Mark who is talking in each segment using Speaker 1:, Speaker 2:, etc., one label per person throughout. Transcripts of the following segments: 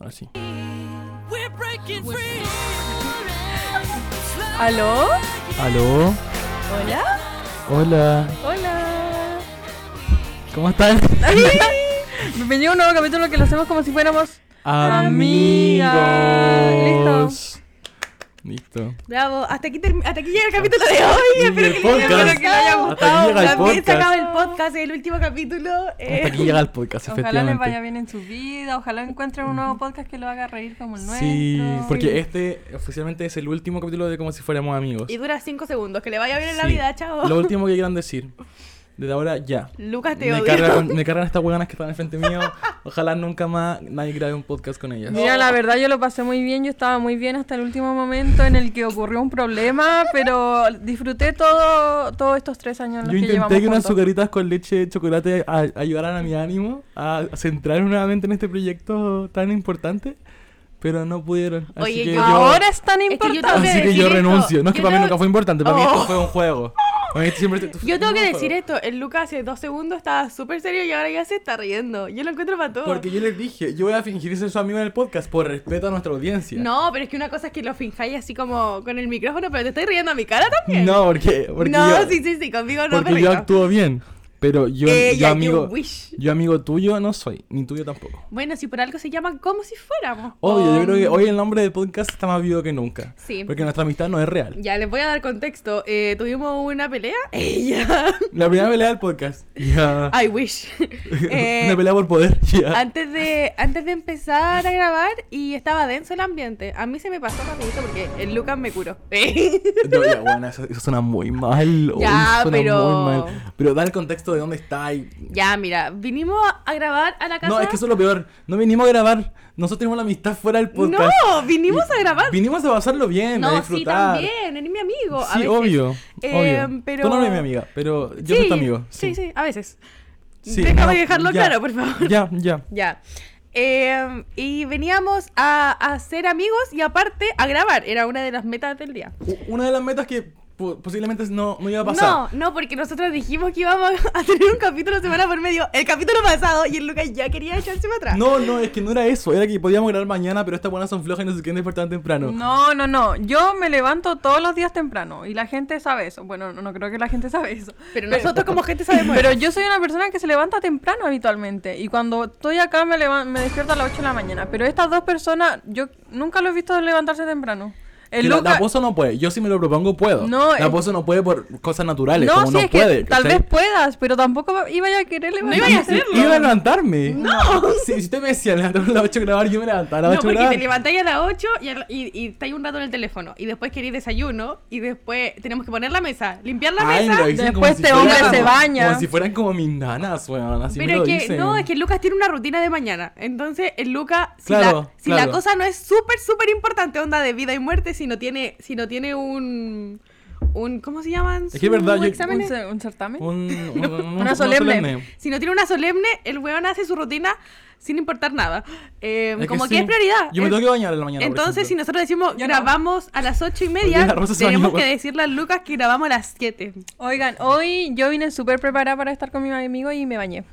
Speaker 1: Así.
Speaker 2: ¿Aló?
Speaker 1: ¿Aló?
Speaker 2: ¿Hola?
Speaker 1: Hola.
Speaker 2: Hola.
Speaker 1: ¿Cómo están?
Speaker 2: Bienvenido a un nuevo capítulo que lo hacemos como si fuéramos.
Speaker 1: Amigos. Listo.
Speaker 2: Bravo. Hasta aquí, termi- hasta aquí llega el capítulo de hoy.
Speaker 1: Y el
Speaker 2: Espero que, les- espero
Speaker 1: podcast.
Speaker 2: que les haya
Speaker 1: Hasta aquí
Speaker 2: gustado.
Speaker 1: llega el
Speaker 2: También se
Speaker 1: podcast.
Speaker 2: acaba el podcast, el último capítulo. eh.
Speaker 1: Hasta aquí llega el podcast,
Speaker 3: Ojalá les vaya
Speaker 1: efectivamente.
Speaker 3: bien en su vida, ojalá encuentren un nuevo podcast que lo haga reír como el nuestro.
Speaker 1: Sí, porque este oficialmente es el último capítulo de Como si fuéramos amigos.
Speaker 2: Y dura 5 segundos. Que le vaya bien en la
Speaker 1: Sí.
Speaker 2: vida, chao.
Speaker 1: Lo último que quieran decir. Desde ahora ya.
Speaker 2: Lucas te
Speaker 1: Me
Speaker 2: odio.
Speaker 1: cargan, me cargan estas hueonas que están enfrente mío. Ojalá nunca más nadie grabe un podcast con ellas.
Speaker 3: Mira, la verdad yo lo pasé muy bien, yo estaba muy bien hasta el último momento en el que ocurrió un problema, pero disfruté todo todos estos tres años en los
Speaker 1: Yo
Speaker 3: que llevamos
Speaker 1: intenté que unas
Speaker 3: juntos.
Speaker 1: azucaritas con leche de chocolate a- ayudaran a mi ánimo a centrar nuevamente en este proyecto tan importante, pero no pudieron. Así
Speaker 2: Oye,
Speaker 1: que
Speaker 2: yo-
Speaker 3: Ahora es tan
Speaker 2: que yo
Speaker 3: importante.
Speaker 2: tengo
Speaker 1: así que
Speaker 2: decir
Speaker 1: yo
Speaker 2: esto.
Speaker 1: renuncio. No es que
Speaker 2: Yo
Speaker 1: para mí
Speaker 2: no-
Speaker 1: nunca fue importante, para mí
Speaker 2: Oh.
Speaker 1: esto fue un juego. Para mí siempre-
Speaker 2: Yo tengo
Speaker 1: fue
Speaker 2: que
Speaker 1: un
Speaker 2: decir
Speaker 1: juego.
Speaker 2: esto. El Lucas hace dos segundos estaba súper serio y ahora ya se está riendo. Yo lo encuentro para todo.
Speaker 1: Porque yo les dije, yo voy a fingir ser su amigo en el podcast por respeto a nuestra audiencia.
Speaker 2: No, pero es que una cosa es que lo finjáis así como con el micrófono, pero te estáis riendo a mi cara también.
Speaker 1: No, porque, porque
Speaker 2: no,
Speaker 1: yo,
Speaker 2: sí, sí, sí, conmigo no
Speaker 1: porque
Speaker 2: me
Speaker 1: yo
Speaker 2: río.
Speaker 1: actúo bien, pero yo,
Speaker 2: Eh,
Speaker 1: yo
Speaker 2: ya, you
Speaker 1: amigo,
Speaker 2: wish.
Speaker 1: yo amigo tuyo no soy, ni tuyo tampoco.
Speaker 2: Bueno, si por algo se llaman como si fuéramos.
Speaker 1: Obvio, yo
Speaker 2: Um,
Speaker 1: creo que hoy el nombre del podcast está más vivo que nunca.
Speaker 2: Sí.
Speaker 1: Porque nuestra amistad no es real.
Speaker 2: Ya, les voy a dar contexto. Eh, tuvimos una pelea. Ella.
Speaker 1: La primera pelea del podcast. Ya.
Speaker 2: I wish. Ah, Eh,
Speaker 1: Una pelea por poder. Ya.
Speaker 2: antes, de, antes de empezar a grabar y estaba denso el ambiente. A mí se me pasó rapidito porque el Lucas me curó.
Speaker 1: No, ya, bueno, eso, eso suena muy mal. Uy,
Speaker 2: Ya,
Speaker 1: suena
Speaker 2: pero-
Speaker 1: muy mal. Pero da el contexto de dónde está y...
Speaker 2: ya, mira, vinimos a grabar a la casa.
Speaker 1: No, es que eso es lo peor. No vinimos a grabar. Nosotros tenemos la amistad fuera del podcast.
Speaker 2: No, vinimos a grabar.
Speaker 1: Vinimos a pasarlo bien, a
Speaker 2: No, sí,
Speaker 1: disfrutar.
Speaker 2: también, eres mi amigo. a
Speaker 1: Sí,
Speaker 2: veces.
Speaker 1: obvio.
Speaker 2: Eh,
Speaker 1: obvio.
Speaker 2: pero-
Speaker 1: Tú no eres mi amiga, pero yo soy tu amigo.
Speaker 2: Sí, sí, a veces.
Speaker 1: Sí,
Speaker 2: Déjame
Speaker 1: no,
Speaker 2: dejarlo
Speaker 1: ya,
Speaker 2: claro, por favor.
Speaker 1: Ya, ya.
Speaker 2: Ya. Eh, y veníamos a, a ser amigos y aparte a grabar. Era una de las metas del día.
Speaker 1: U- Una de las metas que po- posiblemente no, no iba a pasar.
Speaker 2: No, no, porque nosotros dijimos que íbamos a tener un capítulo semana por medio. El capítulo pasado y el Lucas ya quería echarse para atrás.
Speaker 1: No, no, es que no era eso. Era que podíamos grabar mañana, pero estas buenas son flojas y no se quieren despertar temprano.
Speaker 3: No, no, no. Yo me levanto todos los días temprano y la gente sabe eso. Bueno, no, no creo que la gente sabe eso.
Speaker 2: Pero nosotros como gente sabemos.
Speaker 3: Pero yo soy una persona que se levanta temprano habitualmente y cuando estoy acá me, levan- me despierto a las 8 de la mañana. Pero estas dos personas, yo nunca lo he visto levantarse temprano.
Speaker 1: Que
Speaker 3: El
Speaker 1: la-
Speaker 3: Luca-
Speaker 1: La pozo no puede. Yo si me lo propongo puedo.
Speaker 3: No,
Speaker 1: la
Speaker 3: es-
Speaker 1: pozo no puede por cosas naturales.
Speaker 3: no,
Speaker 1: como
Speaker 3: sí,
Speaker 1: no
Speaker 3: es
Speaker 1: puede.
Speaker 3: que tal
Speaker 1: ¿cachai?
Speaker 3: vez puedas, pero tampoco va- iba yo a querer levantarme.
Speaker 2: iba a hacerlo.
Speaker 1: Iba a levantarme. No. Si, si usted me decía levantarme a las 8 grabar, yo me levantaba a las
Speaker 2: No,
Speaker 1: 8
Speaker 2: porque
Speaker 1: grabar.
Speaker 2: te levantáis a las 8 y, a la- y, y estáis un rato en el teléfono. Y después queréis desayuno. Y después tenemos que poner la mesa, limpiar la
Speaker 1: Ay, me
Speaker 2: mesa.
Speaker 1: lo dicen como
Speaker 3: Después
Speaker 1: si
Speaker 3: este hombre
Speaker 1: fueran-
Speaker 3: se baña.
Speaker 1: Como si fueran como mis nanas, weón. Así me
Speaker 2: Pero
Speaker 1: lo
Speaker 2: es que,
Speaker 1: dicen.
Speaker 2: no, es que el Lucas tiene una rutina de mañana. Entonces, el Lucas, si,
Speaker 1: Claro,
Speaker 2: la, si
Speaker 1: claro.
Speaker 2: la cosa no es súper, súper importante, onda de vida y muerte, si no tiene, si no tiene un, un ¿cómo se llaman?
Speaker 1: Es que es verdad,
Speaker 2: sus
Speaker 1: yo-
Speaker 3: ¿Un,
Speaker 2: exámenes?
Speaker 3: cer- un certamen?
Speaker 1: Un, un- un- un-
Speaker 3: Una
Speaker 1: un
Speaker 3: solemne.
Speaker 2: Si no tiene una solemne, el weón hace su rutina sin importar nada. Eh,
Speaker 1: Es que
Speaker 2: como que,
Speaker 1: sí.
Speaker 2: es prioridad.
Speaker 1: Yo me
Speaker 2: Eh,
Speaker 1: tengo que bañar en la mañana. por
Speaker 2: entonces, si
Speaker 1: ejemplo.
Speaker 2: nosotros decimos
Speaker 3: Yo no.
Speaker 2: grabamos a las ocho y media,
Speaker 1: Oye, la Rosa se
Speaker 2: tenemos
Speaker 1: bañó,
Speaker 2: que
Speaker 1: weón.
Speaker 2: decirle al Lucas que grabamos a las siete.
Speaker 3: Oigan, hoy yo vine súper preparada para estar con mi amigo y me bañé.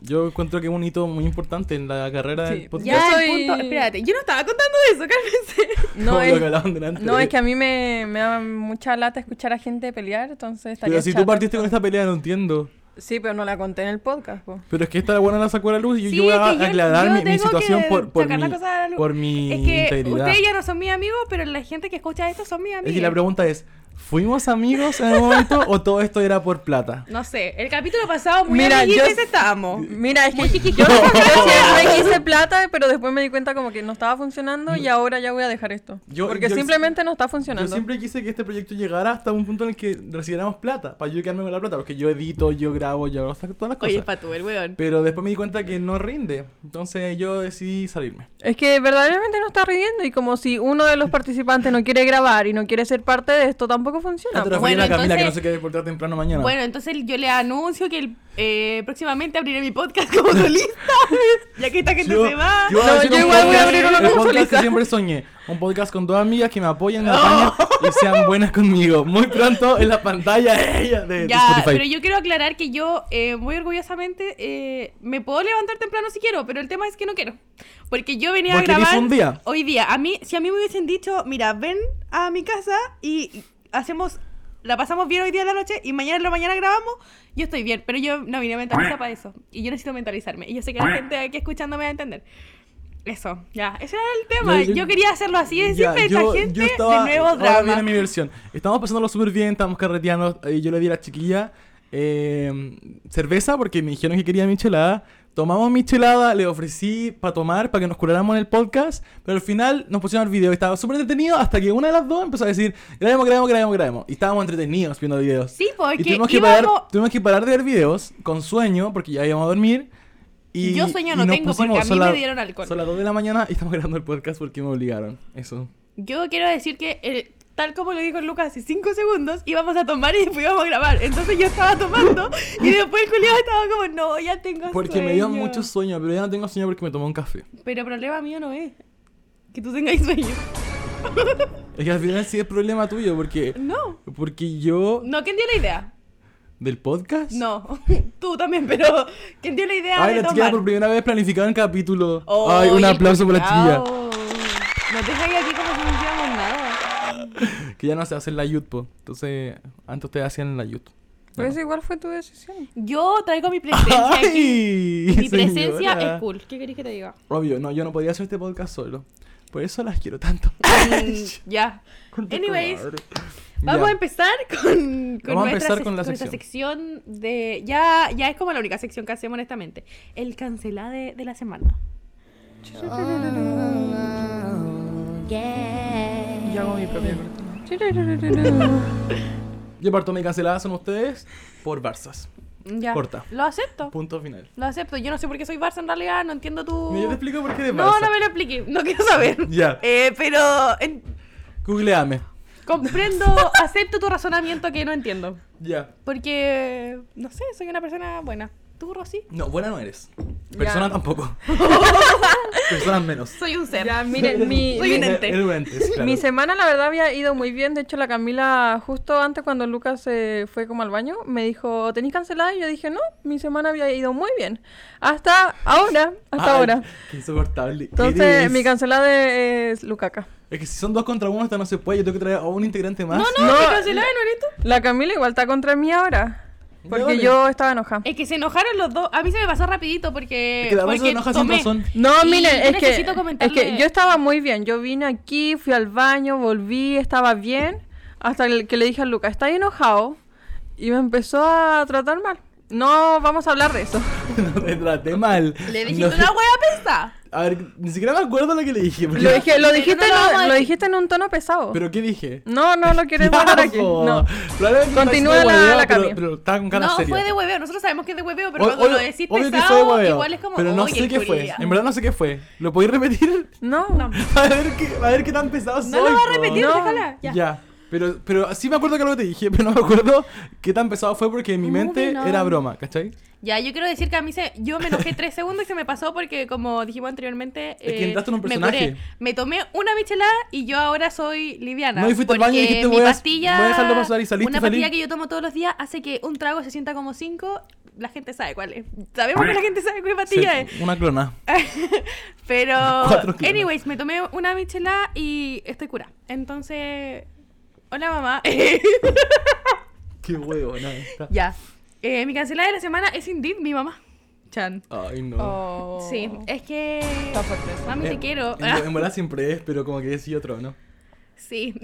Speaker 1: Yo encuentro que es un hito muy importante en la carrera
Speaker 3: Sí.
Speaker 1: del podcast.
Speaker 2: Ya,
Speaker 3: Yo
Speaker 2: el
Speaker 3: soy-
Speaker 2: punto. Espérate, yo no estaba contando de eso, cálmense.
Speaker 3: No,
Speaker 1: Como lo
Speaker 3: es,
Speaker 1: que hablaban delante
Speaker 3: no,
Speaker 1: de-
Speaker 3: es que a mí me, me da mucha lata escuchar a gente pelear, entonces estaría
Speaker 1: Pero si tú
Speaker 3: chata.
Speaker 1: partiste con esta pelea, no entiendo.
Speaker 3: Sí, pero no la conté en el podcast, po.
Speaker 1: Pero es que esta buena la sacó a la luz y yo-
Speaker 2: Sí,
Speaker 1: yo voy
Speaker 2: es
Speaker 1: a
Speaker 2: que yo-
Speaker 1: aclarar
Speaker 2: yo
Speaker 1: mi, mi
Speaker 2: tengo
Speaker 1: situación
Speaker 2: que
Speaker 1: por, por
Speaker 2: sacar la
Speaker 1: mi,
Speaker 2: cosa a la luz.
Speaker 1: por mi
Speaker 2: Es que
Speaker 1: integridad.
Speaker 2: ustedes ya no son mis amigos, pero la gente que escucha esto son mis amigos.
Speaker 1: Es que la pregunta es, ¿fuimos amigos en el momento o todo esto era por plata?
Speaker 2: No sé, el capítulo pasado muy
Speaker 3: Mira,
Speaker 2: Mira,
Speaker 3: yo-
Speaker 2: estábamos.
Speaker 3: Mira, es que yo, yo siempre quise plata, pero después me di cuenta como que no estaba funcionando y ahora ya voy a dejar esto.
Speaker 1: Yo-
Speaker 3: porque
Speaker 1: yo-
Speaker 3: simplemente no está
Speaker 1: Yo
Speaker 3: funcionando.
Speaker 1: siempre quise que este proyecto llegara hasta un punto en el que recibiéramos plata, para yo quedarme con la plata, porque yo edito, yo grabo, yo hago todas las
Speaker 2: Oye,
Speaker 1: cosas.
Speaker 2: Patu, el weón.
Speaker 1: Pero después me di cuenta que no rinde, entonces yo decidí salirme.
Speaker 3: Es que verdaderamente no está riendo y como si uno de los participantes no quiere grabar y no quiere ser parte de esto, tampoco
Speaker 1: Ah,
Speaker 3: funciona.
Speaker 1: te referías
Speaker 3: po.
Speaker 1: a
Speaker 2: bueno,
Speaker 1: Camila que no
Speaker 2: entonces-
Speaker 1: se quiere despertar temprano mañana.
Speaker 2: Bueno, entonces yo le anuncio que el- eh, próximamente abriré mi podcast como solista. ya loquita que te se va.
Speaker 1: yo voy a
Speaker 3: No,
Speaker 1: hacer
Speaker 3: yo
Speaker 1: un
Speaker 3: igual voy a
Speaker 1: podcast-
Speaker 3: abrir una
Speaker 1: el podcast que
Speaker 3: consulta.
Speaker 1: siempre soñé. Un podcast con dos amigas que me apoyen, me apañen y sean buenas conmigo. Muy pronto en la pantalla ella de, de
Speaker 2: Ya,
Speaker 1: Spotify.
Speaker 2: pero yo quiero aclarar que yo eh, muy orgullosamente eh, me puedo levantar temprano si quiero, pero el tema es que no quiero. Porque yo venía
Speaker 1: Porque
Speaker 2: a
Speaker 1: dice
Speaker 2: grabar
Speaker 1: un día.
Speaker 2: hoy día. A mí, si a mí me hubiesen dicho, mira, ven a mi casa y hacemos, la pasamos bien hoy día en la noche y mañana en la mañana grabamos, yo estoy bien. Pero yo no vine mentalizada para eso. Y yo necesito mentalizarme. Y yo sé que la gente aquí escuchándome va a entender. Eso, ya, ese era el tema.
Speaker 1: Ya, yo-
Speaker 2: Yo, quería hacerlo así de
Speaker 1: Ya,
Speaker 2: simple.
Speaker 1: yo-
Speaker 2: Esta
Speaker 1: yo
Speaker 2: gente
Speaker 1: estaba-
Speaker 2: de nuevo
Speaker 1: ahora viene
Speaker 2: drama.
Speaker 1: mi versión. Estamos pasándolo súper bien, estamos carreteando. eh, yo le di a la chiquilla eh, cerveza porque me dijeron que quería michelada. Tomamos michelada, le ofrecí para tomar, para que nos curáramos en el podcast. Pero al final nos pusieron el video y estaba súper entretenido hasta que una de las dos empezó a decir, grabemos, grabemos, grabemos, grabemos. Y estábamos entretenidos viendo videos.
Speaker 2: Sí, porque
Speaker 1: y tuvimos que,
Speaker 2: íbamos-
Speaker 1: parar, tuvimos que parar de ver videos con sueño porque ya íbamos a dormir. Y,
Speaker 2: Yo sueño
Speaker 1: y
Speaker 2: no
Speaker 1: nos
Speaker 2: tengo, porque a
Speaker 1: son
Speaker 2: mí me
Speaker 1: las-
Speaker 2: dieron alcohol.
Speaker 1: Son las 2 de la mañana y estamos grabando el podcast porque me obligaron. Eso.
Speaker 2: Yo quiero decir que el- tal como lo dijo Lucas hace 5 segundos, íbamos a tomar y después íbamos a grabar. Entonces yo estaba tomando y después el culiado estaba como, no, ya tengo
Speaker 1: Porque
Speaker 2: sueño.
Speaker 1: me dio mucho sueño, pero ya no tengo sueño porque me tomé un café.
Speaker 2: Pero problema mío no es que tú tengas sueño.
Speaker 1: Es que al final sí es problema tuyo, porque.
Speaker 2: No.
Speaker 1: Porque yo.
Speaker 2: No, ¿quién dio la idea?
Speaker 1: ¿Del podcast?
Speaker 2: No, tú también, pero ¿quién dio la idea
Speaker 1: Ay,
Speaker 2: de
Speaker 1: la chica
Speaker 2: tomar?
Speaker 1: por primera vez planificaron capítulo.
Speaker 2: Oh,
Speaker 1: Ay, un
Speaker 2: y el
Speaker 1: aplauso para la
Speaker 2: culiao.
Speaker 1: chiquilla.
Speaker 2: Nos dejáis aquí como si no hiciéramos nada.
Speaker 1: Que ya no se hace en la YouTube. Entonces, antes ustedes hacían en la YouTube.
Speaker 3: Pero eso Pues igual fue tu decisión.
Speaker 2: Yo traigo mi presencia aquí. Mi presencia
Speaker 1: señora!
Speaker 2: es cool. ¿Qué querés que te diga?
Speaker 1: Obvio, no, yo no podía hacer este podcast solo. Por eso las quiero tanto.
Speaker 3: Ah,
Speaker 2: Mm, ya.
Speaker 1: Concha
Speaker 2: Anyways,
Speaker 1: tu madre.
Speaker 2: Vamos a
Speaker 1: Ya.
Speaker 2: empezar con, con
Speaker 1: Vamos a
Speaker 2: nuestra,
Speaker 1: empezar con la
Speaker 2: sec- nuestra
Speaker 1: sección.
Speaker 2: sección de... Ya, ya es como la única sección que hacemos honestamente. El cancelá de, de la semana. Ah.
Speaker 3: Yo hago mi propia
Speaker 1: Yo parto mi cancelada, son ustedes por Barzas.
Speaker 2: Ya.
Speaker 1: Corta.
Speaker 2: Lo acepto.
Speaker 1: Punto final.
Speaker 2: Lo acepto. Yo no sé por qué soy Barça en realidad. No entiendo tu...
Speaker 1: Mira, Yo te explico por qué de
Speaker 2: no,
Speaker 1: Barça.
Speaker 2: no me lo expliqué. No quiero saber.
Speaker 1: Ya.
Speaker 2: Eh, pero en-
Speaker 1: Googleame.
Speaker 2: comprendo, acepto tu razonamiento que no entiendo.
Speaker 1: Ya.
Speaker 2: Porque, no sé, soy una persona buena. ¿Tú, Rosy?
Speaker 1: No, buena no eres. Persona
Speaker 3: Ya.
Speaker 1: tampoco. Personas menos.
Speaker 2: Soy un ser.
Speaker 3: Ya, miren, mi,
Speaker 2: Soy un
Speaker 3: mi-
Speaker 2: ente.
Speaker 1: Eres un ente, sí, claro.
Speaker 3: mi semana la verdad había ido muy bien. De hecho, la Camila, justo antes cuando Lucas se fue como al baño, me dijo, ¿tenéis cancelada? Y yo dije, no, mi semana había ido muy bien. Hasta ahora, hasta
Speaker 1: Ay,
Speaker 3: ahora.
Speaker 1: Qué insoportable.
Speaker 3: Entonces,
Speaker 1: Eres-
Speaker 3: mi cancelada de- es Lucaca.
Speaker 1: Es que si son dos contra uno, esta no se puede. Yo tengo que traer a un integrante más.
Speaker 2: No, no,
Speaker 3: No,
Speaker 2: te cancelé, ¿no eres tú?
Speaker 3: La Camila igual está contra mí ahora. Porque
Speaker 1: Dale.
Speaker 3: yo estaba enojada.
Speaker 2: Es que se enojaron los dos. A mí se me pasó rapidito porque.
Speaker 1: Es que la Barça se
Speaker 2: porque
Speaker 1: enoja sin
Speaker 2: tomé.
Speaker 1: razón.
Speaker 3: No,
Speaker 2: Y
Speaker 3: miren,
Speaker 2: yo
Speaker 3: es que,
Speaker 2: necesito
Speaker 3: es
Speaker 2: comentarle-
Speaker 3: que yo estaba muy bien. Yo vine aquí, fui al baño, volví, estaba bien. Hasta el que le dije a Luca, está enojado. Y me empezó a tratar mal. No vamos a hablar de eso.
Speaker 1: No te traté mal.
Speaker 2: Le
Speaker 1: No-
Speaker 2: dijiste una hueá pesa.
Speaker 1: A ver, ni siquiera me acuerdo lo que le dije. porque-
Speaker 3: Lo, dije- lo
Speaker 2: Pero no lo
Speaker 3: dijiste, en un-
Speaker 2: vamos a
Speaker 3: lo
Speaker 2: decir.
Speaker 3: dijiste en un tono pesado.
Speaker 1: ¿Pero qué dije?
Speaker 3: No, no lo quieres
Speaker 1: Ya,
Speaker 3: guardar aquí.
Speaker 1: po.
Speaker 3: No.
Speaker 1: Probablemente
Speaker 3: Continúa
Speaker 1: está
Speaker 3: la-
Speaker 1: hueveado,
Speaker 3: la
Speaker 1: pero-
Speaker 3: Cami.
Speaker 1: Pero estaba con cara
Speaker 2: no,
Speaker 1: seria.
Speaker 2: fue de hueveo. Nosotros sabemos que es de hueveo, pero
Speaker 1: Ob-
Speaker 2: cuando lo decís
Speaker 1: obvio que
Speaker 2: pesado,
Speaker 1: fue hueveo,
Speaker 2: igual es como.
Speaker 1: Pero no
Speaker 2: "Oye,
Speaker 1: sé qué fue.
Speaker 2: culia".
Speaker 1: En verdad no sé qué fue. ¿Lo podéis repetir?
Speaker 3: No.
Speaker 1: A ver qué, a ver qué tan pesado soy.
Speaker 2: No lo va
Speaker 1: po.
Speaker 2: a repetir,
Speaker 3: No.
Speaker 2: déjala.
Speaker 1: Ya.
Speaker 2: Ya.
Speaker 1: Pero, pero sí me acuerdo que lo te dije, pero no me acuerdo qué tan pesado fue porque en mi
Speaker 2: Moving
Speaker 1: mente
Speaker 2: on.
Speaker 1: era broma, ¿cachai?
Speaker 2: Ya, yo quiero decir que a mí se. Yo me enojé tres segundos y se me pasó porque, como dijimos anteriormente. eh,
Speaker 1: Es que entraste en un
Speaker 2: me
Speaker 1: personaje.
Speaker 2: curé. Me, tomé una michelada y yo ahora soy liviana.
Speaker 1: No, y fuiste al baño y
Speaker 2: porque
Speaker 1: dijiste,
Speaker 2: mi
Speaker 1: "Voy a-
Speaker 2: pastilla,
Speaker 1: voy a dejarlo pasar", y saliste
Speaker 2: Una
Speaker 1: feliz.
Speaker 2: pastilla que yo tomo todos los días hace que un trago se sienta como cinco. La gente sabe cuál es. Sabemos que la gente sabe qué pastilla es.
Speaker 1: Se- Una clona.
Speaker 2: Pero,
Speaker 1: Cuatro kilos.
Speaker 2: anyways, me tomé una michelada y estoy cura. Entonces, hola mamá. Eh,
Speaker 1: Qué huevo, nada. está.
Speaker 2: ya. Eh, mi cancelada de la semana es Indeed, mi mamá. Chan.
Speaker 1: Ay, no.
Speaker 3: Oh.
Speaker 2: Sí, es que.
Speaker 3: Está fuerte eso.
Speaker 2: Mami, te
Speaker 1: En-
Speaker 2: quiero.
Speaker 1: Eh, En, en verdad siempre es, pero como que es y otro, ¿no?
Speaker 2: sí.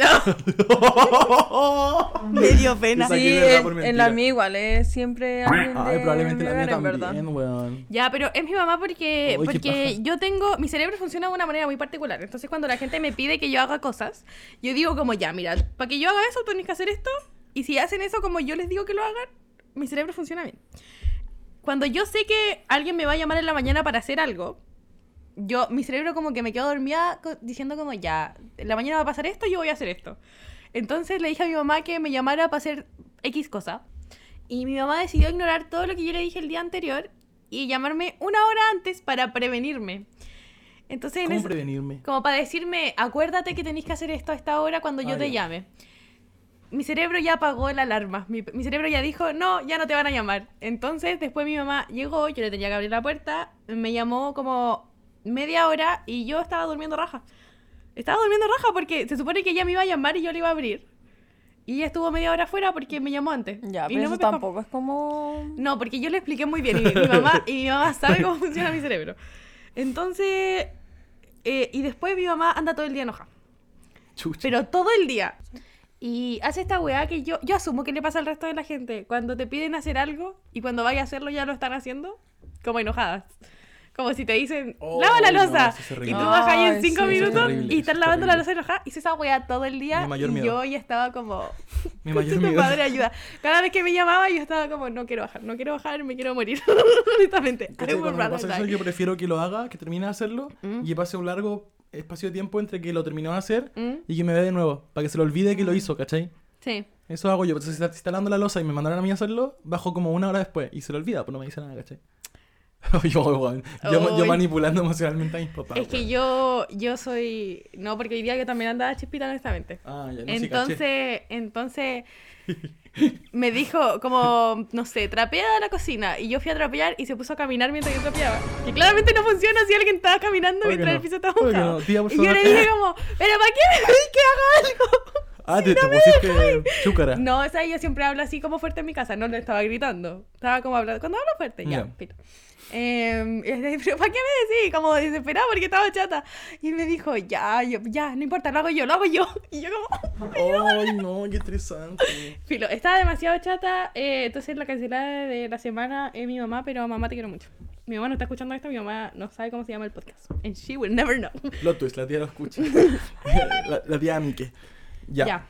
Speaker 1: Me dio pena.
Speaker 3: Sí, en, en la mía igual, eh, siempre alguien
Speaker 1: Ay,
Speaker 3: de
Speaker 1: probablemente la
Speaker 3: mi
Speaker 1: mía
Speaker 3: hogar, en
Speaker 1: también,
Speaker 3: verdad.
Speaker 1: weón.
Speaker 2: ya, pero es mi mamá porque,
Speaker 1: Uy, qué
Speaker 2: porque
Speaker 1: paja.
Speaker 2: yo tengo. Mi cerebro funciona de una manera muy particular. Entonces, cuando la gente me pide que yo haga cosas, yo digo, como ya, mira, para que yo haga eso, tú tienes que hacer esto. Y si hacen eso como yo les digo que lo hagan, mi cerebro funciona bien. Cuando yo sé que alguien me va a llamar en la mañana para hacer algo, yo, mi cerebro como que me quedo dormida co- diciendo como ya, en la mañana va a pasar esto, yo voy a hacer esto. Entonces le dije a mi mamá que me llamara para hacer X cosa. Y mi mamá decidió ignorar todo lo que yo le dije el día anterior y llamarme una hora antes para prevenirme. Entonces, en
Speaker 1: ¿Cómo
Speaker 2: ese-
Speaker 1: prevenirme?
Speaker 2: como para decirme, acuérdate que tenéis que hacer esto a esta hora cuando yo
Speaker 1: Ah,
Speaker 2: te
Speaker 1: ya.
Speaker 2: llame. Mi cerebro ya apagó la alarma. Mi, mi cerebro ya dijo, no, ya no te van a llamar. Entonces, después mi mamá llegó, yo le tenía que abrir la puerta, me llamó como media hora y yo estaba durmiendo raja. Estaba durmiendo raja porque se supone que ella me iba a llamar y yo le iba a abrir. Y ella estuvo media hora afuera porque me llamó antes.
Speaker 3: Ya,
Speaker 2: y
Speaker 3: pero eso
Speaker 2: me pescó.
Speaker 3: tampoco es como...
Speaker 2: No, porque yo le expliqué muy bien y mi, mi mamá, y mi mamá sabe cómo funciona mi cerebro. Entonces, eh, y después mi mamá anda todo el día enojada,
Speaker 1: Chucha.
Speaker 2: pero todo el día. Y hace esta weá que yo, yo asumo que le pasa al resto de la gente. Cuando te piden hacer algo y cuando vayas a hacerlo ya lo están haciendo, como enojadas. Como si te dicen,
Speaker 1: Oh,
Speaker 2: lava la
Speaker 1: no,
Speaker 2: losa.
Speaker 1: eso es horrible.
Speaker 2: y tú vas ahí en
Speaker 3: Ay,
Speaker 2: cinco
Speaker 3: sí, eso es
Speaker 2: minutos
Speaker 1: horrible,
Speaker 2: y
Speaker 1: eso es
Speaker 2: están lavando la
Speaker 1: horrible.
Speaker 2: losa enojada. Hice esa weá todo el día.
Speaker 1: Mi mayor
Speaker 2: y
Speaker 1: miedo.
Speaker 2: yo ya estaba como,
Speaker 1: Mi mayor
Speaker 2: tu
Speaker 1: miedo.
Speaker 2: padre ayuda. Cada vez que me llamaba yo estaba como, no quiero bajar, no quiero bajar, me quiero morir. Honestamente. I
Speaker 1: ¿Cachai?
Speaker 2: would
Speaker 1: Cuando me
Speaker 2: rather
Speaker 1: pasa eso,
Speaker 2: die.
Speaker 1: yo prefiero que lo haga, que termine de hacerlo
Speaker 3: Mm.
Speaker 1: y pase un largo espacio de tiempo entre que lo terminó de hacer
Speaker 2: Mm.
Speaker 1: y que me vea de nuevo, para que se lo olvide
Speaker 3: Mm.
Speaker 1: que lo hizo, ¿cachai?
Speaker 2: Sí.
Speaker 1: Eso hago yo. Pero si está, si está lavando la losa y me mandaron a mí a hacerlo, bajo como una hora después y se lo olvida, pues no me dice nada, ¿cachai? yo, weón, yo, ma- yo
Speaker 2: Ay.
Speaker 1: manipulando emocionalmente a mis papás.
Speaker 2: Es que
Speaker 1: weón.
Speaker 2: yo, yo soy. No, porque hoy día yo también andaba chispita, honestamente.
Speaker 1: Ah, ya, no, sí, caché.
Speaker 2: Entonces, entonces me dijo como, no sé, trapea la cocina. Y yo fui a trapear y se puso a caminar mientras yo trapeaba. Que claramente no funciona si alguien estaba caminando
Speaker 1: Obvio
Speaker 2: mientras
Speaker 1: no.
Speaker 2: el piso estaba
Speaker 1: Obvio que
Speaker 2: mojado.
Speaker 1: no. Tía, por
Speaker 2: y yo le
Speaker 1: favor.
Speaker 2: dije como, pero ¿para qué me pedís que haga algo?
Speaker 1: Ah, te, te pusiste chúcara.
Speaker 2: No, o sea, yo siempre hablo así como fuerte en mi casa, no le estaba gritando. Estaba como hablando. Cuando hablo fuerte,
Speaker 1: Ya.
Speaker 2: ya, pito. Eh, y le dije, pero ¿para qué me decís? Como desesperada porque estaba chata. Y él me dijo, ya, yo- ya, no importa, lo hago yo, lo hago yo. Y yo como,
Speaker 1: Ay, no, qué estresante.
Speaker 2: filo, estaba demasiado chata. eh, entonces la cancelada de la semana es mi mamá, pero mamá te quiero mucho. Mi mamá no está escuchando esto, mi mamá no sabe cómo se llama el podcast. And she will never know.
Speaker 1: Lo twist, la tía lo escucha. la, la tía Mike. Ya.
Speaker 2: Ya.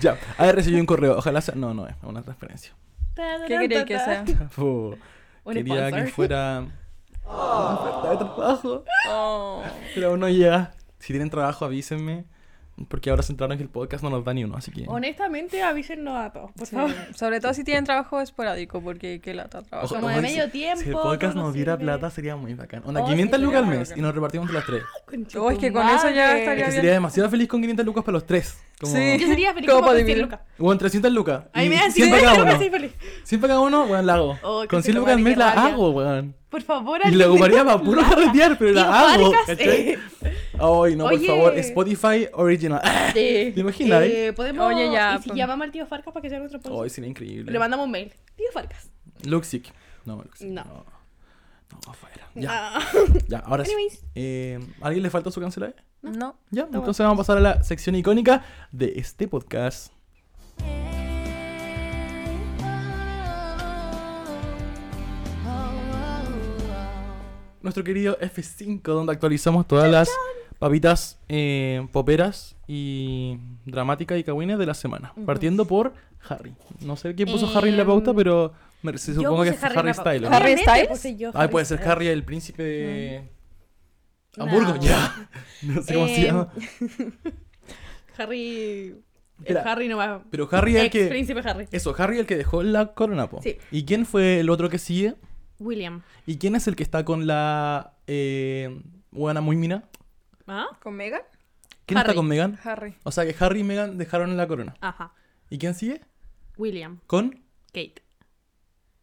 Speaker 1: ya. A ver, recibí un correo. Ojalá sea. No, no es una transferencia.
Speaker 3: ¿Qué queréis que sea?
Speaker 1: Fu.
Speaker 2: Un
Speaker 1: Quería
Speaker 2: sponsor.
Speaker 1: que fuera. una oferta de trabajo.
Speaker 3: Oh.
Speaker 1: Pero aún no llega. Si tienen trabajo, avísenme. Porque ahora se entraron que el podcast no nos da ni uno, así que.
Speaker 2: Honestamente, avísennos a todos, por
Speaker 3: Sí,
Speaker 2: favor.
Speaker 3: Ah, Sobre todo si tienen trabajo esporádico, porque qué lata trabajo.
Speaker 1: Ojo-
Speaker 2: como de
Speaker 1: ojo,
Speaker 2: medio
Speaker 1: si- Si el
Speaker 2: tiempo,
Speaker 1: podcast
Speaker 2: no nos
Speaker 1: nos diera
Speaker 2: sirve.
Speaker 1: plata sería muy bacán. Onda,
Speaker 2: Oh,
Speaker 1: 500
Speaker 2: sí,
Speaker 1: lucas al
Speaker 3: sería
Speaker 1: mes y
Speaker 3: bacán.
Speaker 1: nos repartimos entre los tres.
Speaker 3: Oh, es que con eso ya estaría
Speaker 1: Es que
Speaker 3: bien.
Speaker 1: sería demasiado feliz con 500 lucas para los tres. Como...
Speaker 3: Sí.
Speaker 2: Yo sería feliz
Speaker 3: ¿Cómo
Speaker 2: como con
Speaker 3: para
Speaker 2: 100
Speaker 3: dividir?
Speaker 2: lucas.
Speaker 1: Bueno, 300 lucas.
Speaker 2: Ahí
Speaker 1: Y
Speaker 2: me dan
Speaker 1: 100
Speaker 2: 100
Speaker 1: para cada
Speaker 2: lucas, soy
Speaker 1: uno.
Speaker 2: feliz.
Speaker 1: 100 para cada uno, weón, la hago.
Speaker 2: Oh, que
Speaker 1: con
Speaker 2: se
Speaker 1: 100
Speaker 2: lo
Speaker 1: lucas al
Speaker 2: guarde,
Speaker 1: mes
Speaker 2: qué
Speaker 1: la
Speaker 2: rabia.
Speaker 1: hago, weón.
Speaker 2: Por
Speaker 1: Y
Speaker 2: favor,
Speaker 1: la
Speaker 2: alguien
Speaker 1: ocuparía
Speaker 2: tenga
Speaker 1: para puro
Speaker 2: plata.
Speaker 1: rodear, pero la
Speaker 2: Digo,
Speaker 1: hago,
Speaker 2: Vargas,
Speaker 1: ¿cachai?
Speaker 2: eh.
Speaker 1: Ay, no, por
Speaker 2: Oye.
Speaker 1: favor, Spotify Original.
Speaker 2: Sí.
Speaker 1: ¿Te imaginas,
Speaker 2: Eh, podemos...
Speaker 3: Oye, ya,
Speaker 2: ¿Y si
Speaker 3: pues.
Speaker 2: llamamos al tío Farcas para que sea nuestro
Speaker 1: Ay,
Speaker 2: sponsor?
Speaker 1: sería increíble.
Speaker 2: Le mandamos un mail. Tío Farcas.
Speaker 1: Luxic. No, Luxic.
Speaker 2: No.
Speaker 1: No. No, afuera. Ya,
Speaker 2: Ah.
Speaker 1: ya, ahora sí.
Speaker 2: Anyways.
Speaker 1: Eh, ¿a ¿Alguien le falta su cancelar?
Speaker 3: No.
Speaker 1: Ya, entonces vamos a pasar a la sección icónica de este podcast. Nuestro querido F5, donde actualizamos todas las papitas eh, poperas y dramáticas y cagüines de la semana. Partiendo por Harry. No sé quién puso Harry en la pauta,
Speaker 2: Em,
Speaker 1: pero me- se
Speaker 2: Yo
Speaker 1: supongo que
Speaker 2: puse
Speaker 1: es
Speaker 2: en
Speaker 1: Harry
Speaker 2: la pauta.
Speaker 1: Styles.
Speaker 3: Harry
Speaker 2: Obviamente
Speaker 3: Styles.
Speaker 2: puse yo
Speaker 1: Ay, puede ser
Speaker 2: Styles.
Speaker 1: Harry el príncipe de...
Speaker 2: Mm.
Speaker 1: Hamburgo,
Speaker 2: No.
Speaker 1: ya. No sé cómo se
Speaker 2: Em,
Speaker 1: llama.
Speaker 2: Harry... El
Speaker 1: Espera,
Speaker 2: Harry nomás.
Speaker 1: Pero Harry el
Speaker 2: Ex
Speaker 1: que...
Speaker 2: príncipe Harry.
Speaker 1: Eso, Harry el que dejó la corona, po.
Speaker 2: Sí.
Speaker 1: ¿Y quién fue el otro que sigue?
Speaker 2: William.
Speaker 1: ¿Y quién es el que está con la eh, buena muy mina?
Speaker 2: ¿Ah?
Speaker 3: ¿Con Megan?
Speaker 1: ¿Quién está
Speaker 2: Harry.
Speaker 1: con Megan?
Speaker 3: Harry.
Speaker 1: O sea que Harry y Megan dejaron la corona.
Speaker 2: Ajá.
Speaker 1: ¿Y quién sigue?
Speaker 2: William.
Speaker 1: Con.
Speaker 2: Kate.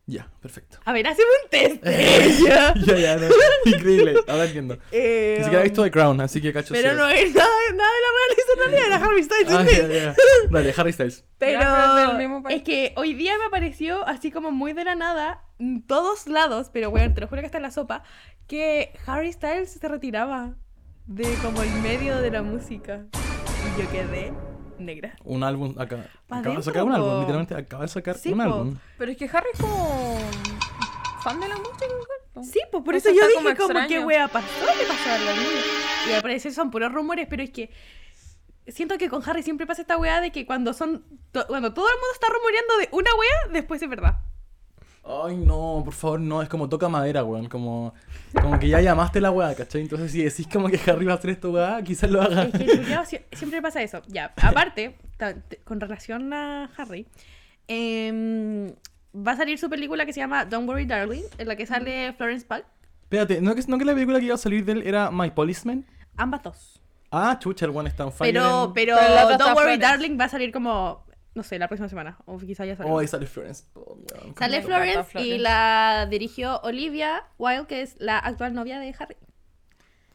Speaker 1: Ya, perfecto.
Speaker 2: A ver, haceme un test.
Speaker 1: ya, ya, no. Increíble. Ahora entiendo.
Speaker 2: Eh,
Speaker 1: Ni siquiera he visto The Crown, así que cacho.
Speaker 2: Pero
Speaker 1: cero.
Speaker 2: no es nada, nada de la moraliza en realidad, era Harry Styles.
Speaker 1: Ah, ya,
Speaker 2: ¿entendés?
Speaker 1: ya. Dale, Harry Styles.
Speaker 2: Pero,
Speaker 3: Ya, pero es del mismo país.
Speaker 2: es que hoy día me apareció así como muy de la nada, en todos lados, pero bueno, te lo juro que está en la sopa, que Harry Styles se retiraba de como el medio de la música. Y yo quedé negra.
Speaker 1: Un álbum acá.
Speaker 2: Pa'
Speaker 1: Acaba de
Speaker 2: dentro,
Speaker 1: sacar un
Speaker 2: po.
Speaker 1: álbum, literalmente acaba de sacar
Speaker 2: Sí,
Speaker 1: un
Speaker 2: po.
Speaker 1: álbum.
Speaker 3: Pero es que Harry es como fan de la música. igual.
Speaker 2: Sí, pues por eso,
Speaker 3: Eso
Speaker 2: yo
Speaker 3: está
Speaker 2: dije
Speaker 3: como
Speaker 2: como, que
Speaker 3: extraño.
Speaker 2: wea pasó, le pasó a la niña. Y al parecer son puros rumores, pero es que siento que con Harry siempre pasa esta wea de que cuando son to- cuando todo el mundo está rumoreando de una wea, después es verdad.
Speaker 1: Ay, no, por favor, no. Es como toca madera, weón. Como, como que ya llamaste la weá, ¿cachai? Entonces, si decís como que Harry va a hacer esto, weá, quizás lo haga.
Speaker 2: Es que el culiao sie- siempre pasa eso. Ya, aparte, ta- te- con relación a Harry, em, va a salir su película que se llama Don't Worry Darling, en la que sale Florence Pugh.
Speaker 1: Espérate, ¿no que, ¿no que la película que iba a salir de él era My Policeman?
Speaker 2: Ambas dos.
Speaker 1: Ah, chucha, el one está on fire.
Speaker 2: Pero,
Speaker 1: en-
Speaker 2: pero,
Speaker 3: Pero la otra está
Speaker 2: Don't Worry
Speaker 3: Florence.
Speaker 2: Darling va a salir como, no sé, la próxima semana. O quizá ya salga.
Speaker 1: Oh, ahí sale Florence. Oh, weón.
Speaker 2: Sale
Speaker 3: Como lo mata
Speaker 2: Florence, y
Speaker 3: Florence.
Speaker 2: la dirigió Olivia Wilde, que es la actual novia de Harry.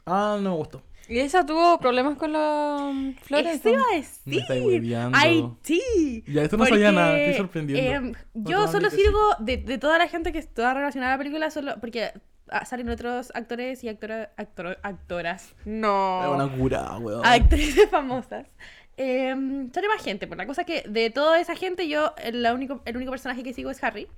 Speaker 1: Ah, no me gustó.
Speaker 3: Y esa tuvo problemas con la mm, flores.
Speaker 2: Eso
Speaker 3: ¿no?
Speaker 2: iba a
Speaker 1: Me estáis
Speaker 2: decir.
Speaker 1: hueviando.
Speaker 2: Ay, sí.
Speaker 1: Ya, esto no sabía
Speaker 2: Porque,
Speaker 1: nada, estoy sorprendiendo.
Speaker 2: em,
Speaker 1: No
Speaker 2: yo
Speaker 1: te
Speaker 2: solo
Speaker 1: admito, sí.
Speaker 2: sirvo de, de toda la gente que está relacionada a la película, solo porque ah, salen otros actores y actora, actor- actoras.
Speaker 1: Es
Speaker 3: No.
Speaker 1: una cura, weón.
Speaker 3: Oh.
Speaker 2: Actrices famosas. Em, sale más gente, pero la cosa es que de toda esa gente, yo el, la único, el único personaje que sigo es Harry.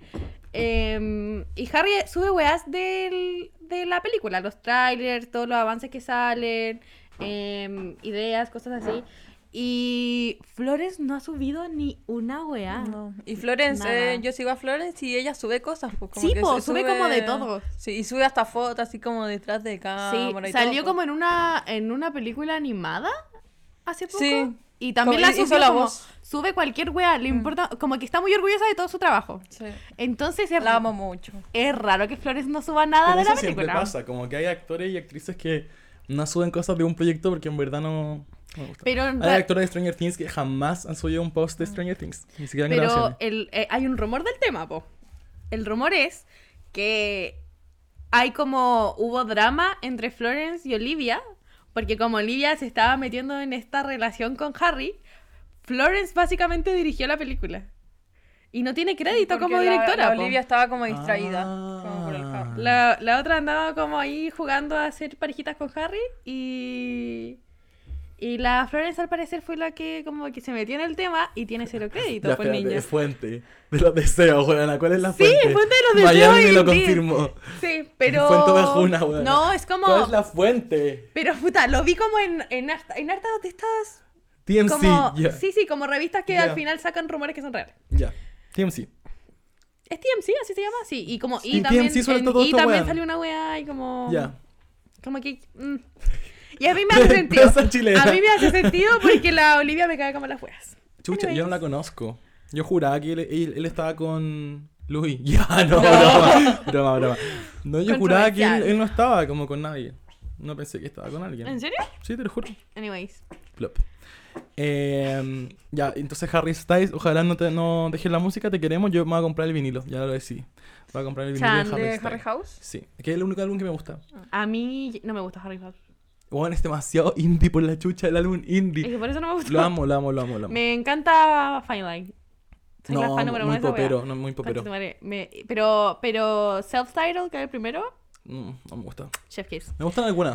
Speaker 2: Em, y Harry sube weas del- de la película, los trailers, todos los avances que salen, em, ideas, cosas así. Y Flores no ha subido ni una wea.
Speaker 3: No. Ah. Y Florence,
Speaker 2: Nada.
Speaker 3: eh, yo sigo a Florence y ella sube cosas. Pues, como
Speaker 2: Sí,
Speaker 3: que
Speaker 2: po,
Speaker 3: su-
Speaker 2: sube como de todo.
Speaker 3: Sí, y sube hasta fotos así como detrás de
Speaker 2: Sí,
Speaker 3: cámara. y
Speaker 2: salió
Speaker 3: todo,
Speaker 2: como
Speaker 3: pues.
Speaker 2: en una, en una película animada hace poco.
Speaker 3: Sí.
Speaker 2: Y también
Speaker 3: Como-
Speaker 2: la
Speaker 3: hizo
Speaker 2: subió
Speaker 3: la
Speaker 2: como,
Speaker 3: voz. Mm.
Speaker 2: sube cualquier wea, le importa, como que está muy orgullosa de todo su trabajo.
Speaker 3: Sí.
Speaker 2: Entonces es,
Speaker 3: La amo mucho.
Speaker 2: es raro que Flores no suba nada
Speaker 1: Pero
Speaker 2: de la
Speaker 1: eso siempre
Speaker 2: película.
Speaker 1: pasa, como que hay actores y actrices que no suben cosas de un proyecto porque en verdad no... no me gusta.
Speaker 2: Pero, Mm.
Speaker 1: Hay actores de Stranger Things que jamás han subido un post de Stranger Things, ni siquiera en
Speaker 2: pero
Speaker 1: grabaciones.
Speaker 2: el- eh, hay un rumor del tema, po. El rumor es que hay como hubo drama entre Florence y Olivia, porque como Olivia se estaba metiendo en esta relación con Harry, Florence básicamente dirigió la película. Y no tiene crédito
Speaker 3: Porque
Speaker 2: como
Speaker 3: la-
Speaker 2: directora.
Speaker 3: la
Speaker 2: po.
Speaker 3: Olivia estaba como distraída.
Speaker 1: Ah.
Speaker 3: Como por el carro.
Speaker 2: La, la otra andaba como ahí jugando a hacer parejitas con Harry y... Y la Florence al parecer fue la que como que se metió en el tema y tiene cero crédito,
Speaker 1: Ya,
Speaker 2: pues
Speaker 1: espérate,
Speaker 2: niña.
Speaker 1: es fuente de los deseos, weón. ¿Cuál es la
Speaker 2: Sí,
Speaker 1: fuente?
Speaker 2: fuente de los deseos
Speaker 1: Miami
Speaker 2: y
Speaker 1: lo
Speaker 2: Indeed.
Speaker 1: confirmó.
Speaker 2: Sí, pero...
Speaker 1: Fuente ovejuna, weón.
Speaker 2: No, es como...
Speaker 1: ¿Cuál es la fuente?
Speaker 2: Pero puta, lo vi como en, en, harta- en hartas de estas...
Speaker 1: TMC,
Speaker 2: Como...
Speaker 1: ya.
Speaker 2: Sí, sí, como revistas que
Speaker 1: Ya.
Speaker 2: al final sacan rumores que son reales.
Speaker 1: Ya, TMC.
Speaker 2: ¿Es TMC? ¿Así se llama? Sí, y como...
Speaker 1: Sí,
Speaker 2: y también,
Speaker 1: TMC suelta
Speaker 2: en-
Speaker 1: todo
Speaker 2: y
Speaker 1: esto,
Speaker 2: también
Speaker 1: weón.
Speaker 2: salió una weá y como...
Speaker 1: Ya.
Speaker 2: Como que... mm. Y a mí me hace sentido.
Speaker 1: Prensa chilena.
Speaker 2: A mí me hace sentido porque la Olivia me cae como las fueras.
Speaker 1: Chucha,
Speaker 2: Anyways.
Speaker 1: yo no la conozco. Yo juraba que él, él- él estaba con Luis. Ya, no, broma, broma, broma. No, yo juraba que él,
Speaker 2: Controversial.
Speaker 1: él no estaba como con nadie. No pensé que estaba con alguien.
Speaker 2: ¿En serio?
Speaker 1: Sí, te lo juro.
Speaker 2: Anyways.
Speaker 1: Plop. Eh, ya, entonces Harry Styles, ojalá no, te, no dejes la música, te queremos. Yo me voy a comprar el vinilo, ya lo decidí. Voy a comprar el vinilo
Speaker 2: Chan,
Speaker 1: de Harry,
Speaker 3: ¿De Harry
Speaker 1: Styles.
Speaker 3: House?
Speaker 1: Sí, que es el único álbum que me gusta.
Speaker 2: A mí no me gusta Harry Potter.
Speaker 1: Bueno, es demasiado indie por la chucha, el álbum
Speaker 2: Es
Speaker 1: indie.
Speaker 2: que por eso no me gusta.
Speaker 1: Lo amo, lo amo, lo amo, lo amo.
Speaker 2: Me encanta Fine Line. Soy la
Speaker 1: no,
Speaker 2: fan número uno
Speaker 1: muy
Speaker 2: de esa wea.
Speaker 1: popero, no, muy popero.
Speaker 2: Concha tu madre. Me- pero, pero Self-Titled, que era el primero,
Speaker 1: Mm, no me gusta.
Speaker 2: Chef Kiss.
Speaker 1: Me gustan algunas.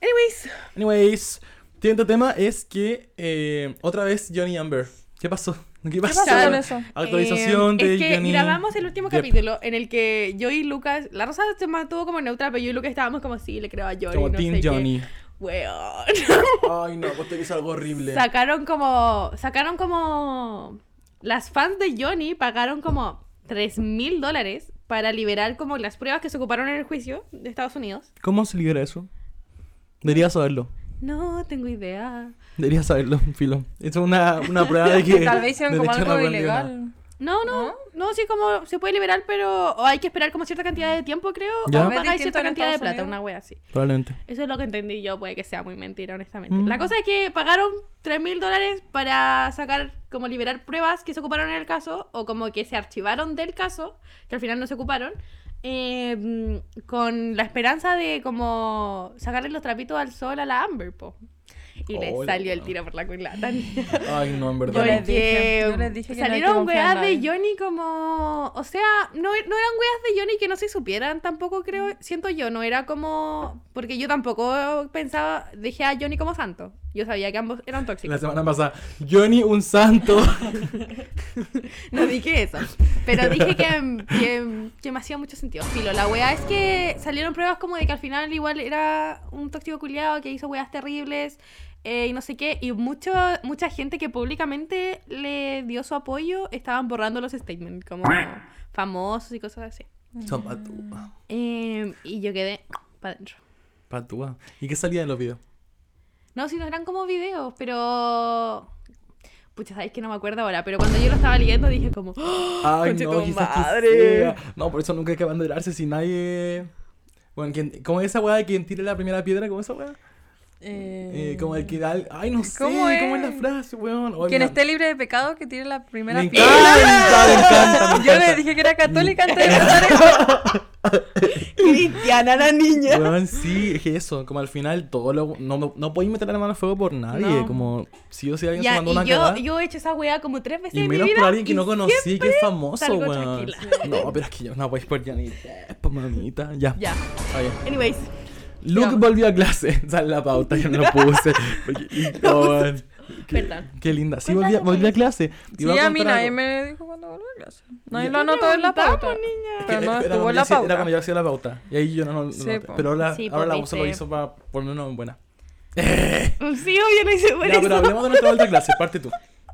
Speaker 2: Anyways.
Speaker 1: Anyways, siguiente tema es que eh, otra vez Johnny Amber. ¿Qué pasó? ¿Qué pasó?
Speaker 3: pasó con eso?
Speaker 1: Actualización
Speaker 2: eh,
Speaker 1: de
Speaker 2: Es que
Speaker 1: Johnny.
Speaker 2: grabamos el último
Speaker 1: Depp.
Speaker 2: capítulo en el que yo y Lucas... La Rosa se mantuvo como neutra, pero yo y Lucas estábamos como, sí, le creo a Johnny,
Speaker 1: Como
Speaker 2: no
Speaker 1: Team
Speaker 2: sé qué".
Speaker 1: Johnny.
Speaker 2: Weón.
Speaker 1: Ay, no, pues te hizo algo horrible.
Speaker 2: sacaron como sacaron como las fans de Johnny pagaron como 3 mil dólares para liberar como las pruebas que se ocuparon en el juicio de Estados Unidos
Speaker 1: ¿Cómo se libera eso? Debería saberlo.
Speaker 2: no tengo idea
Speaker 1: Debería saberlo, filo. Es una, una prueba de que.
Speaker 3: Tal vez hicieron como
Speaker 1: derecho no
Speaker 3: algo
Speaker 1: aprendió nada.
Speaker 3: ilegal.
Speaker 2: no no no sí como se puede liberar pero o hay que esperar como cierta cantidad de tiempo creo
Speaker 1: Ya.
Speaker 2: o
Speaker 1: Es
Speaker 2: pagáis
Speaker 3: distinto
Speaker 2: cierta
Speaker 3: en
Speaker 2: cantidad de
Speaker 3: Estados
Speaker 2: plata
Speaker 3: Unidos.
Speaker 2: una wea así
Speaker 1: Probablemente.
Speaker 2: Eso es lo que entendí yo, puede que sea muy mentira, honestamente.
Speaker 1: Mm.
Speaker 2: La cosa es que pagaron 3 mil dólares para sacar, como liberar pruebas que se ocuparon en el caso, o como que se archivaron del caso, que al final no se ocuparon, eh, mm, con la esperanza de como sacarle los trapitos al sol a la Amber, po. Y le
Speaker 1: Hola,
Speaker 2: salió el
Speaker 1: weón.
Speaker 2: tiro por la culata. niña.
Speaker 1: Ay, no, en
Speaker 3: Yo les
Speaker 1: verdad.
Speaker 3: Johnny. dije, yo les
Speaker 2: Porque
Speaker 3: dije que no hay que
Speaker 2: salieron
Speaker 3: confiar en
Speaker 2: weas de
Speaker 3: nadie.
Speaker 2: Johnny como. O sea, no, no eran weas de Johnny que no se supieran tampoco,
Speaker 3: Mm.
Speaker 2: creo. Siento yo, no era como. Porque yo tampoco pensaba. Dejé a Johnny como santo. Yo sabía que ambos eran
Speaker 1: La
Speaker 2: tóxicos.
Speaker 1: semana pasada, Johnny un santo.
Speaker 2: No dije eso. Pero dije que, que, que me hacía mucho sentido. Filo, la wea es que salieron pruebas como de que al final igual era un tóxico culiado que hizo weas terribles eh, y no sé qué. Y mucho, mucha gente que públicamente le dio su apoyo estaban borrando los statements, como famosos y cosas así.
Speaker 1: Son patúa.
Speaker 2: Eh, y yo quedé para adentro.
Speaker 1: Patúa. ¿Y qué salía en los videos?
Speaker 2: No, si no eran como videos, pero. Pucha, sabéis que no me acuerdo ahora, pero cuando yo lo estaba leyendo dije como... ¡Oh,
Speaker 1: Ay,
Speaker 2: conche
Speaker 1: no,
Speaker 2: tu
Speaker 1: quizás que
Speaker 2: madre!
Speaker 1: sea. No, por eso nunca hay que abanderarse si nadie. Bueno, quien- como esa weá de quien tire la primera piedra, como esa weá. Eh, como el que da. el- Ay, no sé,
Speaker 3: ¿Cómo
Speaker 1: ¿cómo es,
Speaker 3: es?
Speaker 1: la frase, weón? Ay,
Speaker 3: Quien
Speaker 1: me-
Speaker 3: esté libre de pecado que tire la primera
Speaker 1: Me
Speaker 3: piedra.
Speaker 1: encanta, me encanta, me
Speaker 3: Yo
Speaker 1: encanta.
Speaker 3: le dije que era católica antes de empezar esto.
Speaker 2: Cristiana la niña.
Speaker 1: Weón, sí, es que eso, como al final todo lo. No, me- no podéis meter la mano al fuego por nadie,
Speaker 2: No.
Speaker 1: como si o si alguien se
Speaker 2: Ya,
Speaker 1: mandó una
Speaker 2: y yo,
Speaker 1: cagada.
Speaker 2: yo he hecho esa weá como tres veces
Speaker 1: Y
Speaker 2: en mi vida.
Speaker 1: menos por alguien que
Speaker 2: y
Speaker 1: no conocí, que es famoso,
Speaker 2: salgo
Speaker 1: weón.
Speaker 2: tranquila.
Speaker 1: No, pero es que yo no voy por Janita, por mamita. Ya.
Speaker 2: Ya.
Speaker 1: Está bien.
Speaker 2: Anyways,
Speaker 1: Luke
Speaker 2: Ya.
Speaker 1: volvió a clase. Esa es la pauta, yo no lo puse. Porque- y- no, weón. Qué-
Speaker 2: Perdón.
Speaker 1: Qué linda. Sí,
Speaker 2: Cuenta
Speaker 1: volvió,
Speaker 2: algo
Speaker 1: volvió a
Speaker 2: feliz.
Speaker 1: clase. Iba
Speaker 3: pues. Sí, a
Speaker 1: contar
Speaker 3: mí nadie
Speaker 1: algo.
Speaker 3: me dijo cuando volvió a clase. Nadie
Speaker 1: Ya.
Speaker 3: lo anotó en la
Speaker 2: Preguntamos,
Speaker 3: pauta.
Speaker 2: niña.
Speaker 1: Que
Speaker 3: Pero no
Speaker 1: era
Speaker 3: estuvo
Speaker 1: cuando
Speaker 3: en
Speaker 1: yo
Speaker 3: la
Speaker 1: hacía- Era cuando
Speaker 3: pauta.
Speaker 1: yo hacía la pauta. Y ahí yo no, no, no-
Speaker 3: Sí, pues,
Speaker 1: no-
Speaker 3: po.
Speaker 1: Pero ahora,
Speaker 2: Sí, po,
Speaker 1: ahora la voz lo
Speaker 2: viste.
Speaker 1: hizo para ponernos en buena.
Speaker 2: Sí, obvio no hice por
Speaker 1: Ya, pero
Speaker 2: eso.
Speaker 1: hablemos de nuestra vuelta a clase. Parte tú.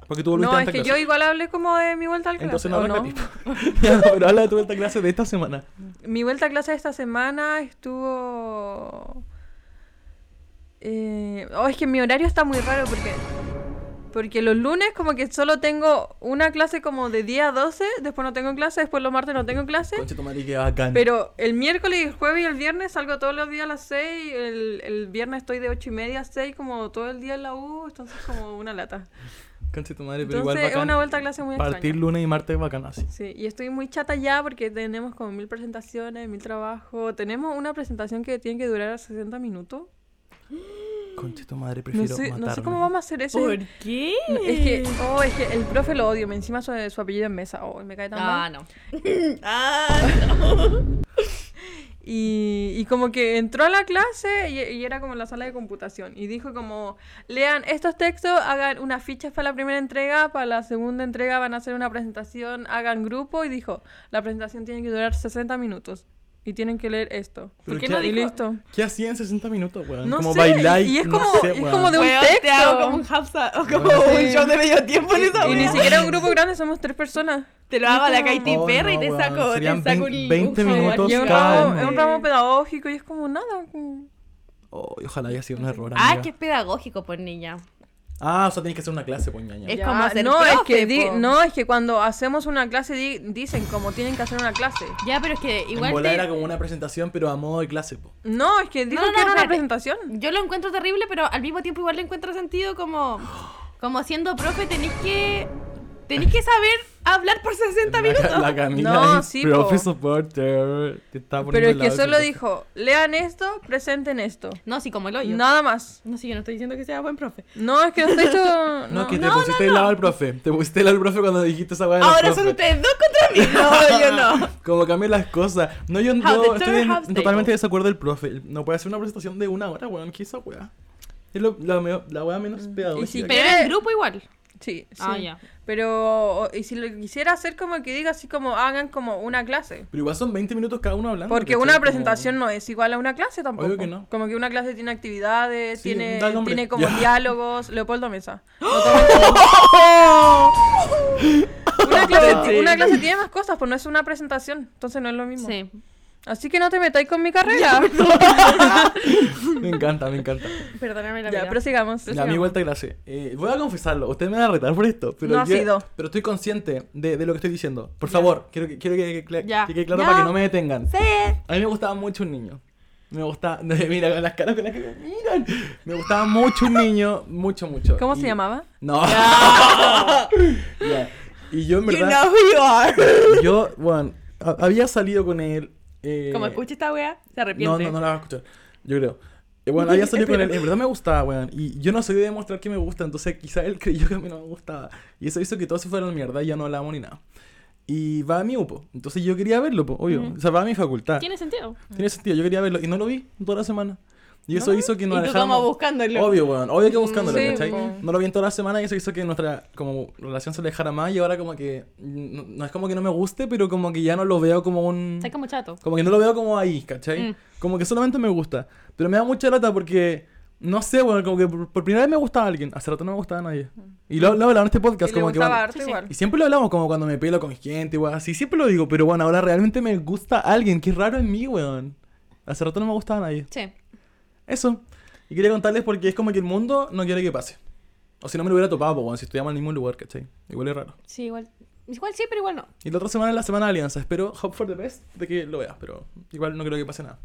Speaker 1: Porque tú volviste
Speaker 3: No,
Speaker 1: a
Speaker 3: es
Speaker 1: esta
Speaker 3: que
Speaker 1: clase.
Speaker 3: yo igual hablé como de mi vuelta al clase.
Speaker 1: Entonces no
Speaker 3: ¿o
Speaker 1: repetimos. Ya, no, pero habla de tu vuelta a clase de esta semana.
Speaker 3: Mi vuelta a clase esta semana estuvo. Eh, oh, es que mi horario está muy raro porque. Porque los lunes como que solo tengo una clase como de 10 a 12, después no tengo clase, después los martes no tengo clase.
Speaker 1: Concha tu madre, que bacán.
Speaker 3: Pero el miércoles, el jueves y el viernes salgo todos los días a las 6, el, el viernes estoy de 8 y media a 6 como todo el día en la U, entonces como una lata.
Speaker 1: Concha tu madre, pero igual
Speaker 3: Entonces es
Speaker 1: bacán.
Speaker 3: una vuelta a clase muy
Speaker 1: Partir
Speaker 3: extraña.
Speaker 1: lunes y martes bacán así.
Speaker 3: Sí, y estoy muy chata ya porque tenemos como mil presentaciones, mil trabajo. Tenemos una presentación que tiene que durar 60 minutos.
Speaker 1: Concha tu madre,
Speaker 3: No
Speaker 1: prefiero
Speaker 3: sé, no
Speaker 1: matarme.
Speaker 3: sé cómo vamos a hacer eso.
Speaker 2: ¿Por qué?
Speaker 3: No, es que, oh, es que el profe lo odio, me encima su, su apellido en mesa, oh, me cae tan
Speaker 2: Ah,
Speaker 3: mal.
Speaker 2: no. ah, no.
Speaker 3: Y, y como que entró a la clase y, y era como en la sala de computación y dijo como, lean estos textos, hagan unas fichas para la primera entrega, para la segunda entrega van a hacer una presentación, hagan grupo y dijo, la presentación tiene que durar 60 minutos y tienen que leer esto.
Speaker 1: Pero
Speaker 2: ¿Por qué no
Speaker 1: ¿qué-
Speaker 3: Y
Speaker 2: dijo?
Speaker 3: listo.
Speaker 1: ¿Qué hacía en 60 minutos, weón?
Speaker 3: No
Speaker 1: como
Speaker 3: sé,
Speaker 1: bailar
Speaker 3: y es
Speaker 1: no
Speaker 3: como-
Speaker 1: sé,
Speaker 3: es
Speaker 1: weón.
Speaker 3: como de un
Speaker 2: Weón, Te
Speaker 3: texto.
Speaker 2: hago como un hafsa o como
Speaker 1: Weón.
Speaker 2: un show de medio tiempo en esa
Speaker 3: Y ni
Speaker 2: wea.
Speaker 3: siquiera un grupo grande, somos tres personas.
Speaker 2: Te lo hago a la Katy
Speaker 1: Oh,
Speaker 2: Perry
Speaker 1: no,
Speaker 2: y te
Speaker 1: weón,
Speaker 2: saco, te
Speaker 1: serían
Speaker 2: saco
Speaker 1: vein-
Speaker 2: un
Speaker 1: 20
Speaker 2: un
Speaker 1: minutos
Speaker 3: Y es
Speaker 2: jabalí.
Speaker 3: un
Speaker 1: cada
Speaker 3: ramo,
Speaker 1: uno.
Speaker 3: es un ramo pedagógico y es como nada. como-
Speaker 1: Oh, y ojalá haya sido un error.
Speaker 2: Ah,
Speaker 1: amiga.
Speaker 2: es que es pedagógico, pues niña.
Speaker 1: Ah, o sea, tienes que hacer una clase, pues ñaña.
Speaker 2: Es como hacer
Speaker 3: no, es
Speaker 2: profe,
Speaker 3: que di-
Speaker 2: po.
Speaker 3: no, es que cuando hacemos una clase di- dicen como tienen que hacer una clase.
Speaker 2: Ya, pero es que
Speaker 1: en
Speaker 2: igual
Speaker 1: bola
Speaker 2: te-
Speaker 1: era como una presentación, pero a modo de clase, po.
Speaker 3: No, es que dijo
Speaker 2: no,
Speaker 3: que era una
Speaker 2: espérate.
Speaker 3: presentación.
Speaker 2: yo lo encuentro terrible, pero al mismo tiempo igual le encuentro sentido como como siendo profe tenéis que tenéis que saber hablar por 60
Speaker 1: La,
Speaker 2: minutos.
Speaker 1: la Camila
Speaker 3: No,
Speaker 1: es
Speaker 3: sí,
Speaker 1: profe
Speaker 3: po.
Speaker 1: supporter. Te está poniendo
Speaker 3: Pero es
Speaker 1: al
Speaker 3: que
Speaker 1: lado de
Speaker 3: solo
Speaker 1: tu-
Speaker 3: dijo, lean esto, presenten esto.
Speaker 2: No, sí, como el hoyo.
Speaker 3: Nada más.
Speaker 2: No, sí, yo no estoy diciendo que sea buen profe.
Speaker 3: No, es que no está hecho...
Speaker 1: No,
Speaker 3: no.
Speaker 1: que te pusiste del lado al profe. Te pusiste del lado al profe cuando dijiste esa weá. de los
Speaker 2: Ahora son
Speaker 1: profes.
Speaker 2: ustedes dos contra mí. No, yo no.
Speaker 1: Como cambian las cosas. No, yo,
Speaker 2: How
Speaker 1: yo
Speaker 2: the
Speaker 1: estoy
Speaker 2: turtle
Speaker 1: en-
Speaker 2: halves
Speaker 1: totalmente
Speaker 2: table.
Speaker 1: desacuerdo del profe. No puede hacer una presentación de una hora, weón. ¿Qué es esa weá? Es lo- la, meo- la weá menos pedagógica.
Speaker 3: Mm. si
Speaker 1: que-
Speaker 3: pe-
Speaker 2: Pero en grupo igual.
Speaker 3: Sí, sí.
Speaker 2: Ah, ya.
Speaker 3: Pero, o- y si lo quisiera hacer como que diga así como hagan como una clase.
Speaker 1: Pero igual son 20 minutos cada uno hablando.
Speaker 3: Porque
Speaker 1: ¿cachai?
Speaker 3: una
Speaker 1: Como-
Speaker 3: presentación no es igual a una clase tampoco.
Speaker 1: Obvio que no.
Speaker 3: Como que una clase tiene actividades,
Speaker 1: Sí,
Speaker 3: tiene,
Speaker 1: da el nombre.
Speaker 3: tiene como
Speaker 1: Ya.
Speaker 3: diálogos. Leopoldo Mesa. No tomen como- una, clase, ti- una clase tiene más cosas, pues no es una presentación. Entonces no es lo mismo.
Speaker 2: Sí.
Speaker 3: Así que no te metáis con mi carrera.
Speaker 1: Me encanta, me encanta.
Speaker 2: Perdóname la
Speaker 3: ya,
Speaker 2: vida.
Speaker 3: prosigamos.
Speaker 1: Ya, mi vuelta a clase. Eh, voy a confesarlo, ustedes me van a retar por esto, pero
Speaker 3: No ha
Speaker 1: yo-
Speaker 3: sido.
Speaker 1: Pero estoy consciente de, de lo que estoy diciendo. Por favor, quiero que, quiero que, que-
Speaker 2: Ya.
Speaker 1: que quede claro
Speaker 2: Ya.
Speaker 1: para que no me detengan.
Speaker 2: Sí.
Speaker 1: A mí me gustaba mucho un niño. Me gustaba. Mira, con las caras con las que me miran. Me gustaba mucho un niño, mucho, mucho.
Speaker 3: ¿Cómo
Speaker 1: Y-
Speaker 3: se llamaba?
Speaker 1: No. Ya. Y yo en
Speaker 2: You
Speaker 1: verdad.
Speaker 2: know who you are.
Speaker 1: Yo, bueno, ha- había salido con él. eh,
Speaker 2: Como escucha esta wea, se
Speaker 1: no,
Speaker 2: arrepiente.
Speaker 1: no, no la vas a escuchar. Yo creo. Eh, bueno, había salido con él. En verdad me gustaba, weón. Y yo no soy de demostrar que me gusta, entonces quizá él creyó que a mí no me gustaba. Y eso hizo que todo se fuera a la mierda y ya no hablábamos ni nada. Y va a mi UPO. Entonces yo quería verlo, po, obvio.
Speaker 2: Ujú.
Speaker 1: O sea, va a mi facultad.
Speaker 2: Tiene sentido.
Speaker 1: Tiene sentido, yo quería verlo. Y no lo vi toda la semana. Y eso hizo que nos
Speaker 2: y tú como
Speaker 1: alejáramos.
Speaker 2: buscándolo.
Speaker 1: Obvio, weón. Obvio que buscándolo,
Speaker 3: Sí,
Speaker 1: ¿cachai?
Speaker 3: po.
Speaker 1: No lo vi en toda la semana y eso hizo que nuestra como, relación se alejara más. Y ahora como que... No, no es como que no me guste, pero como que ya no lo veo como un...
Speaker 2: Está como chato.
Speaker 1: Como que no lo veo como ahí, ¿cachai?
Speaker 2: Mm.
Speaker 1: Como que solamente me gusta. Pero me da mucha lata porque, no sé, bueno, como que por, por primera vez me gustaba alguien. Hace rato no me gustaba nadie. Y lo, lo hablaba en este
Speaker 3: Que
Speaker 1: podcast,
Speaker 3: le
Speaker 1: como que.
Speaker 3: gustaba
Speaker 1: bueno,
Speaker 3: harto
Speaker 2: Sí, sí.
Speaker 3: igual.
Speaker 1: y siempre lo hablamos, como cuando me pelo con gente, weón. Así siempre lo digo, pero bueno, ahora realmente me gusta alguien. Qué raro en mí, weón. Hace rato no me gustaba nadie.
Speaker 2: Sí.
Speaker 1: Eso. Y quería contarles porque es como que el mundo no quiere que pase. O si no me lo hubiera topado, po, weón, si estudiamos en el mismo lugar, ¿cachai? Igual es raro.
Speaker 2: Sí, igual. Igual sí, pero igual no.
Speaker 1: Y la otra semana es la semana de alianza. Espero, hope for the best, de que lo veas, pero igual no creo que pase nada.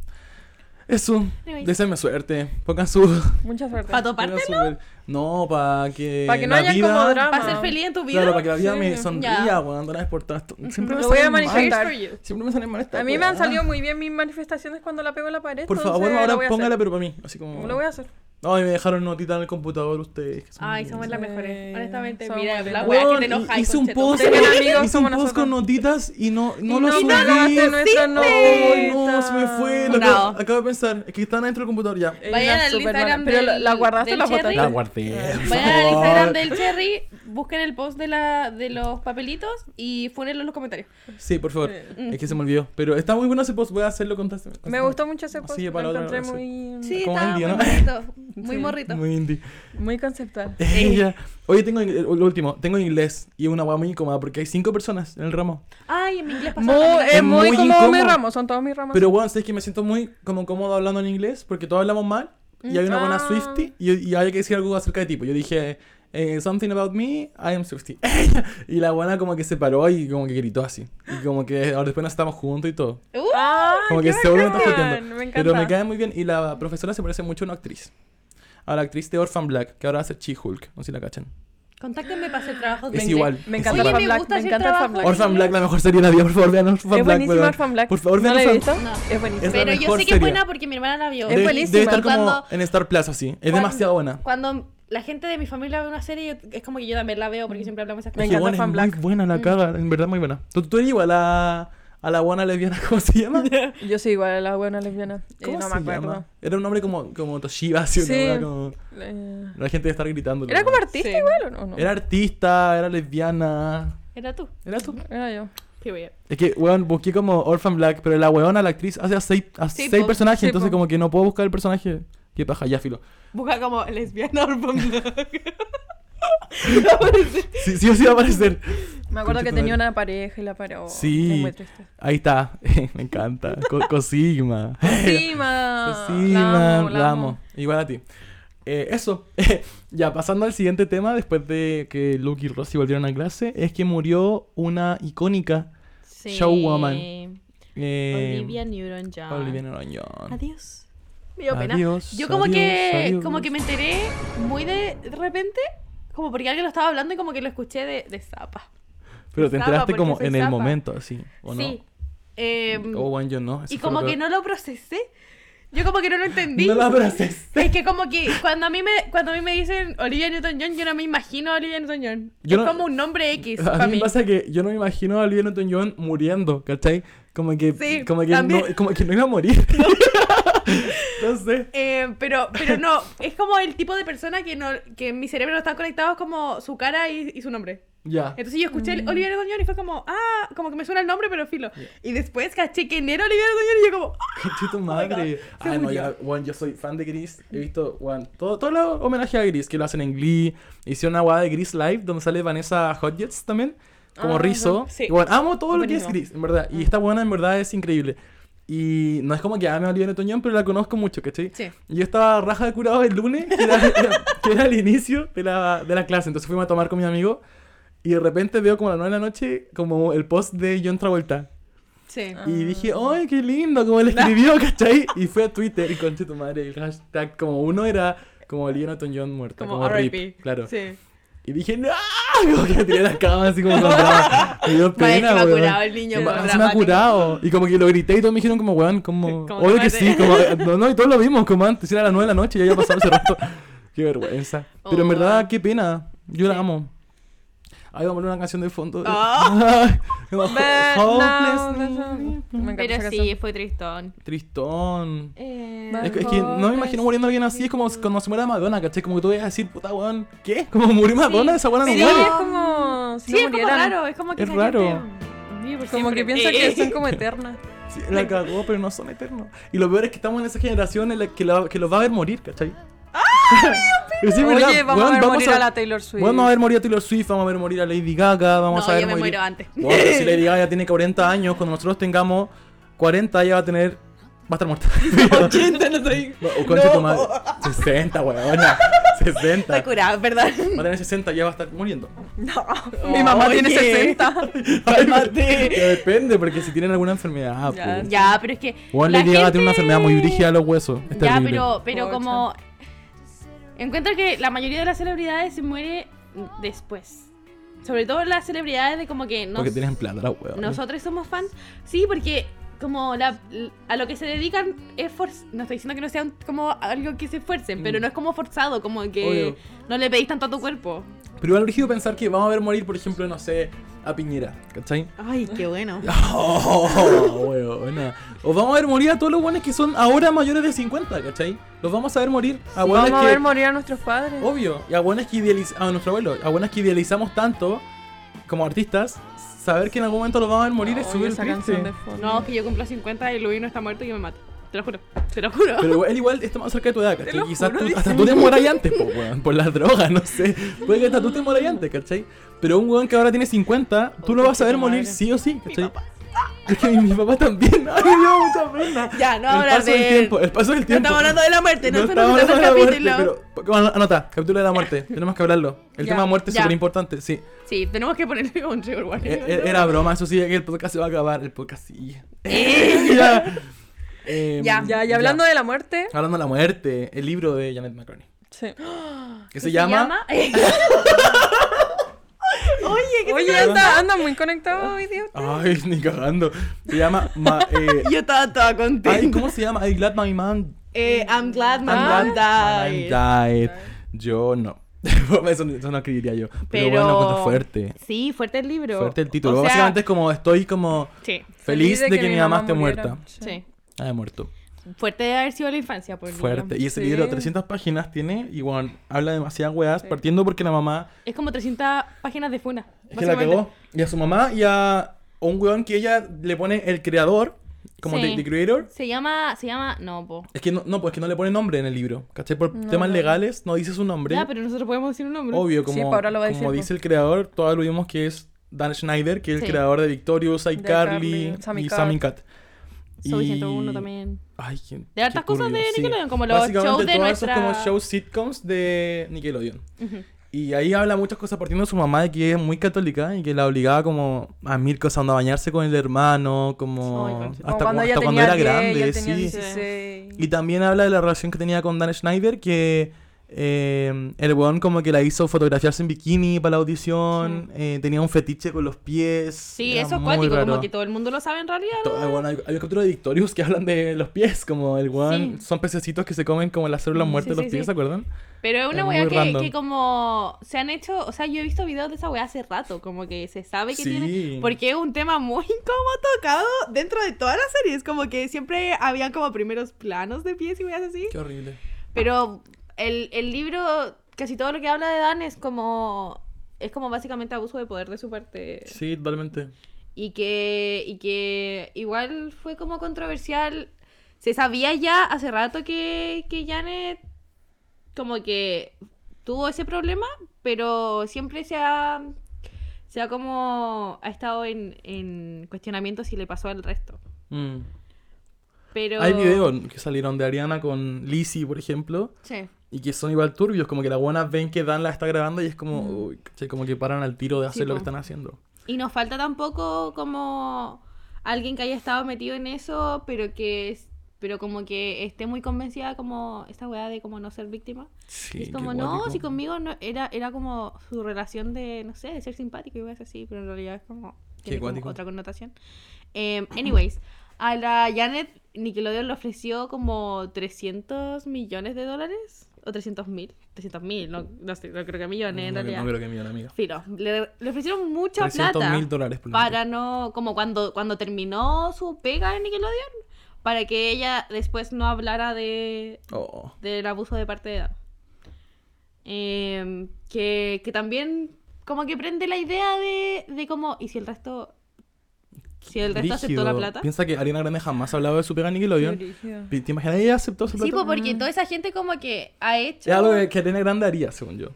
Speaker 1: Eso,
Speaker 2: Anyways.
Speaker 1: deseenme suerte. Pongan su.
Speaker 3: Mucha suerte.
Speaker 2: Para
Speaker 1: pongan
Speaker 2: toparte,
Speaker 1: su-
Speaker 2: ¿no?
Speaker 1: No, para que.
Speaker 3: Pa' que no
Speaker 1: la
Speaker 3: haya
Speaker 1: vida-
Speaker 3: como drama.
Speaker 2: Para ser feliz en tu vida.
Speaker 1: Claro, para que la vida
Speaker 3: Sí,
Speaker 1: me
Speaker 3: ya.
Speaker 1: sonría, weón, de una vez por todas. Siempre me
Speaker 3: Lo voy a
Speaker 1: salen mal.
Speaker 3: manifestar.
Speaker 2: Cheers for you.
Speaker 1: Siempre me salen mal esta
Speaker 3: A mí me han
Speaker 1: weá.
Speaker 2: Ah.
Speaker 3: salido muy bien mis manifestaciones cuando la pego en la pared.
Speaker 1: Por favor,
Speaker 3: entonces lo voy
Speaker 1: ahora
Speaker 3: a
Speaker 1: póngala,
Speaker 3: hacer.
Speaker 1: pero para mí. Así como.
Speaker 3: Lo voy a hacer.
Speaker 1: No, y me dejaron notita en el computador ustedes. que son
Speaker 2: Ay,
Speaker 1: muy-
Speaker 2: somos las mejores.
Speaker 3: Sí,
Speaker 2: Honestamente,
Speaker 3: somos
Speaker 2: mira,
Speaker 3: buenas.
Speaker 2: la weá que
Speaker 1: Weón,
Speaker 2: te enoja.
Speaker 1: hice un post,
Speaker 3: Tengan amigos
Speaker 1: hice un
Speaker 3: como
Speaker 1: post con
Speaker 3: nosotros.
Speaker 1: notitas y no, no
Speaker 3: Y
Speaker 1: lo subí.
Speaker 3: grabaste nuestra
Speaker 1: Ay,
Speaker 3: nota.
Speaker 1: no, se me fue. Lo
Speaker 2: Bravo.
Speaker 1: acabo, acabo de pensar. Es que están dentro del computador ya.
Speaker 3: Era
Speaker 2: Vayan al
Speaker 3: súper buena.
Speaker 2: Instagram
Speaker 3: Pero
Speaker 2: del-
Speaker 3: la, la guardaste o
Speaker 2: del
Speaker 3: la
Speaker 2: Cherry.
Speaker 3: botaste.
Speaker 2: La
Speaker 1: guardé.
Speaker 2: Vayan al Instagram del Cherry, busquen el post de, la, de los papelitos y fúnenlo en los comentarios.
Speaker 1: Sí, por favor.
Speaker 2: Mm.
Speaker 1: Es que se me olvidó. Pero está muy bueno ese post. Voy a hacerlo con
Speaker 3: Me gustó mucho ese
Speaker 1: Así
Speaker 3: post.
Speaker 1: que para
Speaker 3: lo
Speaker 1: otra
Speaker 3: encontré
Speaker 1: vez.
Speaker 3: muy,
Speaker 2: Sí,
Speaker 1: Como
Speaker 2: está muy
Speaker 1: Andy, ¿no?
Speaker 2: morrito. Muy
Speaker 3: Sí.
Speaker 2: morrito.
Speaker 1: Muy indie.
Speaker 3: muy conceptual.
Speaker 1: Eh, Ella. Oye, tengo ing- lo último. Tengo inglés y es una guay muy incómoda porque hay cinco personas en el ramo.
Speaker 2: Ay, en mi inglés
Speaker 3: Muy,
Speaker 2: pasado. también.
Speaker 1: eh,
Speaker 3: es muy
Speaker 1: muy
Speaker 3: como
Speaker 1: incómodo.
Speaker 3: mis ramos, son todos mis ramos.
Speaker 1: Pero bueno, sé que me siento muy como cómodo hablando en inglés porque todos hablamos mal y hay una buena
Speaker 3: Ah.
Speaker 1: Swifty y, y había que decir algo acerca de tipo. Yo dije, eh, something about me, I am Swifty. y la buena como que se paró y como que gritó así. Y como que ahora después nos estamos juntos y todo.
Speaker 2: Uh,
Speaker 3: Ay,
Speaker 1: Como
Speaker 3: qué
Speaker 1: que seguro me está
Speaker 3: bacán,
Speaker 1: joteando.
Speaker 3: Me encanta.
Speaker 1: Pero me cae muy bien y la profesora se parece mucho a una actriz. A la actriz de Orphan Black, que ahora va a ser She-Hulk, no sé si la cachan.
Speaker 2: contáctenme para hacer trabajos de
Speaker 1: Es
Speaker 2: inglés.
Speaker 1: igual.
Speaker 3: Me
Speaker 1: es
Speaker 3: encanta
Speaker 1: igual.
Speaker 2: Oye,
Speaker 3: Orphan
Speaker 2: me
Speaker 3: Black,
Speaker 2: gusta
Speaker 3: me
Speaker 2: hacer
Speaker 3: encanta Orphan
Speaker 2: trabajo.
Speaker 3: Black.
Speaker 1: Orphan Black, la mejor serie de la vida, por favor, vean Orphan Oh, Black.
Speaker 3: Es buenísima
Speaker 1: weón.
Speaker 3: Orphan Black.
Speaker 1: Por favor,
Speaker 3: ¿No
Speaker 1: vean
Speaker 3: la he
Speaker 1: Orphan
Speaker 2: No.
Speaker 3: visto? Es buenísima.
Speaker 1: Es la
Speaker 2: Pero yo
Speaker 1: mejor
Speaker 2: sé que
Speaker 1: serie.
Speaker 2: es buena porque mi hermana la vio.
Speaker 3: Es
Speaker 1: Debe-
Speaker 3: buenísima.
Speaker 1: Debe estar como
Speaker 2: Cuando-
Speaker 1: en Star Plus así. Es
Speaker 2: Cuando-
Speaker 1: demasiado buena.
Speaker 2: Cuando la gente de mi familia ve una serie, yo- es como que yo también la veo porque siempre hablamos esas
Speaker 3: Me
Speaker 1: Es
Speaker 2: cosas.
Speaker 1: que,
Speaker 3: encanta
Speaker 1: bueno,
Speaker 3: Fan
Speaker 1: es
Speaker 3: Black. Mm.
Speaker 1: Muy buena la caga, en verdad muy buena. Tú, tú eres igual a, a la buena lesbiana, ¿cómo se llama?
Speaker 3: Yo soy igual a la buena lesbiana. Eh,
Speaker 1: ¿Cómo
Speaker 3: no
Speaker 1: se
Speaker 3: me acuerdo.
Speaker 1: llama? Era un nombre como, como Toshiba, así, una
Speaker 3: Sí.
Speaker 1: wea como-
Speaker 3: Eh,
Speaker 1: La gente debe estar gritando.
Speaker 3: ¿Era como artista
Speaker 2: Sí.
Speaker 3: igual o no? no?
Speaker 1: Era artista, era lesbiana.
Speaker 2: Era tú.
Speaker 1: Era tú.
Speaker 3: Era yo.
Speaker 2: Period.
Speaker 1: Es que, weón, busqué como Orphan Black, pero la weona, la actriz, hace a seis, a
Speaker 2: Sí,
Speaker 1: seis
Speaker 2: po.
Speaker 1: personajes,
Speaker 3: Sí,
Speaker 1: entonces
Speaker 3: po.
Speaker 1: como que no puedo buscar el personaje. Qué paja, ya filo.
Speaker 2: Busca como lesbiana Orphan Black.
Speaker 1: Sí, sí o sí va a aparecer.
Speaker 3: Me acuerdo que
Speaker 1: Conchetumare.
Speaker 3: tenía una pareja y la paró.
Speaker 1: Sí.
Speaker 3: Es muy triste.
Speaker 1: Ahí está. Me encanta. Co- Cosigma.
Speaker 3: Cosima.
Speaker 1: Sí,
Speaker 3: la
Speaker 1: man,
Speaker 3: amo, la amo.
Speaker 1: Igual a ti. Eh, eso. ya, pasando al siguiente tema, después de que Luke y Rossi volvieron a clase, es que murió una icónica.
Speaker 2: Sí.
Speaker 1: Showwoman. eh,
Speaker 2: Olivia Newton-John.
Speaker 1: Olivia Newton-John.
Speaker 2: Adiós. Me dio pena.
Speaker 1: Adiós,
Speaker 2: Yo como
Speaker 1: adiós,
Speaker 2: que
Speaker 1: adiós.
Speaker 2: como que me enteré muy de repente, como porque alguien lo estaba hablando y como que lo escuché de, de zapa.
Speaker 1: Pero te
Speaker 2: Zapa,
Speaker 1: enteraste
Speaker 2: porque
Speaker 1: como
Speaker 2: soy
Speaker 1: en el
Speaker 2: zapa.
Speaker 1: momento, así, ¿o no?
Speaker 2: Sí. Em,
Speaker 1: O bueno, yo no. eso
Speaker 2: y
Speaker 1: fue lo
Speaker 2: como que
Speaker 1: peor.
Speaker 2: no lo procesé. Yo como que no lo entendí.
Speaker 1: No la procesé.
Speaker 2: Es que como que cuando a mí me cuando a mí me dicen Olivia Newton-John, yo no me imagino a Olivia Newton-John. Es
Speaker 1: Yo no-
Speaker 2: como un nombre X
Speaker 1: A
Speaker 2: para
Speaker 1: mí me
Speaker 2: mí.
Speaker 1: pasa que yo no me imagino a Olivia Newton-John muriendo, ¿cachai? Como que,
Speaker 2: Sí,
Speaker 1: como, que
Speaker 2: también.
Speaker 1: no, como que no iba a morir. Entonces,
Speaker 2: Eh, pero, pero no, es como el tipo de persona que no que en mi cerebro no están conectados como su cara y, y su nombre.
Speaker 1: ya.
Speaker 2: Entonces yo escuché
Speaker 1: Mm.
Speaker 2: el Olivia Newton-John y fue como, ah, como que me suena el nombre, pero filo. Y después caché que no era Olivia Newton-John y yo como, ah,
Speaker 1: Conche tu
Speaker 2: God,
Speaker 1: madre.
Speaker 2: se
Speaker 1: ah, no,
Speaker 2: murió.
Speaker 1: ya, weón, yo soy fan de Gris. He visto, weón, todo, todo lo homenaje a Gris, que lo hacen en Glee. Hicieron una guada de Gris Live, donde sale Vanessa Hodges también, como
Speaker 3: Ah,
Speaker 1: Rizzo.
Speaker 2: sí.
Speaker 1: Y, weón, amo todo lo que es
Speaker 2: Buenísimo. Ah.
Speaker 1: Gris, en verdad. Y esta buena, en verdad, es increíble. Y no es como que ame a Olivia Newton-John, pero la conozco mucho, ¿cachai?
Speaker 2: Sí.
Speaker 1: Y Yo estaba raja de curado el lunes, que era, era- que era el inicio de la, de la clase. Entonces fuimos a tomar con mi amigo y de repente veo como a las 9 de la noche como el post de John Travolta.
Speaker 2: sí.
Speaker 1: Y dije, ¡ay, qué lindo! Como él escribió, ¿cachai? Y fui a Twitter y conche tu madre. El hashtag como uno era como Olivia Newton-John muerta, como, RIP. Claro.
Speaker 2: Sí.
Speaker 1: Y dije, ¡no! Como que me tiré a la cama así como con drama. Me dio pena,
Speaker 2: Maestro,
Speaker 1: weón.
Speaker 2: curado el
Speaker 1: Eh,
Speaker 2: niño,
Speaker 1: Me-
Speaker 2: con
Speaker 1: se me ha
Speaker 2: dramático.
Speaker 1: curado. Y como que lo grité y todos me dijeron como, weón, como...
Speaker 2: Como
Speaker 1: Obvio que
Speaker 2: cálmate.
Speaker 1: sí, como... No, no, y todos lo vimos como antes. Era las 9 de la noche y ya había pasado ese rato. Qué vergüenza. Pero en
Speaker 2: Oh.
Speaker 1: verdad, qué pena. Yo la amo. Ahí vamos a poner una canción de fondo.
Speaker 2: Ah.
Speaker 1: Como,
Speaker 3: But now
Speaker 1: Hopeless
Speaker 3: that's-
Speaker 1: Need.
Speaker 3: Me encanta esa canción. Eh,
Speaker 2: fue tristón.
Speaker 1: Tristón. Es, que- es
Speaker 3: Mejor
Speaker 1: que no me imagino muriendo a alguien así, es como cuando se muere Madonna, ¿cachai? Como que tú vas a decir, puta weón, ¿qué? Como murió Madonna, esa buena no
Speaker 3: Sí,
Speaker 2: Pero-
Speaker 1: muere.
Speaker 3: es como si
Speaker 2: Sí,
Speaker 3: no
Speaker 2: es como
Speaker 3: murieran.
Speaker 2: raro, es como que
Speaker 1: Es
Speaker 2: esa
Speaker 1: raro.
Speaker 2: gente vive por
Speaker 3: Como que
Speaker 2: siempre.
Speaker 3: piensa
Speaker 2: Eh,
Speaker 3: que
Speaker 2: eh.
Speaker 3: son como eternas.
Speaker 1: Sí, la cagó, pero no son eternos. Y lo peor es que estamos en esa generación en la que, la- que los va a ver morir, ¿cachai? ¡Ah!
Speaker 3: Oye, vamos a ver morir a la Taylor Swift.
Speaker 1: Vamos a ver morir a Taylor Swift, vamos a ver morir a Lady Gaga, vamos
Speaker 2: No,
Speaker 1: a ver
Speaker 2: yo me
Speaker 1: morir-
Speaker 2: muero antes.
Speaker 1: Bueno, pero si Lady Gaga ya tiene 40 años, cuando nosotros tengamos 40 ella va a tener... Va a estar muerta.
Speaker 2: 80, no soy.
Speaker 1: No, o concha tu madre. 60, weona. 60.
Speaker 2: Estoy curada, perdón.
Speaker 1: Va a tener 60 ya va a estar muriendo.
Speaker 3: No, mi mamá tiene
Speaker 2: Oye.
Speaker 3: 60.
Speaker 2: Cálmate.
Speaker 1: Ya Depende, porque si tienen alguna enfermedad.
Speaker 3: Ya,
Speaker 1: pues.
Speaker 2: Ya, pero es que.
Speaker 1: Juan
Speaker 2: la
Speaker 1: Lady Gaga tiene una
Speaker 2: gente-
Speaker 1: enfermedad muy brígida a los huesos. Es
Speaker 2: Ya,
Speaker 1: terrible.
Speaker 2: pero, pero
Speaker 3: Pocha.
Speaker 2: como. Encuentro que la mayoría de las celebridades se muere después. Sobre todo las celebridades de como que. Nos,
Speaker 1: Porque tienen plata la hueva.
Speaker 2: Nosotros somos fans. Sí, porque como la, a lo que se dedican es for- No estoy diciendo que no sean como algo que se esfuercen, pero
Speaker 1: Mm.
Speaker 2: no es como forzado, como que
Speaker 1: Obvio.
Speaker 2: no le pedís tanto a tu cuerpo.
Speaker 1: Pero igual brígido pensar que vamos a ver morir, por ejemplo, no sé, a Piñera. ¿Cachai?
Speaker 2: Ay, qué bueno.
Speaker 1: Oh, huevona. Os vamos a ver morir a todos los buenos que son ahora mayores de 50, ¿cachai? Los vamos a ver morir. A hueones
Speaker 3: Vamos a
Speaker 1: que, Oh,
Speaker 3: ver morir a nuestros padres.
Speaker 1: Obvio. Y a buenas que idealizamos. A nuestro abuelo. A buenas que idealizamos tanto como artistas. Saber que en algún momento los vamos a ver morir es
Speaker 3: Oye,
Speaker 1: súper
Speaker 3: esa
Speaker 1: triste.
Speaker 3: canción de fondo.
Speaker 2: No, que yo cumplo 50 y Luis no está muerto y yo me mato. Te lo juro. Te lo juro.
Speaker 1: Pero él igual está más cerca de tu edad, ¿cachai?
Speaker 3: lo
Speaker 1: Quizás
Speaker 3: juro,
Speaker 1: tú,
Speaker 3: dice.
Speaker 1: hasta tú te mueras ya antes, po, weón, por las drogas, no sé. Puede que hasta tú te mueras ya antes, ¿cachai? Pero un weón que ahora tiene 50, tú lo
Speaker 2: Oye,
Speaker 1: vas a ver
Speaker 2: tu
Speaker 1: morir
Speaker 2: madre.
Speaker 1: sí o sí, ¿cachai? Es que mi, mi papá también. Ay, me dio mucha pena.
Speaker 2: Ya, no
Speaker 1: el
Speaker 2: hablar
Speaker 1: paso del
Speaker 2: de-
Speaker 1: tiempo, el paso del
Speaker 2: No
Speaker 1: tiempo.
Speaker 2: estamos hablando de la muerte, no,
Speaker 1: No
Speaker 2: eso no
Speaker 1: estamos
Speaker 2: se trata
Speaker 1: hablando
Speaker 2: el
Speaker 1: de la
Speaker 2: capítulo.
Speaker 1: muerte, pero bueno, anota, capítulo de la muerte, tenemos que hablarlo. El
Speaker 3: Ya,
Speaker 1: tema muerte es
Speaker 2: ya.
Speaker 1: súper importante, sí.
Speaker 2: Sí, tenemos que ponerle un trigger warning.
Speaker 1: E- e- Era broma, eso sí, que el podcast se va a acabar, el podcast sí. ya. Em,
Speaker 2: Ya.
Speaker 3: Ya, y hablando de la muerte.
Speaker 1: Hablando de la muerte, el libro de Janet McCartney.
Speaker 3: Sí.
Speaker 1: Que se llama.
Speaker 2: Oye, ¿qué
Speaker 3: Oye,
Speaker 1: llama?
Speaker 3: anda, anda muy
Speaker 1: Oh.
Speaker 3: conectado hoy día.
Speaker 1: Ay, ni cagando. Se llama. ma- eh,
Speaker 2: Yo estaba toda
Speaker 1: ay,
Speaker 2: contenta.
Speaker 1: ¿Cómo se llama? I glad my mom.
Speaker 2: Eh, I'm glad my
Speaker 3: Ah.
Speaker 2: mom
Speaker 1: my
Speaker 2: died.
Speaker 1: mom died. Yo no. eso, eso no escribiría yo. Pero,
Speaker 2: Pero-
Speaker 1: bueno, cuenta fuerte.
Speaker 2: Sí, fuerte el libro.
Speaker 1: Fuerte el título.
Speaker 2: O sea,
Speaker 1: Básicamente es como estoy como
Speaker 2: Sí,
Speaker 1: feliz de que, mi mamá, esté
Speaker 3: muriera.
Speaker 1: muerta.
Speaker 2: sí.
Speaker 1: Ah, muerto.
Speaker 2: Fuerte de haber sido la infancia, por niño.
Speaker 1: Fuerte. Y ese
Speaker 3: Sí.
Speaker 1: libro, 300 páginas tiene y bueno, habla demasiadas weas, partiendo porque la mamá
Speaker 2: Es como 300 páginas de funa.
Speaker 1: es que la
Speaker 2: básicamente.
Speaker 1: cagó. Y a su mamá y a un weón que ella le pone el creador, como
Speaker 2: Sí.
Speaker 1: the- the creator.
Speaker 2: Se llama, se llama, no, po.
Speaker 1: Es que no, no, pues que no le pone nombre en el libro. ¿Cachai? Por temas legales no dice su nombre.
Speaker 2: Ya, pero nosotros podemos decir un nombre.
Speaker 1: Obvio,
Speaker 3: Sí,
Speaker 1: como,
Speaker 3: pues ahora lo va a
Speaker 1: como
Speaker 3: decir,
Speaker 1: dice el creador, todos lo vimos que es Dan Schneider, que es
Speaker 2: Sí.
Speaker 1: el creador de Victorious, iCarly
Speaker 3: iCarly, Sammy
Speaker 1: y
Speaker 3: Cat.
Speaker 1: Sammy Cat.
Speaker 2: Soy
Speaker 1: Y-
Speaker 2: 101 también.
Speaker 1: Ay, qué-
Speaker 2: De hartas
Speaker 1: qué
Speaker 2: cosas de
Speaker 1: turbio, sí.
Speaker 2: Nickelodeon, como los
Speaker 1: Básicamente
Speaker 2: shows de
Speaker 1: todos esos
Speaker 2: nuestra-
Speaker 1: como shows sitcoms de Nickelodeon.
Speaker 2: Ujú.
Speaker 1: Y ahí habla muchas cosas partiendo de su mamá de que es muy católica y que la obligaba como a mil cosas, onda, a bañarse con el hermano, como
Speaker 2: Ay, concha.
Speaker 1: Oh, hasta
Speaker 3: Como
Speaker 1: cu-
Speaker 3: cuando ella
Speaker 1: hasta cuando
Speaker 3: tenía
Speaker 1: era
Speaker 3: 10,
Speaker 1: grande,
Speaker 3: él tenía
Speaker 1: sí.
Speaker 3: 16.
Speaker 1: Y también habla de la relación que tenía con Dan Schneider, que eh, el weón como que la hizo fotografiarse en bikini para la audición, eh, tenía un fetiche con los pies.
Speaker 2: Mm. Sí,
Speaker 1: era
Speaker 2: eso es
Speaker 1: muy
Speaker 2: cuático, como
Speaker 1: raro.
Speaker 2: que todo el mundo lo sabe en realidad. ¿no?
Speaker 1: To- ah, bueno, hay, hay un capítulo de Victorious que hablan de los pies, como el weón,
Speaker 2: Sí.
Speaker 1: son pececitos que se comen como las células
Speaker 2: Mm,
Speaker 1: muertas
Speaker 2: sí,
Speaker 1: de los
Speaker 2: sí,
Speaker 1: pies,
Speaker 2: sí.
Speaker 1: ¿se acuerdan?
Speaker 2: Pero es una
Speaker 1: Es
Speaker 2: weá
Speaker 1: muy
Speaker 2: que,
Speaker 1: random.
Speaker 2: que como se han hecho, o sea, yo he visto videos de esa weá hace rato, como que se sabe que
Speaker 1: Sí.
Speaker 2: tiene, porque es un tema muy como tocado dentro de todas las series, como que siempre habían como primeros planos de pies y weas así.
Speaker 1: Qué horrible.
Speaker 2: Pero el, el libro, casi todo lo que habla de Dan es como, es como básicamente abuso de poder de su parte.
Speaker 1: Sí, totalmente.
Speaker 2: Y que, y que igual fue como controversial. Se sabía ya hace rato que, que Janet como que tuvo ese problema, pero siempre se ha, se ha como ha estado en, en cuestionamiento si le pasó al resto.
Speaker 1: Mm.
Speaker 2: Pero...
Speaker 1: Hay videos que salieron de Ariana con Lizzie, por ejemplo,
Speaker 2: Sí.
Speaker 1: y que son igual turbios, como que las buenas ven que Dan la está grabando y es como, uy, cachai, como que paran al tiro de
Speaker 2: Sí,
Speaker 1: hacer lo que
Speaker 2: po.
Speaker 1: están haciendo.
Speaker 2: Y nos falta tampoco como alguien que haya estado metido en eso, pero que es- pero como que esté muy convencida como esta weá de como no ser víctima.
Speaker 1: Sí,
Speaker 2: Y es
Speaker 1: qué
Speaker 2: como, no,
Speaker 1: cuático.
Speaker 2: si conmigo no, era, era como su relación de, no sé, de ser simpático y cosas así, pero en realidad es como, tiene como
Speaker 1: cuático.
Speaker 2: otra connotación. Em, anyways, a la Janet Nickelodeon le ofreció como 300 millones de dólares, o 300 mil, 300 mil, no, no sé, no creo que millones en
Speaker 1: no, creo-
Speaker 2: realidad.
Speaker 1: no creo que mi amiga.
Speaker 2: Filo, le, le ofrecieron mucha
Speaker 1: 300
Speaker 2: plata
Speaker 1: mil dólares por ejemplo.
Speaker 2: para no, como cuando, cuando terminó su pega en Nickelodeon, para que ella después no hablara de,
Speaker 1: Oh.
Speaker 2: del abuso de parte de edad. Eh, que, que también como que prende la idea de, de cómo, y si el resto, si el resto aceptó la
Speaker 1: Brígido.
Speaker 2: plata.
Speaker 1: Piensa que Ariana Grande jamás ha hablado de su pega en Nickelodeon. Pi- ¿Te imaginas? Ella aceptó su plata.
Speaker 2: Sí, pues, porque toda esa gente como que ha hecho...
Speaker 1: Es algo que, que Ariana Grande haría, según yo.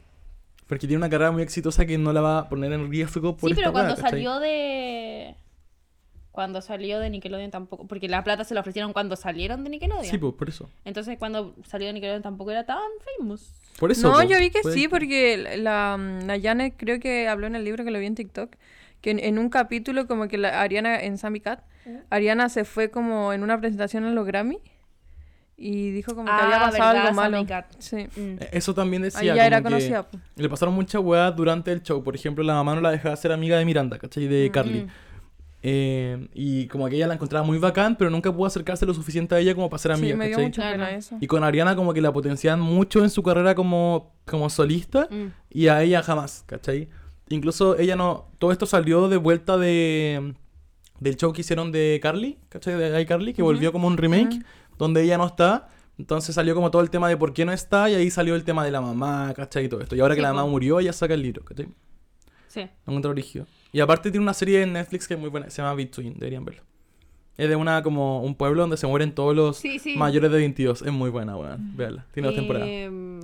Speaker 1: Porque tiene una carrera muy exitosa que no la va a poner en riesgo por
Speaker 2: Sí,
Speaker 1: esta
Speaker 2: pero
Speaker 1: weá,
Speaker 2: cuando
Speaker 1: ¿cachai?
Speaker 2: salió de... Cuando salió de Nickelodeon tampoco, porque la plata se la ofrecieron cuando salieron de Nickelodeon.
Speaker 1: Sí, pues, por eso.
Speaker 2: Entonces cuando salió de Nickelodeon tampoco era tan famous.
Speaker 1: Por eso.
Speaker 3: no,
Speaker 1: pues,
Speaker 3: yo vi que
Speaker 1: puede-
Speaker 3: sí, porque la, mm, la Janet creo que habló en el libro que lo vi en TikTok, que en, en un capítulo como que la Ariana, en Sammy Cat, Ariana se fue como en una presentación en los Grammy y dijo como que
Speaker 2: Ah,
Speaker 3: había pasado
Speaker 2: verdad,
Speaker 3: algo malo.
Speaker 2: Sammy Cat.
Speaker 3: Sí.
Speaker 2: Mm.
Speaker 1: Eh, Eso también decía.
Speaker 3: Ahí ya era
Speaker 1: como que
Speaker 3: conocida, po.
Speaker 1: Le pasaron muchas weas durante el show. Por ejemplo, la mamá no la dejaba ser amiga de Miranda, ¿cachai? De
Speaker 3: Mm.
Speaker 1: Carly. Eh, y como que ella la encontraba muy bacán, pero nunca pudo acercarse lo suficiente a ella como para ser amiga,
Speaker 3: Sí, me dio
Speaker 1: ¿cachai?
Speaker 3: mucho pena
Speaker 2: Claro.
Speaker 3: eso.
Speaker 1: Y con Ariana como que la potenciaban mucho en su carrera como, como solista
Speaker 2: Mm.
Speaker 1: y a ella jamás, ¿cachai? Incluso ella no... Todo esto salió de vuelta de del show que hicieron de Carly, ¿cachai? De iCarly, que volvió como un remake donde ella no está. Entonces salió como todo el tema de por qué no está y ahí salió el tema de la mamá, ¿cachai? Y todo esto. Y ahora que
Speaker 2: Sí,
Speaker 1: la
Speaker 2: po.
Speaker 1: mamá murió, ella saca el libro, ¿cachai?
Speaker 2: Sí.
Speaker 1: Lo encuentro brígido. Y aparte tiene una serie en Netflix que es muy buena, se llama Between, deberían verlo. Es de una como un pueblo donde se mueren todos los
Speaker 2: Sí, sí. Mm.
Speaker 1: mayores de 22. Es muy buena, weón. Veanla. Tiene dos temporadas.
Speaker 2: Em,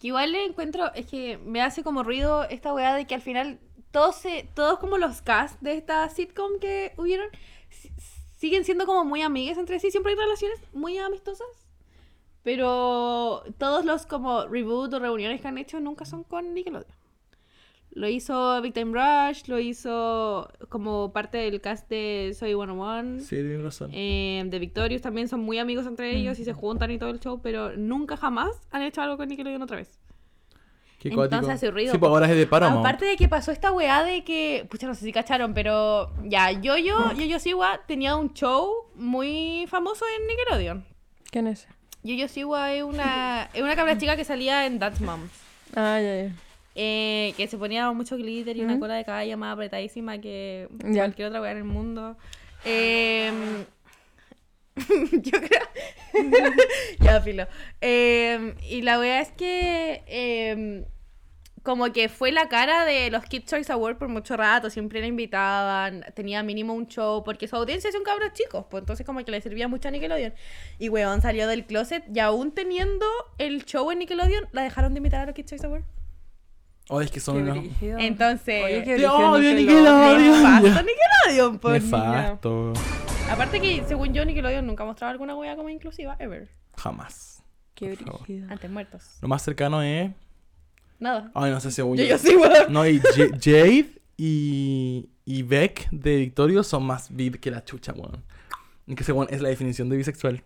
Speaker 2: que igual le encuentro, es que me hace como ruido esta weá de que al final todos, se, todos como los cast de esta sitcom que hubieron si- siguen siendo como muy amigas entre sí, siempre hay relaciones muy amistosas. Pero todos los como reboot o reuniones que han hecho nunca son con Nickelodeon. Lo hizo Big Time Rush, lo hizo como parte del cast de Soy 101.
Speaker 1: Sí, tienes razón.
Speaker 2: Eh, de Victorious también son muy amigos entre ellos y se juntan y todo el show, pero nunca jamás han hecho algo con Nickelodeon otra vez.
Speaker 1: Qué
Speaker 2: entonces
Speaker 1: cuático.
Speaker 2: hace ruido,
Speaker 1: Sí, pues ahora es de Paramount.
Speaker 2: Aparte de que pasó esta weá de que, pucha, no sé si cacharon, pero ya, yo, yo, yo, yo, Siwa tenía un show muy famoso en Nickelodeon.
Speaker 3: ¿Quién es?
Speaker 2: Yo, yo, Siwa es una, es una cabra chica que salía en Dance Moms.
Speaker 3: Ah, ya, ya.
Speaker 2: Eh, que se ponía mucho glitter y una
Speaker 3: Ujú.
Speaker 2: cola de caballo más apretadísima que
Speaker 3: Ya.
Speaker 2: cualquier otra weá en el mundo. Em, yo creo. ya, filo. Em, y la weá es que. em, como que fue la cara de los Kids Choice Awards por mucho rato, siempre la invitaban, tenía mínimo un show, porque su audiencia son cabros chicos, pues entonces como que le servía mucho a Nickelodeon. Y weón salió del closet y aún teniendo el show en Nickelodeon, la dejaron de invitar a los Kids Choice Awards.
Speaker 1: Oh, es que son
Speaker 3: Qué
Speaker 1: unos...
Speaker 3: brígido.
Speaker 2: Entonces,
Speaker 3: Oye, qué
Speaker 1: Te
Speaker 3: brígido,
Speaker 1: odio,
Speaker 3: Nickelodeon.
Speaker 1: Nickelodeon.
Speaker 2: nefasto Nickelodeon, por niña.
Speaker 1: Nefasto.
Speaker 2: Aparte que, según yo, Nickelodeon nunca ha mostrado alguna wea como inclusiva, ever.
Speaker 1: Jamás.
Speaker 3: Qué
Speaker 1: Por favor.
Speaker 3: brígido.
Speaker 2: Antes muertos.
Speaker 1: Lo más cercano es...
Speaker 2: Nada.
Speaker 1: Ay, no sé si
Speaker 2: Yo, yo sí, weón.
Speaker 1: No, y J- Jade y, y Beck de Victorio son más vid que la chucha, weón. Y Que ese weón es la definición de bisexual.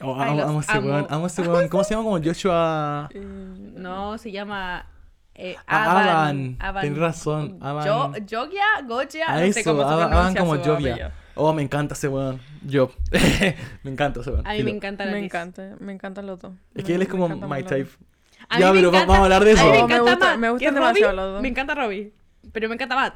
Speaker 1: Oh,
Speaker 2: Ay,
Speaker 1: amo,
Speaker 2: los
Speaker 1: amo ese
Speaker 2: amo.
Speaker 1: weón, amo ese weón. ¿Cómo se llama? Como Joshua...
Speaker 3: Eh,
Speaker 2: No, se llama... Eh,
Speaker 1: Ah,
Speaker 2: Avan.
Speaker 1: Avan. Tienes razón, Avan.
Speaker 2: Yo, Yogia, Goya,
Speaker 1: A
Speaker 2: no
Speaker 1: eso,
Speaker 2: sé cómo se
Speaker 1: hagan-
Speaker 2: pronuncia
Speaker 1: hagan como
Speaker 2: su
Speaker 1: Jovia.
Speaker 2: apellido.
Speaker 1: Oh, me encanta ese weón. Yo. me encanta ese weón.
Speaker 2: A mí
Speaker 1: filo.
Speaker 2: me encanta la
Speaker 3: me
Speaker 2: Liz.
Speaker 3: encanta, me encantan los dos.
Speaker 1: Es que él es como my type.
Speaker 2: A mí
Speaker 1: Ya,
Speaker 2: me
Speaker 1: pero va-
Speaker 2: encanta-
Speaker 1: vamos a hablar de
Speaker 2: mí
Speaker 1: eso.
Speaker 2: me
Speaker 1: No,
Speaker 3: me
Speaker 2: encanta
Speaker 3: gusta-
Speaker 2: Matt,
Speaker 3: me
Speaker 2: que
Speaker 3: gustan
Speaker 2: es
Speaker 3: demasiado
Speaker 2: Robbie.
Speaker 3: los dos.
Speaker 2: Me encanta Robbie. Pero me encanta Matt.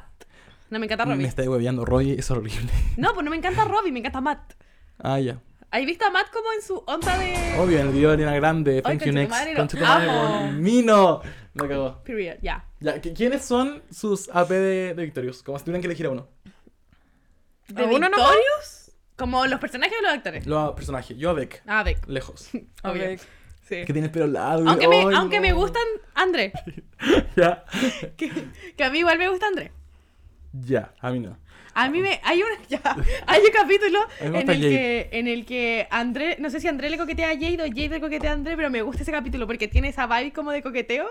Speaker 2: No me encanta
Speaker 1: Mm, Me
Speaker 2: Robbie.
Speaker 1: está hueveando, Roy, es horrible.
Speaker 2: No, pues no me encanta Robbie, me encanta Matt.
Speaker 1: Ah, ya.
Speaker 2: ¿Has visto a Matt como en su onda de...
Speaker 1: Obvio, en el video de Ariana Grande, Thank
Speaker 2: concha
Speaker 1: You
Speaker 2: tu
Speaker 1: Next.
Speaker 2: madre, lo
Speaker 1: Concha tu madre,
Speaker 2: amo.
Speaker 1: weón. Mino. Me cagó.
Speaker 2: Period, ya.
Speaker 1: Ya, ¿qui- ¿quiénes son sus AP de, de Victorious? Como si tuvieran que elegir a uno.
Speaker 2: ¿De
Speaker 3: ¿A uno nomás?
Speaker 2: Victorious? Como los personajes o los actores.
Speaker 1: Los personajes. Yo a Beck.
Speaker 2: Ah, Beck.
Speaker 1: Lejos.
Speaker 2: Obvio.
Speaker 3: Ok.
Speaker 2: Sí.
Speaker 1: Que tiene el pelo largo.
Speaker 2: Aunque, me,
Speaker 1: Ay,
Speaker 2: aunque
Speaker 1: no.
Speaker 2: me gustan André.
Speaker 1: Ya.
Speaker 2: Que, que a mí igual me gusta André.
Speaker 1: Ya, a mí no.
Speaker 2: A mí me. Hay, una, ya, hay un capítulo
Speaker 1: A mí me
Speaker 2: en
Speaker 1: gusta Jade.
Speaker 2: el, que, en el que André. No sé si André le coquetea a Jade o Jade le coquetea a André, pero me gusta ese capítulo porque tiene esa vibe como de coqueteo.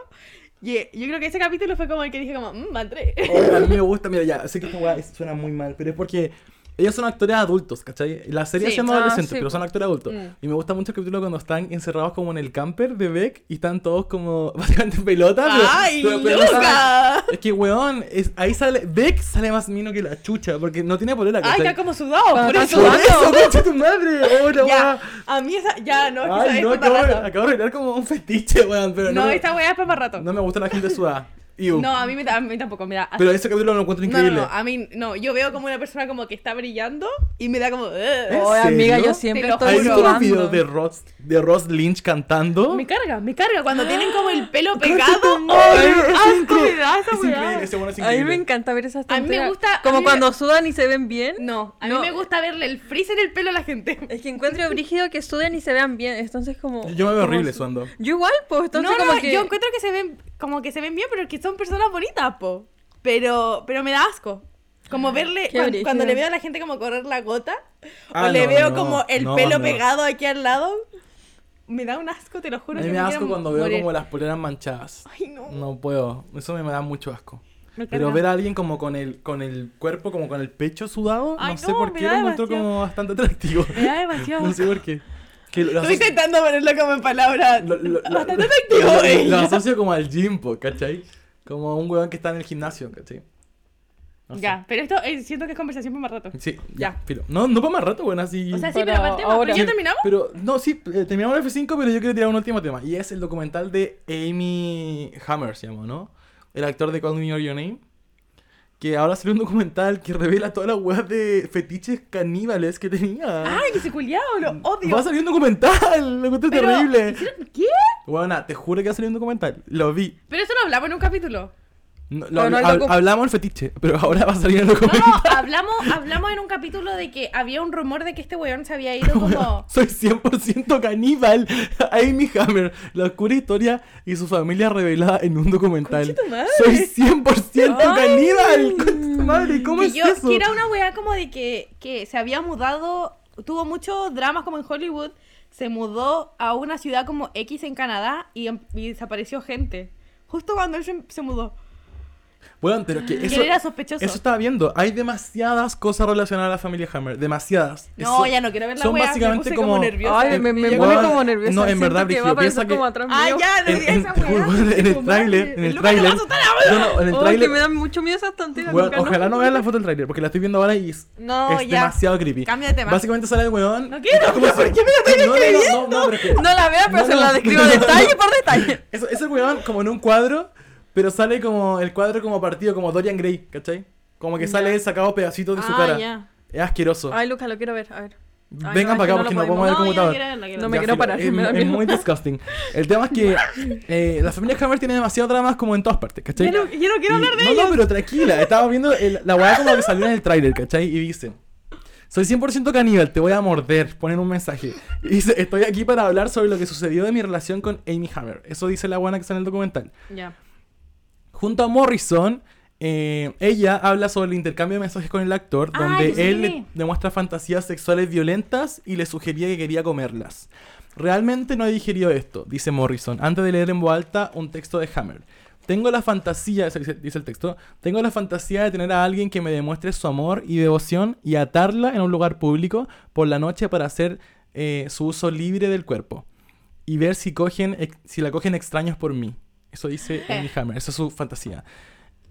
Speaker 2: Y eh, yo creo que ese capítulo fue como el que dije, como, mmm, André.
Speaker 1: Oh, a mí me gusta, mira, ya, sé que esta weá es- suena muy mal, pero es porque ellos son actores adultos, ¿cachai? La serie
Speaker 2: Sí.
Speaker 1: se llama
Speaker 3: Ah,
Speaker 1: adolescentes,
Speaker 3: sí,
Speaker 1: pero son actores adultos.
Speaker 2: Mm.
Speaker 1: Y me gusta mucho el capítulo cuando están encerrados como en el camper de Beck y están todos como básicamente en pelota. pero-
Speaker 2: ¡Ay,
Speaker 1: pero- pero no saben-
Speaker 2: Luca!
Speaker 1: Es que, weón, es- ahí sale, Beck sale más mino que la chucha, porque no tiene polera,
Speaker 2: ¡Ay,
Speaker 1: ¿cachai?
Speaker 2: está como sudado!
Speaker 3: Ah,
Speaker 2: por
Speaker 3: está
Speaker 2: eso.
Speaker 1: ¡Por eso, concha tu madre! ¡Oh, la
Speaker 2: Ya,
Speaker 1: weá!
Speaker 2: a mí esa. Ya, no, es que esa-
Speaker 1: Ay,
Speaker 2: es
Speaker 1: no,
Speaker 2: pa'
Speaker 1: acabo, de-
Speaker 2: rato.
Speaker 1: acabo de arreglar como un fetiche, weón, pero no,
Speaker 2: No,
Speaker 1: me-
Speaker 2: esta weá es para más rato.
Speaker 1: no me gusta la gente sudada. Iu.
Speaker 2: No, a mí, me- a mí tampoco me da.
Speaker 1: pero ese capítulo lo encuentro
Speaker 2: no, no,
Speaker 1: increíble.
Speaker 2: no, a mí no. Yo veo como una persona como que está brillando y me da como. "Ugh".
Speaker 1: ¿En
Speaker 3: Oye, amiga,
Speaker 1: serio?
Speaker 3: yo siempre
Speaker 2: Te lo
Speaker 1: ¿Has
Speaker 3: estoy
Speaker 1: visto los videos
Speaker 3: jugando.
Speaker 1: de Ross, de Ross Lynch cantando?
Speaker 2: Me carga, me carga. Cuando tienen como el pelo pegado.
Speaker 1: Ay,
Speaker 2: ¡ay,
Speaker 1: es
Speaker 2: asco
Speaker 1: increíble.
Speaker 2: me da esa
Speaker 1: Es
Speaker 2: weá!
Speaker 1: increíble, ese bueno es
Speaker 3: A mí
Speaker 1: increíble.
Speaker 3: me encanta ver esas
Speaker 2: A mí me
Speaker 3: tonteras.
Speaker 2: gusta- a
Speaker 3: Como
Speaker 2: mí me-
Speaker 3: cuando sudan y se ven bien.
Speaker 2: No, a
Speaker 3: No.
Speaker 2: mí me gusta verle el freezer el pelo a la gente.
Speaker 3: Es que encuentro brígido que suden y se vean bien. Entonces, como.
Speaker 1: Yo me veo
Speaker 3: como
Speaker 1: horrible
Speaker 3: su-
Speaker 1: sudando.
Speaker 3: Yo igual, pues. Entonces,
Speaker 2: no,
Speaker 3: como
Speaker 2: no,
Speaker 3: que.
Speaker 2: yo encuentro que se ven como que se ven bien, pero que son personas bonitas, po. Pero, pero me da asco. Como verle,
Speaker 3: Qué
Speaker 2: cuan- cuando,
Speaker 3: brígido.
Speaker 2: le veo a la gente como correr la gota,
Speaker 1: Ah,
Speaker 2: o le
Speaker 1: no,
Speaker 2: veo
Speaker 1: no,
Speaker 2: como el
Speaker 1: no,
Speaker 2: pelo
Speaker 1: no.
Speaker 2: pegado aquí al lado, me da un asco, te lo
Speaker 1: A
Speaker 2: juro.
Speaker 1: mí
Speaker 2: que
Speaker 1: me da asco
Speaker 2: quiero
Speaker 1: cuando veo
Speaker 2: morir.
Speaker 1: como las poleras manchadas.
Speaker 2: Ay, no.
Speaker 1: No puedo, eso me da mucho asco.
Speaker 2: Me
Speaker 1: Pero
Speaker 2: carga.
Speaker 1: ver a alguien como con el, con el cuerpo, como con el pecho sudado,
Speaker 2: Ay,
Speaker 1: no sé
Speaker 2: no,
Speaker 1: por
Speaker 2: me
Speaker 1: qué
Speaker 2: da
Speaker 1: lo encuentro
Speaker 2: demasiado-
Speaker 1: como bastante atractivo.
Speaker 2: Me da demasiado
Speaker 1: No sé por qué. Que lo, lo
Speaker 2: Estoy
Speaker 1: asocio-
Speaker 2: intentando ponerlo como en palabras.
Speaker 1: lo- lo- lo-
Speaker 2: Bastante atractivo,
Speaker 1: lo-
Speaker 2: ella.
Speaker 1: Lo asocio como al gym, po, ¿cachai? Como a un weón que está en el gimnasio, ¿cachai? No sé.
Speaker 2: Ya, pero esto eh, siento que es conversación por más rato.
Speaker 1: Sí, ya.
Speaker 2: Ya.
Speaker 1: filo. No, no para más rato, bueno, así.
Speaker 2: O sea, sí,
Speaker 3: Pero
Speaker 2: pero aparte,
Speaker 3: ahora-
Speaker 2: ¿ya terminamos?
Speaker 1: Pero, no, sí, eh, terminamos el F5, pero yo quiero tirar un último tema. Y es el documental de Amy Hammer, se llama, ¿no? El actor de Call Me By Your Name. Que ahora sale un documental que revela todas las weas de fetiches caníbales que tenía.
Speaker 2: Ay, que se culiao, lo odio.
Speaker 1: Va ah. Mm, a salir un documental, lo encontré
Speaker 2: Pero,
Speaker 1: terrible.
Speaker 2: ¿Qué?
Speaker 1: Buena, te juro que va a salir un documental. Lo vi.
Speaker 2: Pero eso lo hablamos en un capítulo.
Speaker 1: No, lo
Speaker 3: Pero no
Speaker 1: habl-
Speaker 3: el
Speaker 1: hab-
Speaker 3: docu-
Speaker 1: hablamos el fetiche, pero ahora va a salir el
Speaker 2: No,
Speaker 1: documental.
Speaker 2: no, hablamos, hablamos en un capítulo de que había un rumor de que este weón se había ido como.
Speaker 1: Soy 100% caníbal. Amy Hammer, la oscura historia y su familia revelada en un documental.
Speaker 2: Concha tu madre.
Speaker 1: Soy 100% caníbal.
Speaker 3: Ay.
Speaker 1: Concha tu madre, ¿cómo
Speaker 2: que
Speaker 1: es
Speaker 2: yo,
Speaker 1: eso?
Speaker 2: que era una weá como de que, que se había mudado, tuvo muchos dramas como en Hollywood, se mudó a una ciudad como X en Canadá y, em- y desapareció gente. Justo cuando él se, se mudó.
Speaker 1: Bueno, pero que
Speaker 2: Que
Speaker 1: eso
Speaker 2: él era sospechoso.
Speaker 1: Eso estaba viendo. Hay demasiadas cosas relacionadas a la familia Hammer, demasiadas.
Speaker 2: No,
Speaker 1: Eso-
Speaker 2: ya no quiero ver la
Speaker 1: son
Speaker 2: weá, me
Speaker 1: básicamente
Speaker 2: puse como nerviosa.
Speaker 3: Ay, me, me
Speaker 1: Eh,
Speaker 3: pone
Speaker 1: weón,
Speaker 3: como nerviosa.
Speaker 1: No, en
Speaker 3: siento
Speaker 1: verdad,
Speaker 3: que
Speaker 1: Brigio,
Speaker 3: va a
Speaker 1: piensa
Speaker 3: aparecer
Speaker 1: que
Speaker 3: como atrás
Speaker 2: Ah,
Speaker 3: mío.
Speaker 2: ya, no
Speaker 1: en,
Speaker 2: digas
Speaker 1: en-
Speaker 2: esa weá.
Speaker 1: en el tráiler, en el
Speaker 2: Lucas, te
Speaker 1: tráiler.
Speaker 2: vas a asustar ahora. Oh,
Speaker 1: No, no, en el
Speaker 3: Ay,
Speaker 1: tráiler.
Speaker 3: Oh, que me dan mucho miedo esas tonteras.
Speaker 1: Weón,
Speaker 3: nunca, ¿no?
Speaker 1: ojalá no vean la este foto del tráiler, porque la estoy viendo ahora y es,
Speaker 2: No,
Speaker 1: es
Speaker 2: ya.
Speaker 1: demasiado creepy.
Speaker 2: Cambia de tema.
Speaker 1: Básicamente sale el weón.
Speaker 2: No quiero,
Speaker 1: ¿Cómo
Speaker 2: pero
Speaker 1: se-
Speaker 2: ¿por qué me lo
Speaker 1: No, no, no,
Speaker 2: estoy describiendo?
Speaker 1: No, no, pero que-
Speaker 3: No la vea, pero
Speaker 1: No,
Speaker 3: se
Speaker 1: no.
Speaker 3: la describo detalle por detalle.
Speaker 1: Eso- Es el weón como en un cuadro, pero sale como el cuadro como partido, como Dorian Gray, ¿cachai? Como que sale él sacado pedacitos de su
Speaker 2: Ah,
Speaker 1: cara.
Speaker 2: ya.
Speaker 1: Es asqueroso.
Speaker 3: Ay, Lucas, lo quiero ver. A ver. Ay,
Speaker 1: Vengan
Speaker 3: no,
Speaker 1: para acá
Speaker 3: es
Speaker 1: porque
Speaker 3: que no
Speaker 1: no
Speaker 3: lo
Speaker 1: podemos
Speaker 3: podemos.
Speaker 1: ver cómo
Speaker 2: No, yo no
Speaker 1: estaba.
Speaker 2: quiero verla, quiero verla.
Speaker 3: No me
Speaker 1: Ya,
Speaker 3: quiero
Speaker 1: filo,
Speaker 3: parar,
Speaker 1: Es,
Speaker 3: me da
Speaker 1: es
Speaker 3: miedo.
Speaker 1: muy disgusting. El tema es que eh, la familia Hammer tiene demasiado dramas como en todas partes, ¿cachai?
Speaker 2: Yo no- yo no quiero hablar de
Speaker 1: no, No, pero tranquila. Estaba viendo el- la weá como que salió en el tráiler, ¿cachai? Y dice... Soy 100% caníbal, te voy a morder. Ponen un mensaje. Y dice, estoy aquí para hablar sobre lo que sucedió de mi relación con Amy Hammer. Eso dice la buena que está en el documental.
Speaker 3: Ya.
Speaker 1: Junto a Morrison, eh, ella habla sobre el intercambio de mensajes con el actor,
Speaker 2: Ah,
Speaker 1: donde
Speaker 2: yo sí
Speaker 1: él
Speaker 2: vi.
Speaker 1: le demuestra fantasías sexuales violentas y le sugería que quería comerlas. Realmente no he digerido esto, dice Morrison, antes de leer en voz alta un texto de Hammer. Tengo la fantasía, es el- dice, el texto, tengo la fantasía de tener a alguien que me demuestre su amor y devoción y atarla en un lugar público por la noche para hacer eh, su uso libre del cuerpo y ver si, cogen, ex- si la cogen extraños por mí. Eso dice Amy Hammer, esa es su fantasía.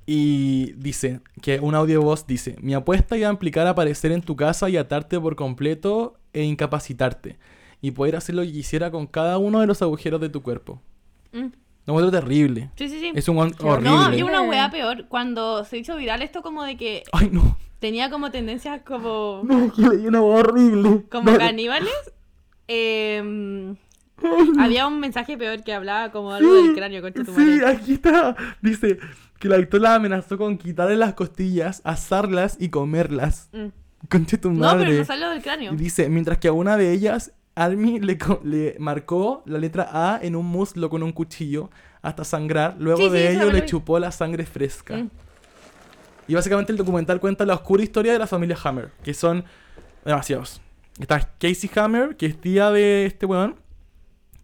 Speaker 1: Y dice que un audio voz dice, mi apuesta iba a implicar aparecer en tu casa y atarte por completo e incapacitarte. Y poder hacer lo que quisiera con cada uno de los agujeros de tu cuerpo.
Speaker 2: Mm.
Speaker 1: No es terrible.
Speaker 2: Sí, sí, sí.
Speaker 1: Es un hon-
Speaker 3: Qué
Speaker 1: horrible.
Speaker 2: No, había una
Speaker 3: horrible.
Speaker 2: weá peor. Cuando se hizo viral esto como de que
Speaker 1: Ay, no.
Speaker 2: tenía como tendencias como,
Speaker 1: No, que leí una voz horrible.
Speaker 2: como
Speaker 1: No.
Speaker 2: caníbales, eh, había un mensaje peor que hablaba como algo del cráneo, concha tu madre.
Speaker 1: Sí, aquí está. Dice que la actor la amenazó con quitarle las costillas, asarlas y comerlas.
Speaker 2: Mm.
Speaker 1: Conche tu
Speaker 2: No,
Speaker 1: madre.
Speaker 2: pero no salió del cráneo.
Speaker 1: Y dice, mientras que a una de ellas, Army le, co- le marcó la letra A en un muslo con un cuchillo hasta sangrar. Luego
Speaker 2: Sí, sí,
Speaker 1: de
Speaker 2: esa
Speaker 1: ello
Speaker 2: me la
Speaker 1: le
Speaker 2: vi.
Speaker 1: chupó la sangre fresca.
Speaker 2: Mm.
Speaker 1: Y básicamente el documental cuenta la oscura historia de la familia Hammer, que son demasiados. Está Casey Hammer, que es tía de este weón,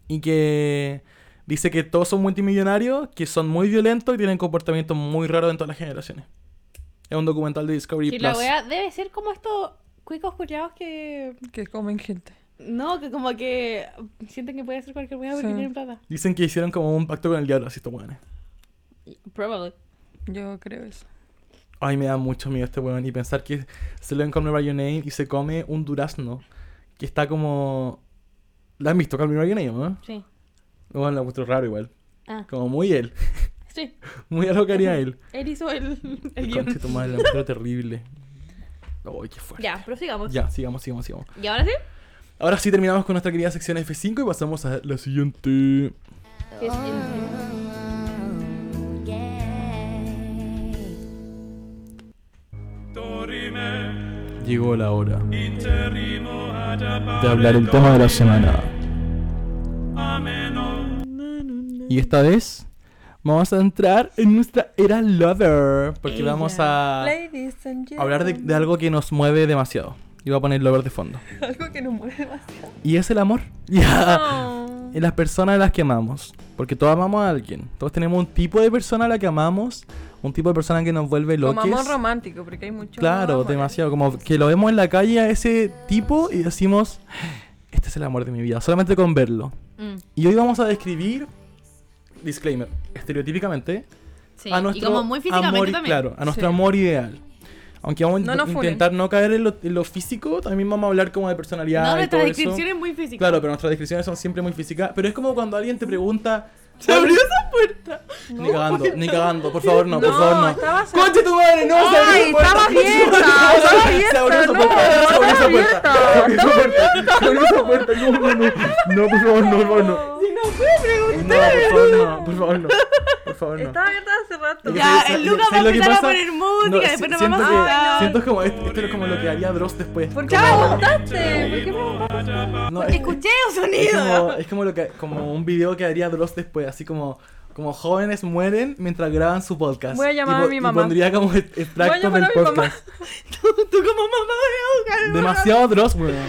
Speaker 1: y que dice que todos son multimillonarios, que son muy violentos y tienen comportamientos muy raros en todas las generaciones. Es un documental de Discovery
Speaker 2: Que
Speaker 1: Plus.
Speaker 2: la weá debe ser como estos cuicos culiados que...
Speaker 3: Que comen gente.
Speaker 2: No, que como que sienten que puede hacer cualquier weá porque
Speaker 3: Sí.
Speaker 2: tienen plata.
Speaker 1: Dicen que hicieron como un pacto con el diablo, así estos weones.
Speaker 2: Probably.
Speaker 3: Yo creo eso.
Speaker 1: Ay, me da mucho miedo este weón. Y pensar que se lo Call Me By Your Name y se come un durazno que está como. ¿La han visto Call Me By Your Name, no?
Speaker 2: Sí.
Speaker 1: Bueno, la encuentro raro igual.
Speaker 2: Ah.
Speaker 1: Como muy él.
Speaker 2: Sí.
Speaker 1: Muy a lo que haría él.
Speaker 2: Él hizo el, el guión.
Speaker 1: Conche tu madre, la encuentro terrible. Ay, qué fuerte.
Speaker 2: Ya, prosigamos.
Speaker 1: Ya, sigamos, sigamos, sigamos.
Speaker 2: ¿Y ahora sí?
Speaker 1: Ahora sí terminamos con nuestra querida sección F5 y pasamos a la siguiente.
Speaker 2: Sí, sí.
Speaker 1: Llegó la hora de hablar el tema de la semana. Y esta vez Vamos a entrar en nuestra era lover. Porque vamos a
Speaker 3: Ladies and
Speaker 1: Ah. hablar de, de
Speaker 3: gentlemen.
Speaker 1: algo que nos mueve demasiado. Y voy a poner lover de fondo.
Speaker 3: Algo que nos mueve demasiado.
Speaker 1: Y es el amor. Ya.
Speaker 3: No.
Speaker 1: Y las personas a las que amamos. Porque todos amamos a alguien. Todos tenemos un tipo de persona a la que amamos. Un tipo de persona que nos vuelve
Speaker 3: Como
Speaker 1: locos.
Speaker 3: amor romántico, porque hay mucho.
Speaker 1: Claro,
Speaker 3: amor.
Speaker 1: demasiado. Como que lo vemos en la calle a ese tipo y decimos, este es el amor de mi vida, solamente con verlo.
Speaker 4: Mm,
Speaker 1: Y hoy vamos a describir, disclaimer, estereotípicamente,
Speaker 4: sí.
Speaker 1: a nuestro
Speaker 4: y como muy físicamente
Speaker 1: Ah, amor,
Speaker 4: también.
Speaker 1: claro, a nuestro
Speaker 3: Sí.
Speaker 1: amor ideal. Aunque vamos a
Speaker 3: No
Speaker 1: int-
Speaker 3: nos funen.
Speaker 1: intentar no caer en lo, en lo físico, también vamos a hablar como de personalidad
Speaker 2: No,
Speaker 1: y todo
Speaker 2: nuestra
Speaker 1: eso.
Speaker 2: descripción es muy física.
Speaker 1: Claro, pero nuestras descripciones son siempre muy físicas. Pero es como cuando alguien te pregunta...
Speaker 2: Se abrió esa puerta.
Speaker 1: Ni cagando, ni cagando, por favor no, por favor no.
Speaker 3: estaba cerrada.
Speaker 1: ¡Conche tu madre! ¡No! se abrió
Speaker 3: Ay,
Speaker 1: la puerta.
Speaker 3: estaba abierta, estaba abierta,
Speaker 1: Se abrió esa
Speaker 3: no,
Speaker 1: puerta, se abrió esa
Speaker 3: estaba
Speaker 1: puerta. Se abrió esa puerta, se abrió esa puerta. No, no, no. No, por favor, no, por favor, no.
Speaker 3: Si no fue preguntar.
Speaker 1: No, por favor, no. Por favor, no. Por favor, no.
Speaker 3: Estaba abierta hace rato.
Speaker 1: Porque
Speaker 2: Ya,
Speaker 1: sé-
Speaker 2: el
Speaker 1: sé-
Speaker 2: Lucas
Speaker 1: sé
Speaker 2: va a
Speaker 1: lo que
Speaker 2: empezar a
Speaker 1: pasa.
Speaker 2: poner música,
Speaker 1: No,
Speaker 2: después
Speaker 1: si-
Speaker 2: nos
Speaker 1: siento
Speaker 2: vamos a
Speaker 1: que-
Speaker 2: sentar.
Speaker 1: Siento como, esto, esto es como lo que haría Dross después.
Speaker 3: ¿Por qué
Speaker 1: Como-
Speaker 3: preguntaste? ¿Por qué preguntaste?
Speaker 1: no,
Speaker 2: Porque
Speaker 1: es-
Speaker 2: escuché un
Speaker 1: Es como,
Speaker 2: sonido.
Speaker 1: es como lo que como un video que haría Dross después, así como como jóvenes mueren mientras graban su podcast.
Speaker 3: Voy a llamar
Speaker 1: Y
Speaker 3: a
Speaker 1: po-
Speaker 3: mi
Speaker 1: y
Speaker 3: mamá.
Speaker 1: pondría como ex- extractos
Speaker 3: llamar
Speaker 1: del
Speaker 3: a mi mamá.
Speaker 1: podcast.
Speaker 2: Tú, tú como mamá de Oscar.
Speaker 1: Demasiado Dross, weón.
Speaker 2: Ya,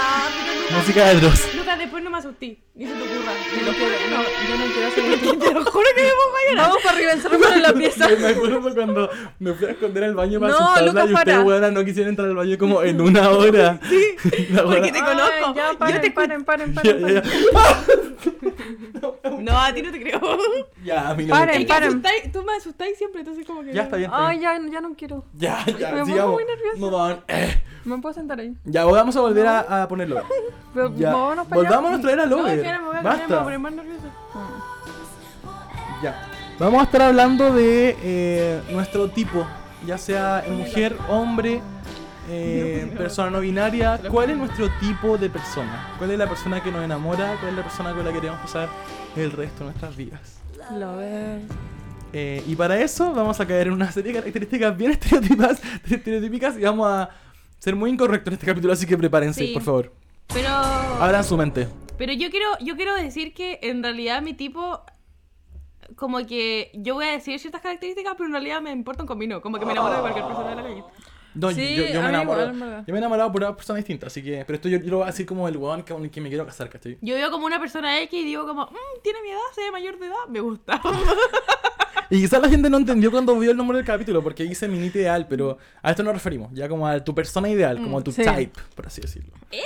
Speaker 2: Ah, pero Lucas.
Speaker 1: Música de Dross.
Speaker 2: Lucas, después no me asusté. Ni se te ocurra.
Speaker 3: Te lo juro, no, yo no quiero hacer esto.
Speaker 2: Te lo juro que me pongo a llorar.
Speaker 3: Vamos para arriba, encerrémonos en la pieza.
Speaker 1: Yo Me acuerdo cuando me fui a esconder al baño para
Speaker 3: No,
Speaker 1: asustarla
Speaker 3: Lucas,
Speaker 1: y ustedes,
Speaker 3: para.
Speaker 1: weón, no quisieron entrar al baño como en una hora. Sí,
Speaker 2: Porque te conozco.
Speaker 3: Ay, ya,
Speaker 2: Yo te
Speaker 3: paren,
Speaker 2: escucho.
Speaker 3: paren, paren, paren.
Speaker 1: Ya, ya,
Speaker 3: paren.
Speaker 2: No, a ti no te creo.
Speaker 1: ya, a mí no me
Speaker 3: Paren,
Speaker 1: cae.
Speaker 2: Te
Speaker 3: paren.
Speaker 2: asustáis- Tú me asustáis siempre, entonces como que...
Speaker 1: Ya está bien. está
Speaker 3: Ay,
Speaker 1: bien.
Speaker 3: ya, ya no quiero.
Speaker 1: Ya, ya,
Speaker 3: Me pongo
Speaker 1: sigamos.
Speaker 3: muy nerviosa.
Speaker 1: No, van.
Speaker 3: ¿Me puedo sentar ahí?
Speaker 1: Ya, vamos a volver a, a ponerlo.
Speaker 3: Pero
Speaker 1: Ya.
Speaker 3: vámonos para allá.
Speaker 1: Volvamos a traer a
Speaker 2: No,
Speaker 1: Lover.
Speaker 2: espera, me voy a
Speaker 1: Basta.
Speaker 2: cambiar, me voy a poner más nerviosa.
Speaker 1: Ya. Vamos a estar hablando de eh, nuestro tipo, ya sea mujer, hombre, eh, persona no binaria. ¿Cuál es nuestro tipo de persona? ¿Cuál es la persona que nos enamora? ¿Cuál es la persona con la que queremos pasar el resto de nuestras vidas?
Speaker 3: Lo veo.
Speaker 1: Eh, y para eso vamos a caer en una serie de características bien estereotipas, estereotípicas y vamos a ser muy incorrectos en este capítulo, así que prepárense,
Speaker 4: Sí.
Speaker 1: por favor.
Speaker 4: Pero,
Speaker 1: Abran su mente.
Speaker 4: pero yo, quiero, yo quiero decir que en realidad mi tipo. Como que yo voy a decir ciertas características, pero en realidad me importa un comino. Como que me enamoro de cualquier persona de la calle.
Speaker 1: No,
Speaker 3: Sí,
Speaker 1: yo, yo me
Speaker 3: a mí
Speaker 1: enamoro.
Speaker 3: igual, en verdad.
Speaker 1: yo me he enamorado por una persona distinta, así que. Pero esto yo, yo lo voy a decir como el weón con el que me quiero casar, ¿cachai?
Speaker 4: Yo veo como una persona X y digo como, "Mm, tiene mi edad, se ve mayor de edad, me gusta.
Speaker 1: Y quizás la gente no entendió cuando vio el nombre del capítulo, porque hice mi nita ideal, pero a esto nos referimos, ya como a tu persona ideal, como a tu
Speaker 3: Mm, sí.
Speaker 1: type, por así decirlo. ¡Ella!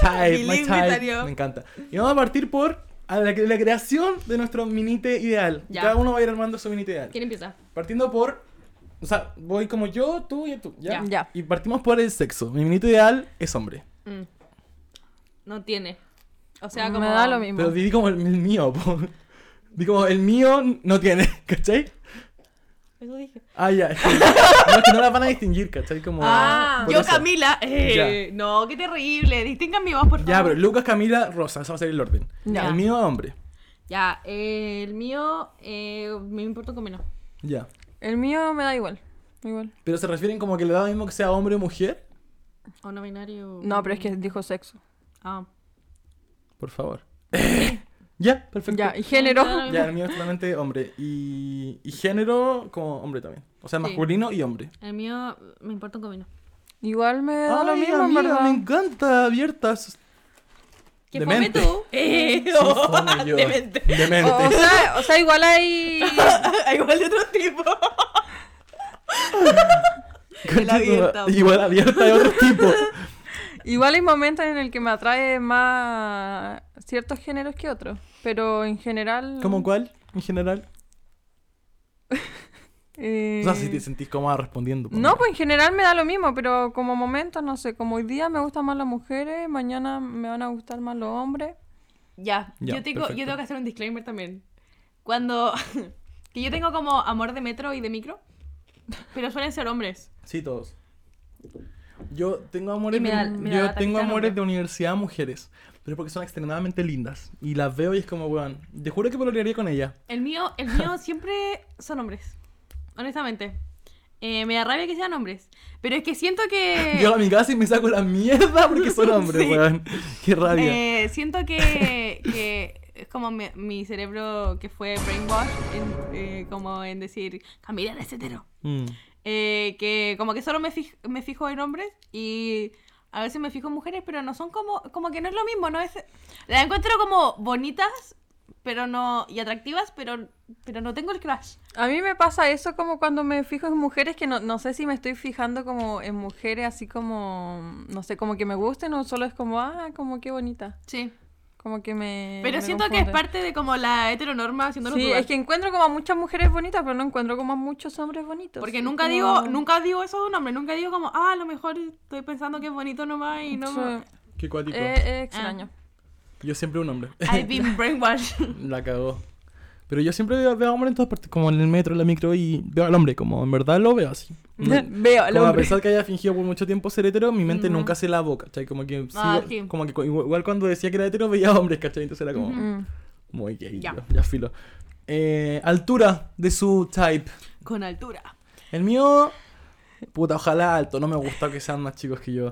Speaker 1: Type, my
Speaker 2: Bilingüe
Speaker 1: type.
Speaker 2: salió.
Speaker 1: Me encanta. Y vamos a partir por a la, la creación de nuestro minite ideal.
Speaker 4: Ya.
Speaker 1: Cada uno va a ir armando su minite ideal.
Speaker 4: ¿Quién empieza?
Speaker 1: Partiendo por. O sea, voy como yo, tú y tú. ¿ya?
Speaker 3: Ya. Ya.
Speaker 1: Y partimos por el sexo. Mi minite ideal es hombre.
Speaker 4: Mm. No tiene. O sea, como.
Speaker 3: Me da lo mismo.
Speaker 1: Pero di como el, el mío, po. Di como el mío no tiene, ¿cachai?
Speaker 4: Eso dije.
Speaker 1: Ah, ya. es que- no, es que no las van a distinguir, ¿cachai? Como.
Speaker 4: Ah,
Speaker 1: por
Speaker 4: yo
Speaker 1: eso.
Speaker 4: Camila. Eh, No, qué terrible. Distingan mi voz, por favor.
Speaker 1: Ya, pero Lucas, Camila, Rosa, eso va a ser el orden.
Speaker 4: Ya.
Speaker 1: El mío, hombre.
Speaker 4: Ya, eh, el mío eh, me importa como no.
Speaker 1: Ya.
Speaker 3: El mío me da igual. Igual.
Speaker 1: Pero se refieren como que le da lo mismo que sea hombre o mujer.
Speaker 4: O no binario.
Speaker 3: No, pero es que dijo sexo.
Speaker 4: Ah.
Speaker 1: Por favor. ya, perfecto.
Speaker 3: Ya, y género.
Speaker 4: No, no, no.
Speaker 1: Ya, el mío es totalmente hombre. Y, y género como hombre también. O sea,
Speaker 4: Sí.
Speaker 1: masculino y hombre.
Speaker 4: El mío me importa un comino.
Speaker 3: Igual me da lo
Speaker 1: Ay,
Speaker 3: mismo, en
Speaker 1: amiga, me
Speaker 3: verdad.
Speaker 1: encanta, abiertas.
Speaker 4: ¿Qué
Speaker 1: Demente.
Speaker 4: fome tú? Eh,
Speaker 1: Sí, fome yo.
Speaker 4: Demente. Oh.
Speaker 1: Demente.
Speaker 3: O, o sea, o sea, igual hay.
Speaker 2: Igual de otro tipo. el abierta, po.
Speaker 1: Igual abierta de otro tipo.
Speaker 3: Igual hay momentos en el que me atrae más ciertos géneros que otros. Pero en general.
Speaker 1: ¿Cómo cuál? En general.
Speaker 3: eh,
Speaker 1: O sea, si te sentís cómoda respondiendo. po.
Speaker 3: No, pues en general me da lo mismo, pero como momentos, no sé, como hoy día me gustan más las mujeres, mañana me van a gustar más los hombres.
Speaker 4: Ya,
Speaker 1: Ya,
Speaker 4: yo, tengo,
Speaker 1: perfecto.
Speaker 4: yo tengo que hacer un disclaimer también. Cuando. que yo tengo como amor de metro y de micro, pero suelen ser hombres.
Speaker 1: Sí, todos. Yo tengo amores,
Speaker 4: Y me da-
Speaker 1: de,
Speaker 4: me da
Speaker 1: yo
Speaker 4: lata que
Speaker 1: tengo
Speaker 4: sean
Speaker 1: amores
Speaker 4: hombres.
Speaker 1: de universidad mujeres, pero porque son extremadamente lindas. Y las veo y es como, weón, te juro que polorearía con ella.
Speaker 4: El mío, el mío siempre son hombres. Honestamente. Eh, me da rabia que sean hombres. Pero es que siento
Speaker 2: Eh.
Speaker 4: que.
Speaker 1: Yo a mi casa y me saco la mierda porque son hombres,
Speaker 4: Sí.
Speaker 1: weón. Qué rabia.
Speaker 4: eh, siento eh, que, que
Speaker 2: es como mi, mi cerebro que fue brainwashed, en- eh, como en decir, Camila eres hetero.
Speaker 1: Mm.
Speaker 2: Eh, que como que solo me, fij- me fijo en hombres y a veces me fijo en mujeres, pero no son como, como que no es lo mismo, no es... Las encuentro como bonitas, pero no... y atractivas, pero, pero no tengo el crush.
Speaker 3: A mí me pasa eso como cuando me fijo en mujeres que no, no sé si me estoy fijando como en mujeres así como, no sé, como que me gusten o solo es como, ah, como qué bonita.
Speaker 2: Sí.
Speaker 3: Como que me...
Speaker 2: Pero
Speaker 3: me
Speaker 2: siento que es
Speaker 3: confunde.
Speaker 2: parte de como la heteronorma haciéndolo
Speaker 3: Sí, es que encuentro como a muchas mujeres bonitas, pero no encuentro como a muchos hombres bonitos.
Speaker 2: Porque
Speaker 3: Es
Speaker 2: nunca
Speaker 3: como-
Speaker 2: digo nunca digo eso de un hombre, nunca digo como, ah, a lo mejor estoy pensando que es bonito nomás y no... Ah.
Speaker 3: Sí,
Speaker 2: me-
Speaker 1: Qué cuático.
Speaker 3: eh, eh, extraño.
Speaker 1: Yo siempre un hombre.
Speaker 2: I've been brainwashed.
Speaker 1: La cagó. Pero yo siempre veo, veo a hombre en todas partes, como en el metro, en la micro, y veo al hombre, como en verdad lo veo así. No-
Speaker 3: Veo, al
Speaker 1: Mm. como a
Speaker 3: hombre.
Speaker 1: pesar que haya fingido por mucho tiempo ser hetero, mi mente nunca se la boca, ¿cachai? Como que,
Speaker 2: Ah,
Speaker 1: sigo-
Speaker 2: sí.
Speaker 1: como que cu- igual, igual cuando decía que era hetero veía hombres, ¿cachai? Entonces era como
Speaker 3: Mm.
Speaker 1: muy gay,
Speaker 2: Ya.
Speaker 1: ya, ya filo. Eh, altura de su type.
Speaker 2: Con altura.
Speaker 1: El mío, puta, ojalá alto. No me gusta que sean más chicos que yo.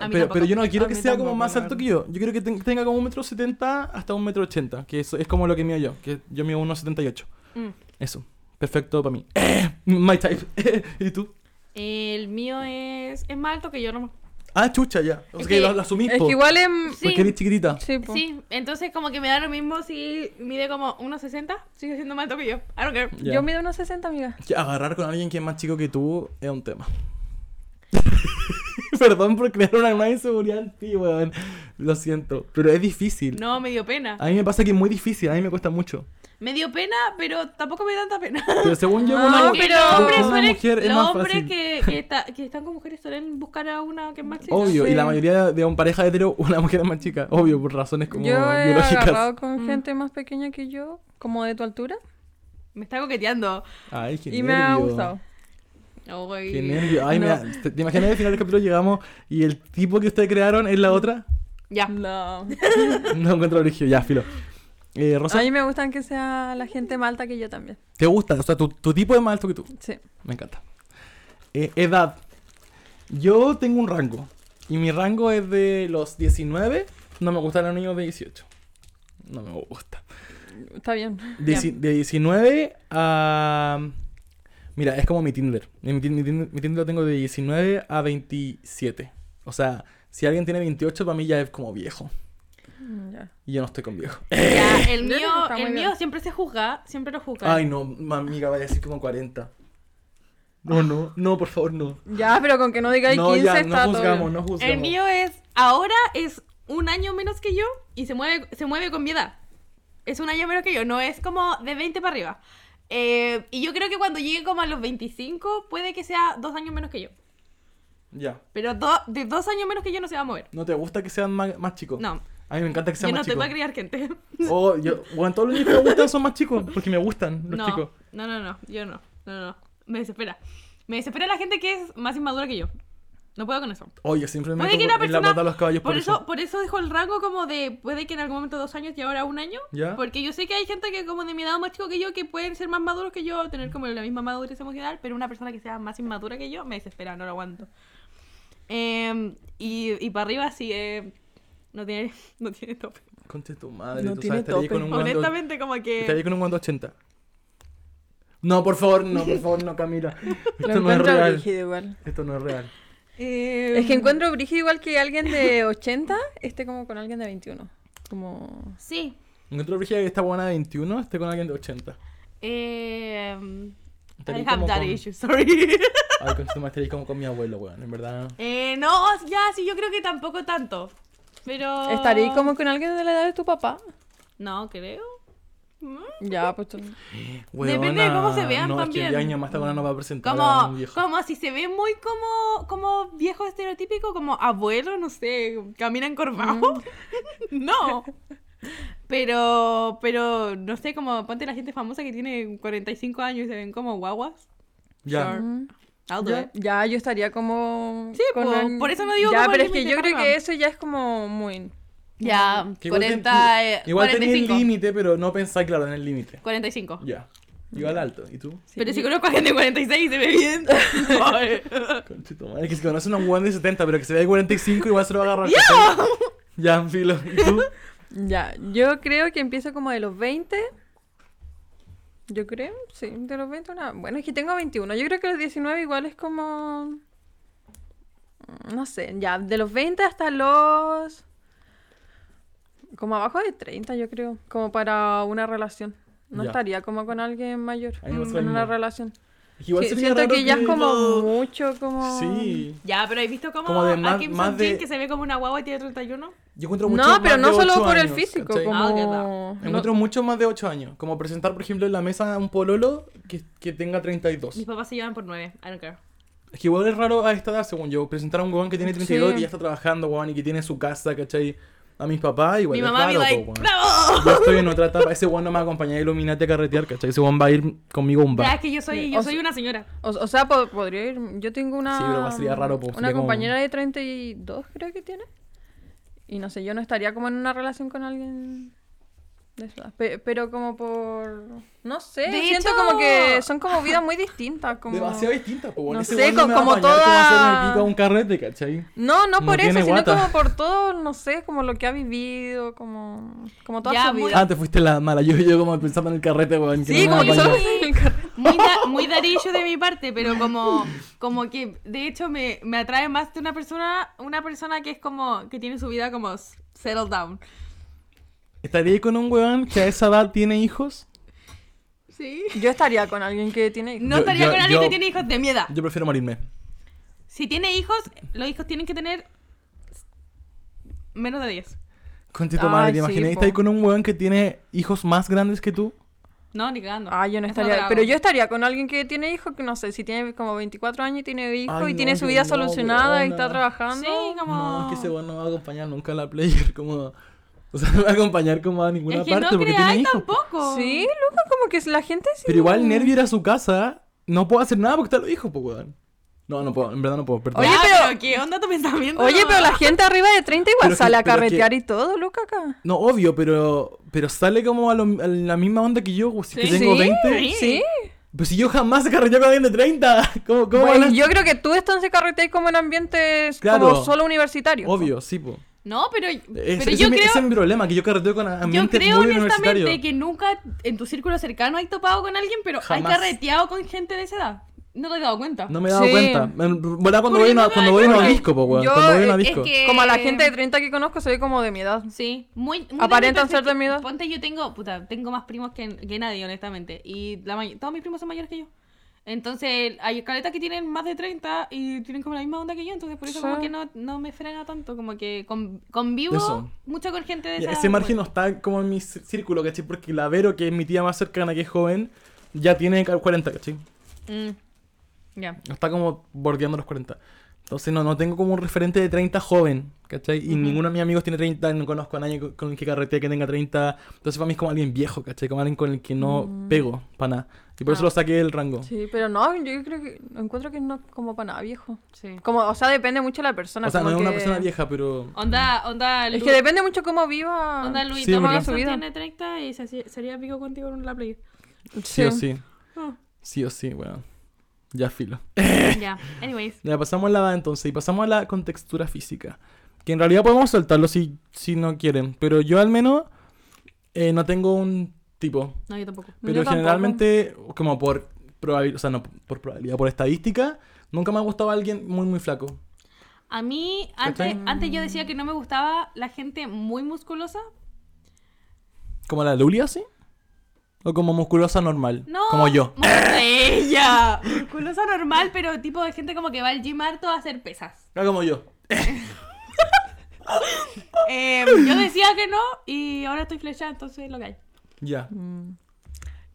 Speaker 2: A mí
Speaker 1: Pero,
Speaker 2: tampoco.
Speaker 1: pero yo no quiero
Speaker 3: A
Speaker 1: que
Speaker 3: mí
Speaker 1: sea como
Speaker 3: tampoco,
Speaker 1: más
Speaker 3: la
Speaker 1: alto
Speaker 3: verdad.
Speaker 1: que yo. Yo quiero que ten- tenga como un metro setenta hasta un metro ochenta, que eso es como lo que mido yo, que yo mido uno setenta y ocho.
Speaker 2: Mm.
Speaker 1: Eso, perfecto para mí. Eh, my type. ¿Y tú?
Speaker 2: El mío es, es más alto que yo nomás.
Speaker 1: Ah, chucha, ya. O sea
Speaker 2: Es
Speaker 1: que,
Speaker 2: que-
Speaker 1: lo, lo asumís,
Speaker 3: Es
Speaker 1: po,
Speaker 3: que igual es...
Speaker 1: porque
Speaker 2: Sí.
Speaker 1: eres chiquitita.
Speaker 3: Sí, po.
Speaker 2: Sí, entonces como que me da lo mismo si mide como 1.60, sigue siendo más alto que yo. I don't care.
Speaker 1: Ya.
Speaker 3: Yo mido unos 60, amiga.
Speaker 1: Que agarrar con alguien que es más chico que tú es un tema. Perdón por crear una, una inseguridad en ti, weón. Lo siento, pero es difícil.
Speaker 2: No, me dio pena.
Speaker 1: A mí me pasa que es muy difícil, a mí me cuesta mucho.
Speaker 2: Me dio pena, pero tampoco me da tanta pena.
Speaker 1: Ah, Pero según yo,
Speaker 3: No,
Speaker 1: una,
Speaker 2: Porque
Speaker 3: pero
Speaker 1: una
Speaker 2: los hombres, suelen-
Speaker 1: mujer es
Speaker 2: los
Speaker 1: más
Speaker 2: hombres
Speaker 1: fácil.
Speaker 2: que, que, está- que están con mujeres suelen buscar a una que es más chica.
Speaker 1: Obvio,
Speaker 3: Sí.
Speaker 1: y la mayoría de un pareja hetero, una mujer es más chica. Obvio, por razones como
Speaker 3: Yo he
Speaker 1: biológicas.
Speaker 3: agarrado
Speaker 2: Mm.
Speaker 3: con gente más pequeña que yo, como de tu altura,
Speaker 2: Me está coqueteando.
Speaker 1: Ay, qué
Speaker 3: y me
Speaker 1: nervio.
Speaker 3: ha gustado.
Speaker 2: Ay.
Speaker 1: Qué nervio. Ay,
Speaker 3: No.
Speaker 1: mira, ¿te, te imaginas al final del capítulo llegamos y el tipo que ustedes crearon es la otra?
Speaker 2: Ya.
Speaker 3: No.
Speaker 1: No encuentro origen, ya, filo. Eh, Rosa,
Speaker 3: a mí me gustan que sea la gente más alta que yo también.
Speaker 1: ¿te gusta? O sea, tu, tu tipo es más alto que tú.
Speaker 3: Sí.
Speaker 1: Me encanta. Eh, edad. Yo tengo un rango. Y mi rango es de los 19. No me gustan los niños de 18. No me gusta.
Speaker 3: Está bien.
Speaker 1: Dieci- de 19 a... Mira, es como mi Tinder. Mi, Tin- mi Tin- mi Tinder lo tengo de 19 a 27. O sea, si alguien tiene 28, para mí ya es como viejo.
Speaker 3: Mm, ya.
Speaker 1: Y yo no estoy con viejo.
Speaker 2: Ya, el
Speaker 3: Yo creo que
Speaker 2: mío,
Speaker 3: está
Speaker 2: el
Speaker 3: muy
Speaker 2: mío
Speaker 3: bien.
Speaker 2: siempre se juzga, siempre lo juzga.
Speaker 1: Ay, no, mi amiga, vaya a decir como 40. No, no, no, por favor, no.
Speaker 3: Ya, pero con que no digáis
Speaker 1: No,
Speaker 3: 15
Speaker 1: ya, no
Speaker 3: está
Speaker 1: juzgamos, no
Speaker 3: todo.
Speaker 1: juzgamos.
Speaker 2: El mío es, ahora es un año menos que yo y se mueve, se mueve con mi edad. Es un año menos que yo, no es como de 20 para arriba. Eh, y yo creo que cuando llegue como a los 25 puede que sea dos años menos que yo.
Speaker 1: Ya.
Speaker 2: Pero do- de dos años menos que yo no se va a mover.
Speaker 1: ¿No te gusta que sean más, más chicos?
Speaker 2: No,
Speaker 1: A mí me encanta que
Speaker 2: yo
Speaker 1: sean
Speaker 2: no
Speaker 1: más
Speaker 2: te voy a
Speaker 1: chicos.
Speaker 2: criar gente.
Speaker 1: Oh, yo, bueno, todos los niños que me gustan son más chicos, porque me gustan los
Speaker 2: No,
Speaker 1: chicos.
Speaker 2: no, no, no, yo no, no, no. Me desespera. Me desespera la gente que es más inmadura que yo. No puedo con eso.
Speaker 1: Oye, Oh, siempre me
Speaker 2: Puede que
Speaker 1: meto
Speaker 2: una
Speaker 1: en la
Speaker 2: persona-
Speaker 1: pata de los caballos
Speaker 2: Por eso, por eso dejo el rango como de puede que en algún momento dos años y ahora un año.
Speaker 1: ¿Ya?
Speaker 2: Porque yo sé que hay gente que como de mi edad o más chico que yo que pueden ser más maduros que yo, tener como la misma madurez emocional, pero una persona que sea más inmadura que yo me desespera, no lo aguanto. Em, y, y para arriba sí, eh, no tiene, no tiene tope.
Speaker 1: Conche tu madre,
Speaker 3: No
Speaker 1: tú
Speaker 3: tiene
Speaker 1: sabes, estaría ahí
Speaker 3: tope.
Speaker 1: con un guante-
Speaker 2: Honestamente como
Speaker 1: estaría ahí
Speaker 2: que...
Speaker 1: con un guante 80. No, por favor, no, por favor, no, Camila. Esto
Speaker 3: Lo
Speaker 1: no es
Speaker 3: encuentro
Speaker 1: real.
Speaker 3: brígido igual.
Speaker 1: Esto no es real.
Speaker 2: em,
Speaker 3: Es que encuentro brígido igual que alguien de 80 esté como con alguien de 21. Como...
Speaker 2: Sí.
Speaker 1: Encuentro brígida que esta buena de 21 esté con alguien de 80.
Speaker 2: em,
Speaker 1: Estaría
Speaker 2: I
Speaker 1: ahí
Speaker 2: have
Speaker 1: como
Speaker 2: that
Speaker 1: con-
Speaker 2: issue, sorry.
Speaker 1: Ay, con su madre, estaría ahí como con mi abuelo, weón, en verdad.
Speaker 2: Eh, no, ya, sí, yo creo que tampoco tanto. Pero.
Speaker 3: Estaré como con alguien de la edad de tu papá.
Speaker 2: No, creo. Mm.
Speaker 3: Ya, pues tú-
Speaker 2: Depende de cómo se vean
Speaker 1: no, Es que
Speaker 2: también.
Speaker 1: 10 años más esta buena no va a presentar a
Speaker 2: Como,
Speaker 1: un viejo.
Speaker 2: como si se ve muy como, como viejo estereotípico, como abuelo, no sé, camina encorvado. no. Pero, pero, no sé, como ponte la gente famosa que tiene 45 años y se ven como guaguas.
Speaker 1: Ya.
Speaker 3: Mm.
Speaker 2: I'll do
Speaker 3: Ya,
Speaker 2: it.
Speaker 3: ya, yo estaría como...
Speaker 2: Sí,
Speaker 3: con
Speaker 2: po,
Speaker 3: alguien-
Speaker 2: por eso no digo
Speaker 3: Ya,
Speaker 2: como
Speaker 3: pero es
Speaker 2: alguien
Speaker 3: que
Speaker 2: de
Speaker 3: yo creo
Speaker 2: Tarma.
Speaker 3: que eso ya es como muy...
Speaker 2: Ya,
Speaker 1: Que igual ten-
Speaker 2: 40, eh,
Speaker 1: Igual tenía el
Speaker 2: 45.
Speaker 1: límite, pero no pensar, claro, en el límite.
Speaker 2: 45.
Speaker 1: Ya.
Speaker 3: Mm.
Speaker 1: Igual alto. ¿Y tú?
Speaker 3: Sí,
Speaker 2: Pero si
Speaker 3: yo-
Speaker 2: conozco a gente de 46 y se ve bien. Ay.
Speaker 1: Conchito, madre, que si conoce a un weón de 70, pero que se vea de 45, igual se lo va a agarrar. ¿cachai? Ya, filo. ¿Y tú?
Speaker 3: Ya, yo creo que empiezo como de los 20. Yo creo, sí, de los 20 una... Bueno, es que tengo 21. Yo creo que los 19 igual es como... mm, No sé, ya, de los 20 hasta los... Como abajo de 30, yo creo, como para una relación. No
Speaker 1: Ya.
Speaker 3: estaría como con alguien mayor
Speaker 1: A mí me
Speaker 3: en
Speaker 1: pasa lo
Speaker 3: una
Speaker 1: mismo.
Speaker 3: relación.
Speaker 1: Igual
Speaker 3: Sí,
Speaker 1: sería
Speaker 3: siento
Speaker 1: raro
Speaker 3: que ya es como
Speaker 1: no-
Speaker 3: mucho, como...
Speaker 1: Sí.
Speaker 2: Ya, pero ¿has visto cómo
Speaker 1: Como de más-
Speaker 2: a Kim
Speaker 1: más
Speaker 2: Song
Speaker 1: de-
Speaker 2: Jin que se ve como una guagua y tiene 31?
Speaker 1: Yo encuentro mucho
Speaker 3: No, pero
Speaker 1: más
Speaker 3: no
Speaker 1: de
Speaker 3: solo
Speaker 1: ocho
Speaker 3: por el
Speaker 1: años,
Speaker 3: físico,
Speaker 1: ¿cachai?
Speaker 2: Ah, ok, va.
Speaker 3: como... no-
Speaker 1: Encuentro mucho más de 8 años. Como presentar, por ejemplo, en la mesa a un pololo que, que tenga 32.
Speaker 2: Mis papás se llevan por 9, I don't care.
Speaker 1: Es que igual es raro a esta edad, según yo, presentar a un weón que tiene 32
Speaker 3: Sí.
Speaker 1: que ya está trabajando, weón, y que tiene su casa, ¿cachai? A mis papás, igual
Speaker 2: Mi
Speaker 1: es
Speaker 2: mamá me
Speaker 1: raro,
Speaker 2: like,
Speaker 1: po, weón.
Speaker 2: ¡bravo!
Speaker 1: Yo estoy en otra etapa, ese weón no me va a acompañar a Illuminati a carretear, ¿cachai? Ese weón va a ir conmigo a un
Speaker 2: Ya,
Speaker 1: bar.
Speaker 2: es que yo soy,
Speaker 3: Sí,
Speaker 2: yo
Speaker 3: o
Speaker 2: soy
Speaker 3: sea-
Speaker 2: una señora.
Speaker 3: O, o sea, po- podría ir. Yo tengo una.
Speaker 1: Sí, pero sería raro, po, sería
Speaker 3: Una
Speaker 1: como-
Speaker 3: compañera de 32, creo que tiene. Y no sé, yo no estaría como en una relación con alguien de esa edad. Pe- pero como por. No sé,
Speaker 2: De
Speaker 3: siento
Speaker 2: hecho-
Speaker 3: como que son como vidas muy distintas. Como...
Speaker 1: Demasiado distinta, pues,
Speaker 3: No
Speaker 1: ese
Speaker 3: sé,
Speaker 1: weón no
Speaker 3: co-
Speaker 1: me va a
Speaker 3: como
Speaker 1: apañar cómo
Speaker 3: toda-
Speaker 1: hacerme pico a un carrete, ¿cachai?
Speaker 3: No, no
Speaker 1: No
Speaker 3: por eso,
Speaker 1: tiene
Speaker 3: sino
Speaker 1: guata.
Speaker 3: como por todo, no sé, como lo que ha vivido, como, como toda
Speaker 2: Ya,
Speaker 3: su
Speaker 2: muy-
Speaker 3: vida.
Speaker 1: Ah, te fuiste la mala, yo, yo como pensando en el carrete, weón.
Speaker 3: sí,
Speaker 1: no me
Speaker 3: como que
Speaker 1: va a
Speaker 3: solo.
Speaker 1: apañar.
Speaker 2: Muy, da- muy darillo de mi parte, pero como, como que de hecho me, me atrae más de una persona, una persona que es como, que tiene su vida como s- settled down.
Speaker 1: ¿Estaría ahí con un weón que a esa edad tiene hijos?
Speaker 2: Sí.
Speaker 3: Yo estaría con alguien que tiene. hijos.
Speaker 2: No
Speaker 1: Yo-
Speaker 2: estaría
Speaker 1: yo-
Speaker 2: con alguien
Speaker 1: yo-
Speaker 2: que tiene hijos de mi edad.
Speaker 1: Yo prefiero morirme.
Speaker 2: Si tiene hijos, los hijos tienen que tener s- menos de 10.
Speaker 1: Conchito
Speaker 3: Ay,
Speaker 1: madre, ¿te
Speaker 3: sí,
Speaker 1: imaginas?
Speaker 3: po.
Speaker 1: Estás ahí con un weón que tiene hijos más grandes que tú.
Speaker 2: No, ni cagando.
Speaker 3: Ah, yo no
Speaker 2: Eso
Speaker 3: estaría.
Speaker 2: trago.
Speaker 3: pero yo estaría con alguien que tiene hijos, que no sé, si tiene como 24 años y tiene hijos
Speaker 1: Ay,
Speaker 3: y
Speaker 1: no,
Speaker 3: tiene su
Speaker 1: yo
Speaker 3: vida
Speaker 1: no,
Speaker 3: solucionada y
Speaker 1: weona.
Speaker 3: está trabajando.
Speaker 2: Sí, como...
Speaker 1: No, es que ese weón no va a acompañar nunca a la player, como... O sea, no va a acompañar como a ninguna
Speaker 2: Es que
Speaker 1: parte
Speaker 2: no
Speaker 1: porque tiene
Speaker 2: creáis
Speaker 1: hijos.
Speaker 2: tampoco.
Speaker 3: Sí, loco, como que es la gente sí.
Speaker 1: Pero igual Nervio ir a su casa, no puedo hacer nada porque están los hijos, po, weón. No, no puedo, en verdad no puedo, perdón.
Speaker 3: Oye,
Speaker 2: Oye,
Speaker 3: pero-
Speaker 2: pero, ¿qué onda tu pensamiento?
Speaker 3: Oye, pero la gente arriba de 30 igual
Speaker 1: Pero es que-
Speaker 3: sale a
Speaker 1: pero es que-
Speaker 3: carretear y todo, loco, acá.
Speaker 1: No, obvio, pero, pero sale como a, lo- a la misma onda que yo, si que
Speaker 2: Sí.
Speaker 1: tengo
Speaker 3: sí,
Speaker 1: 20.
Speaker 3: sí.
Speaker 1: Pero si yo jamás he carreteado con alguien de 30. ¿Cómo, cómo
Speaker 3: Bueno,
Speaker 1: van a-
Speaker 3: yo creo que tú entonces carreteas como en ambientes
Speaker 1: Claro.
Speaker 3: como solo universitarios.
Speaker 1: Obvio, sí, po.
Speaker 2: No, pero,
Speaker 1: Es-
Speaker 2: pero
Speaker 1: ese,
Speaker 2: yo
Speaker 1: es mi- ese es
Speaker 2: creo,
Speaker 1: mi problema, que yo carreteo con
Speaker 2: yo
Speaker 1: ambientes
Speaker 2: creo
Speaker 1: muy universitarios.
Speaker 2: honestamente que nunca en tu círculo cercano hay topado con alguien, pero hay
Speaker 1: Jamás.
Speaker 2: carreteado con gente de esa edad. No te he dado cuenta.
Speaker 1: No me he dado
Speaker 3: Sí.
Speaker 1: cuenta. En verdad, cuando
Speaker 2: Porque
Speaker 1: voy a
Speaker 2: no
Speaker 1: una-
Speaker 2: me
Speaker 1: cuando
Speaker 2: da
Speaker 1: voy a una
Speaker 3: cuenta.
Speaker 1: disco, po, weón.
Speaker 3: Yo,
Speaker 1: Cuando voy a una
Speaker 3: eh, es
Speaker 1: disco.
Speaker 2: que-
Speaker 3: Como a la gente de 30 que conozco soy como de mi edad.
Speaker 2: Sí, muy, muy
Speaker 3: Aparentan
Speaker 2: de mi
Speaker 3: ser de mi edad.
Speaker 2: Ponte, yo tengo, puta, tengo más primos que, que nadie, honestamente. Y la may- todos mis primos son mayores que yo. Entonces, hay escaletas que tienen más de 30 y tienen como la misma onda que yo, entonces por eso
Speaker 3: Sí.
Speaker 2: como que no, no me frena tanto, como que con- convivo
Speaker 1: Eso.
Speaker 2: mucho con gente de
Speaker 1: Ya,
Speaker 2: esa
Speaker 1: ese margen no está como en mi c- círculo, ¿cachai? Porque la Vero, que es mi tía más cercana, que es joven, ya tiene ca- 40, ¿cachai?
Speaker 2: Mm. Ya.
Speaker 1: Está como bordeando los 40. Entonces no, no tengo como un referente de 30 joven, ¿cachai? Y ninguno de mis amigos tiene 30, no conozco a nadie co- con el que carretee que tenga 30. Entonces para mí es como alguien viejo, ¿cachai? Como alguien con el que no pego para nada. Y por eso lo saqué del rango.
Speaker 3: Sí, pero no, yo creo que encuentro que no como para nada viejo.
Speaker 2: Sí.
Speaker 3: Como, o sea, depende mucho de la persona.
Speaker 1: o sea, no
Speaker 3: como
Speaker 1: es una
Speaker 3: que-
Speaker 1: persona vieja, pero...
Speaker 2: Onda, onda,
Speaker 3: Es
Speaker 2: Lu-
Speaker 3: que depende mucho cómo viva.
Speaker 2: onda Luis
Speaker 1: Sí,
Speaker 2: Tomás
Speaker 1: ¿verdad?
Speaker 2: Johnson
Speaker 3: su vida.
Speaker 2: tiene 30 y se hacía- sería pico contigo en la play.
Speaker 1: Sí, o sí. Sí o sí, bueno. Ya filo.
Speaker 2: ya, anyways.
Speaker 1: Ya pasamos la edad entonces y pasamos a la contextura física. Que en realidad podemos soltarlo si, si no quieren. Pero yo al menos eh, no tengo un tipo.
Speaker 2: No, yo tampoco.
Speaker 1: Pero
Speaker 3: Yo tampoco.
Speaker 1: generalmente, como por probabilidad, o sea, no por probabilidad, por estadística, nunca me ha gustado alguien muy, muy flaco.
Speaker 2: A mí, antes,
Speaker 1: ¿Cachai?
Speaker 2: antes yo decía que no me gustaba la gente muy musculosa.
Speaker 1: ¿Como la Lulia, así? ¿O como musculosa normal?
Speaker 2: No.
Speaker 1: Como yo.
Speaker 2: mus- ¡Ella! Musculosa normal, pero tipo de gente como que va al gym harto a hacer pesas.
Speaker 1: No como yo.
Speaker 2: Em, yo decía que no y ahora estoy flechada, entonces lo que hay.
Speaker 1: Ya.
Speaker 2: Mm.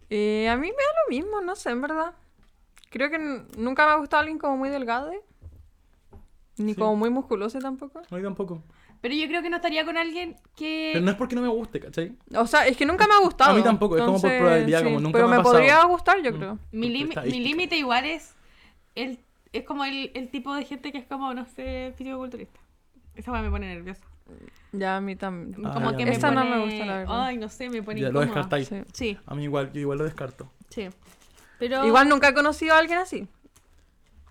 Speaker 3: Eh, a mí me da lo mismo, no sé, en verdad. Creo que n- nunca me ha gustado alguien como muy delgado. ¿eh? Ni
Speaker 1: Sí.
Speaker 3: como muy musculoso tampoco.
Speaker 1: No, yo tampoco.
Speaker 2: Pero yo creo que no estaría con alguien que...
Speaker 1: Pero no es porque no me guste, ¿cachai?
Speaker 3: O sea, es que nunca me ha gustado.
Speaker 1: A mí tampoco, es como por probabilidad, como nunca
Speaker 3: Pero
Speaker 1: me ha pasado. Mm.
Speaker 3: podría gustar, yo creo.
Speaker 2: Mi
Speaker 1: Porque
Speaker 2: límite mi
Speaker 1: estadística.
Speaker 2: límite igual es el, es como el, el tipo de gente que es como, no sé, fisicoculturista. Esa weá me pone nerviosa.
Speaker 3: Ya, a mí también.
Speaker 1: Ah,
Speaker 2: como
Speaker 1: ya.
Speaker 2: que me
Speaker 1: Esa
Speaker 2: pone...
Speaker 3: no me gusta, la verdad.
Speaker 2: Ay, no sé, me pone
Speaker 1: Ya lo
Speaker 2: incómoda.
Speaker 1: descartáis.
Speaker 3: Sí.
Speaker 2: Sí,
Speaker 1: A mí igual, yo igual lo descarto.
Speaker 2: sí. Pero...
Speaker 3: Igual nunca he conocido a alguien así.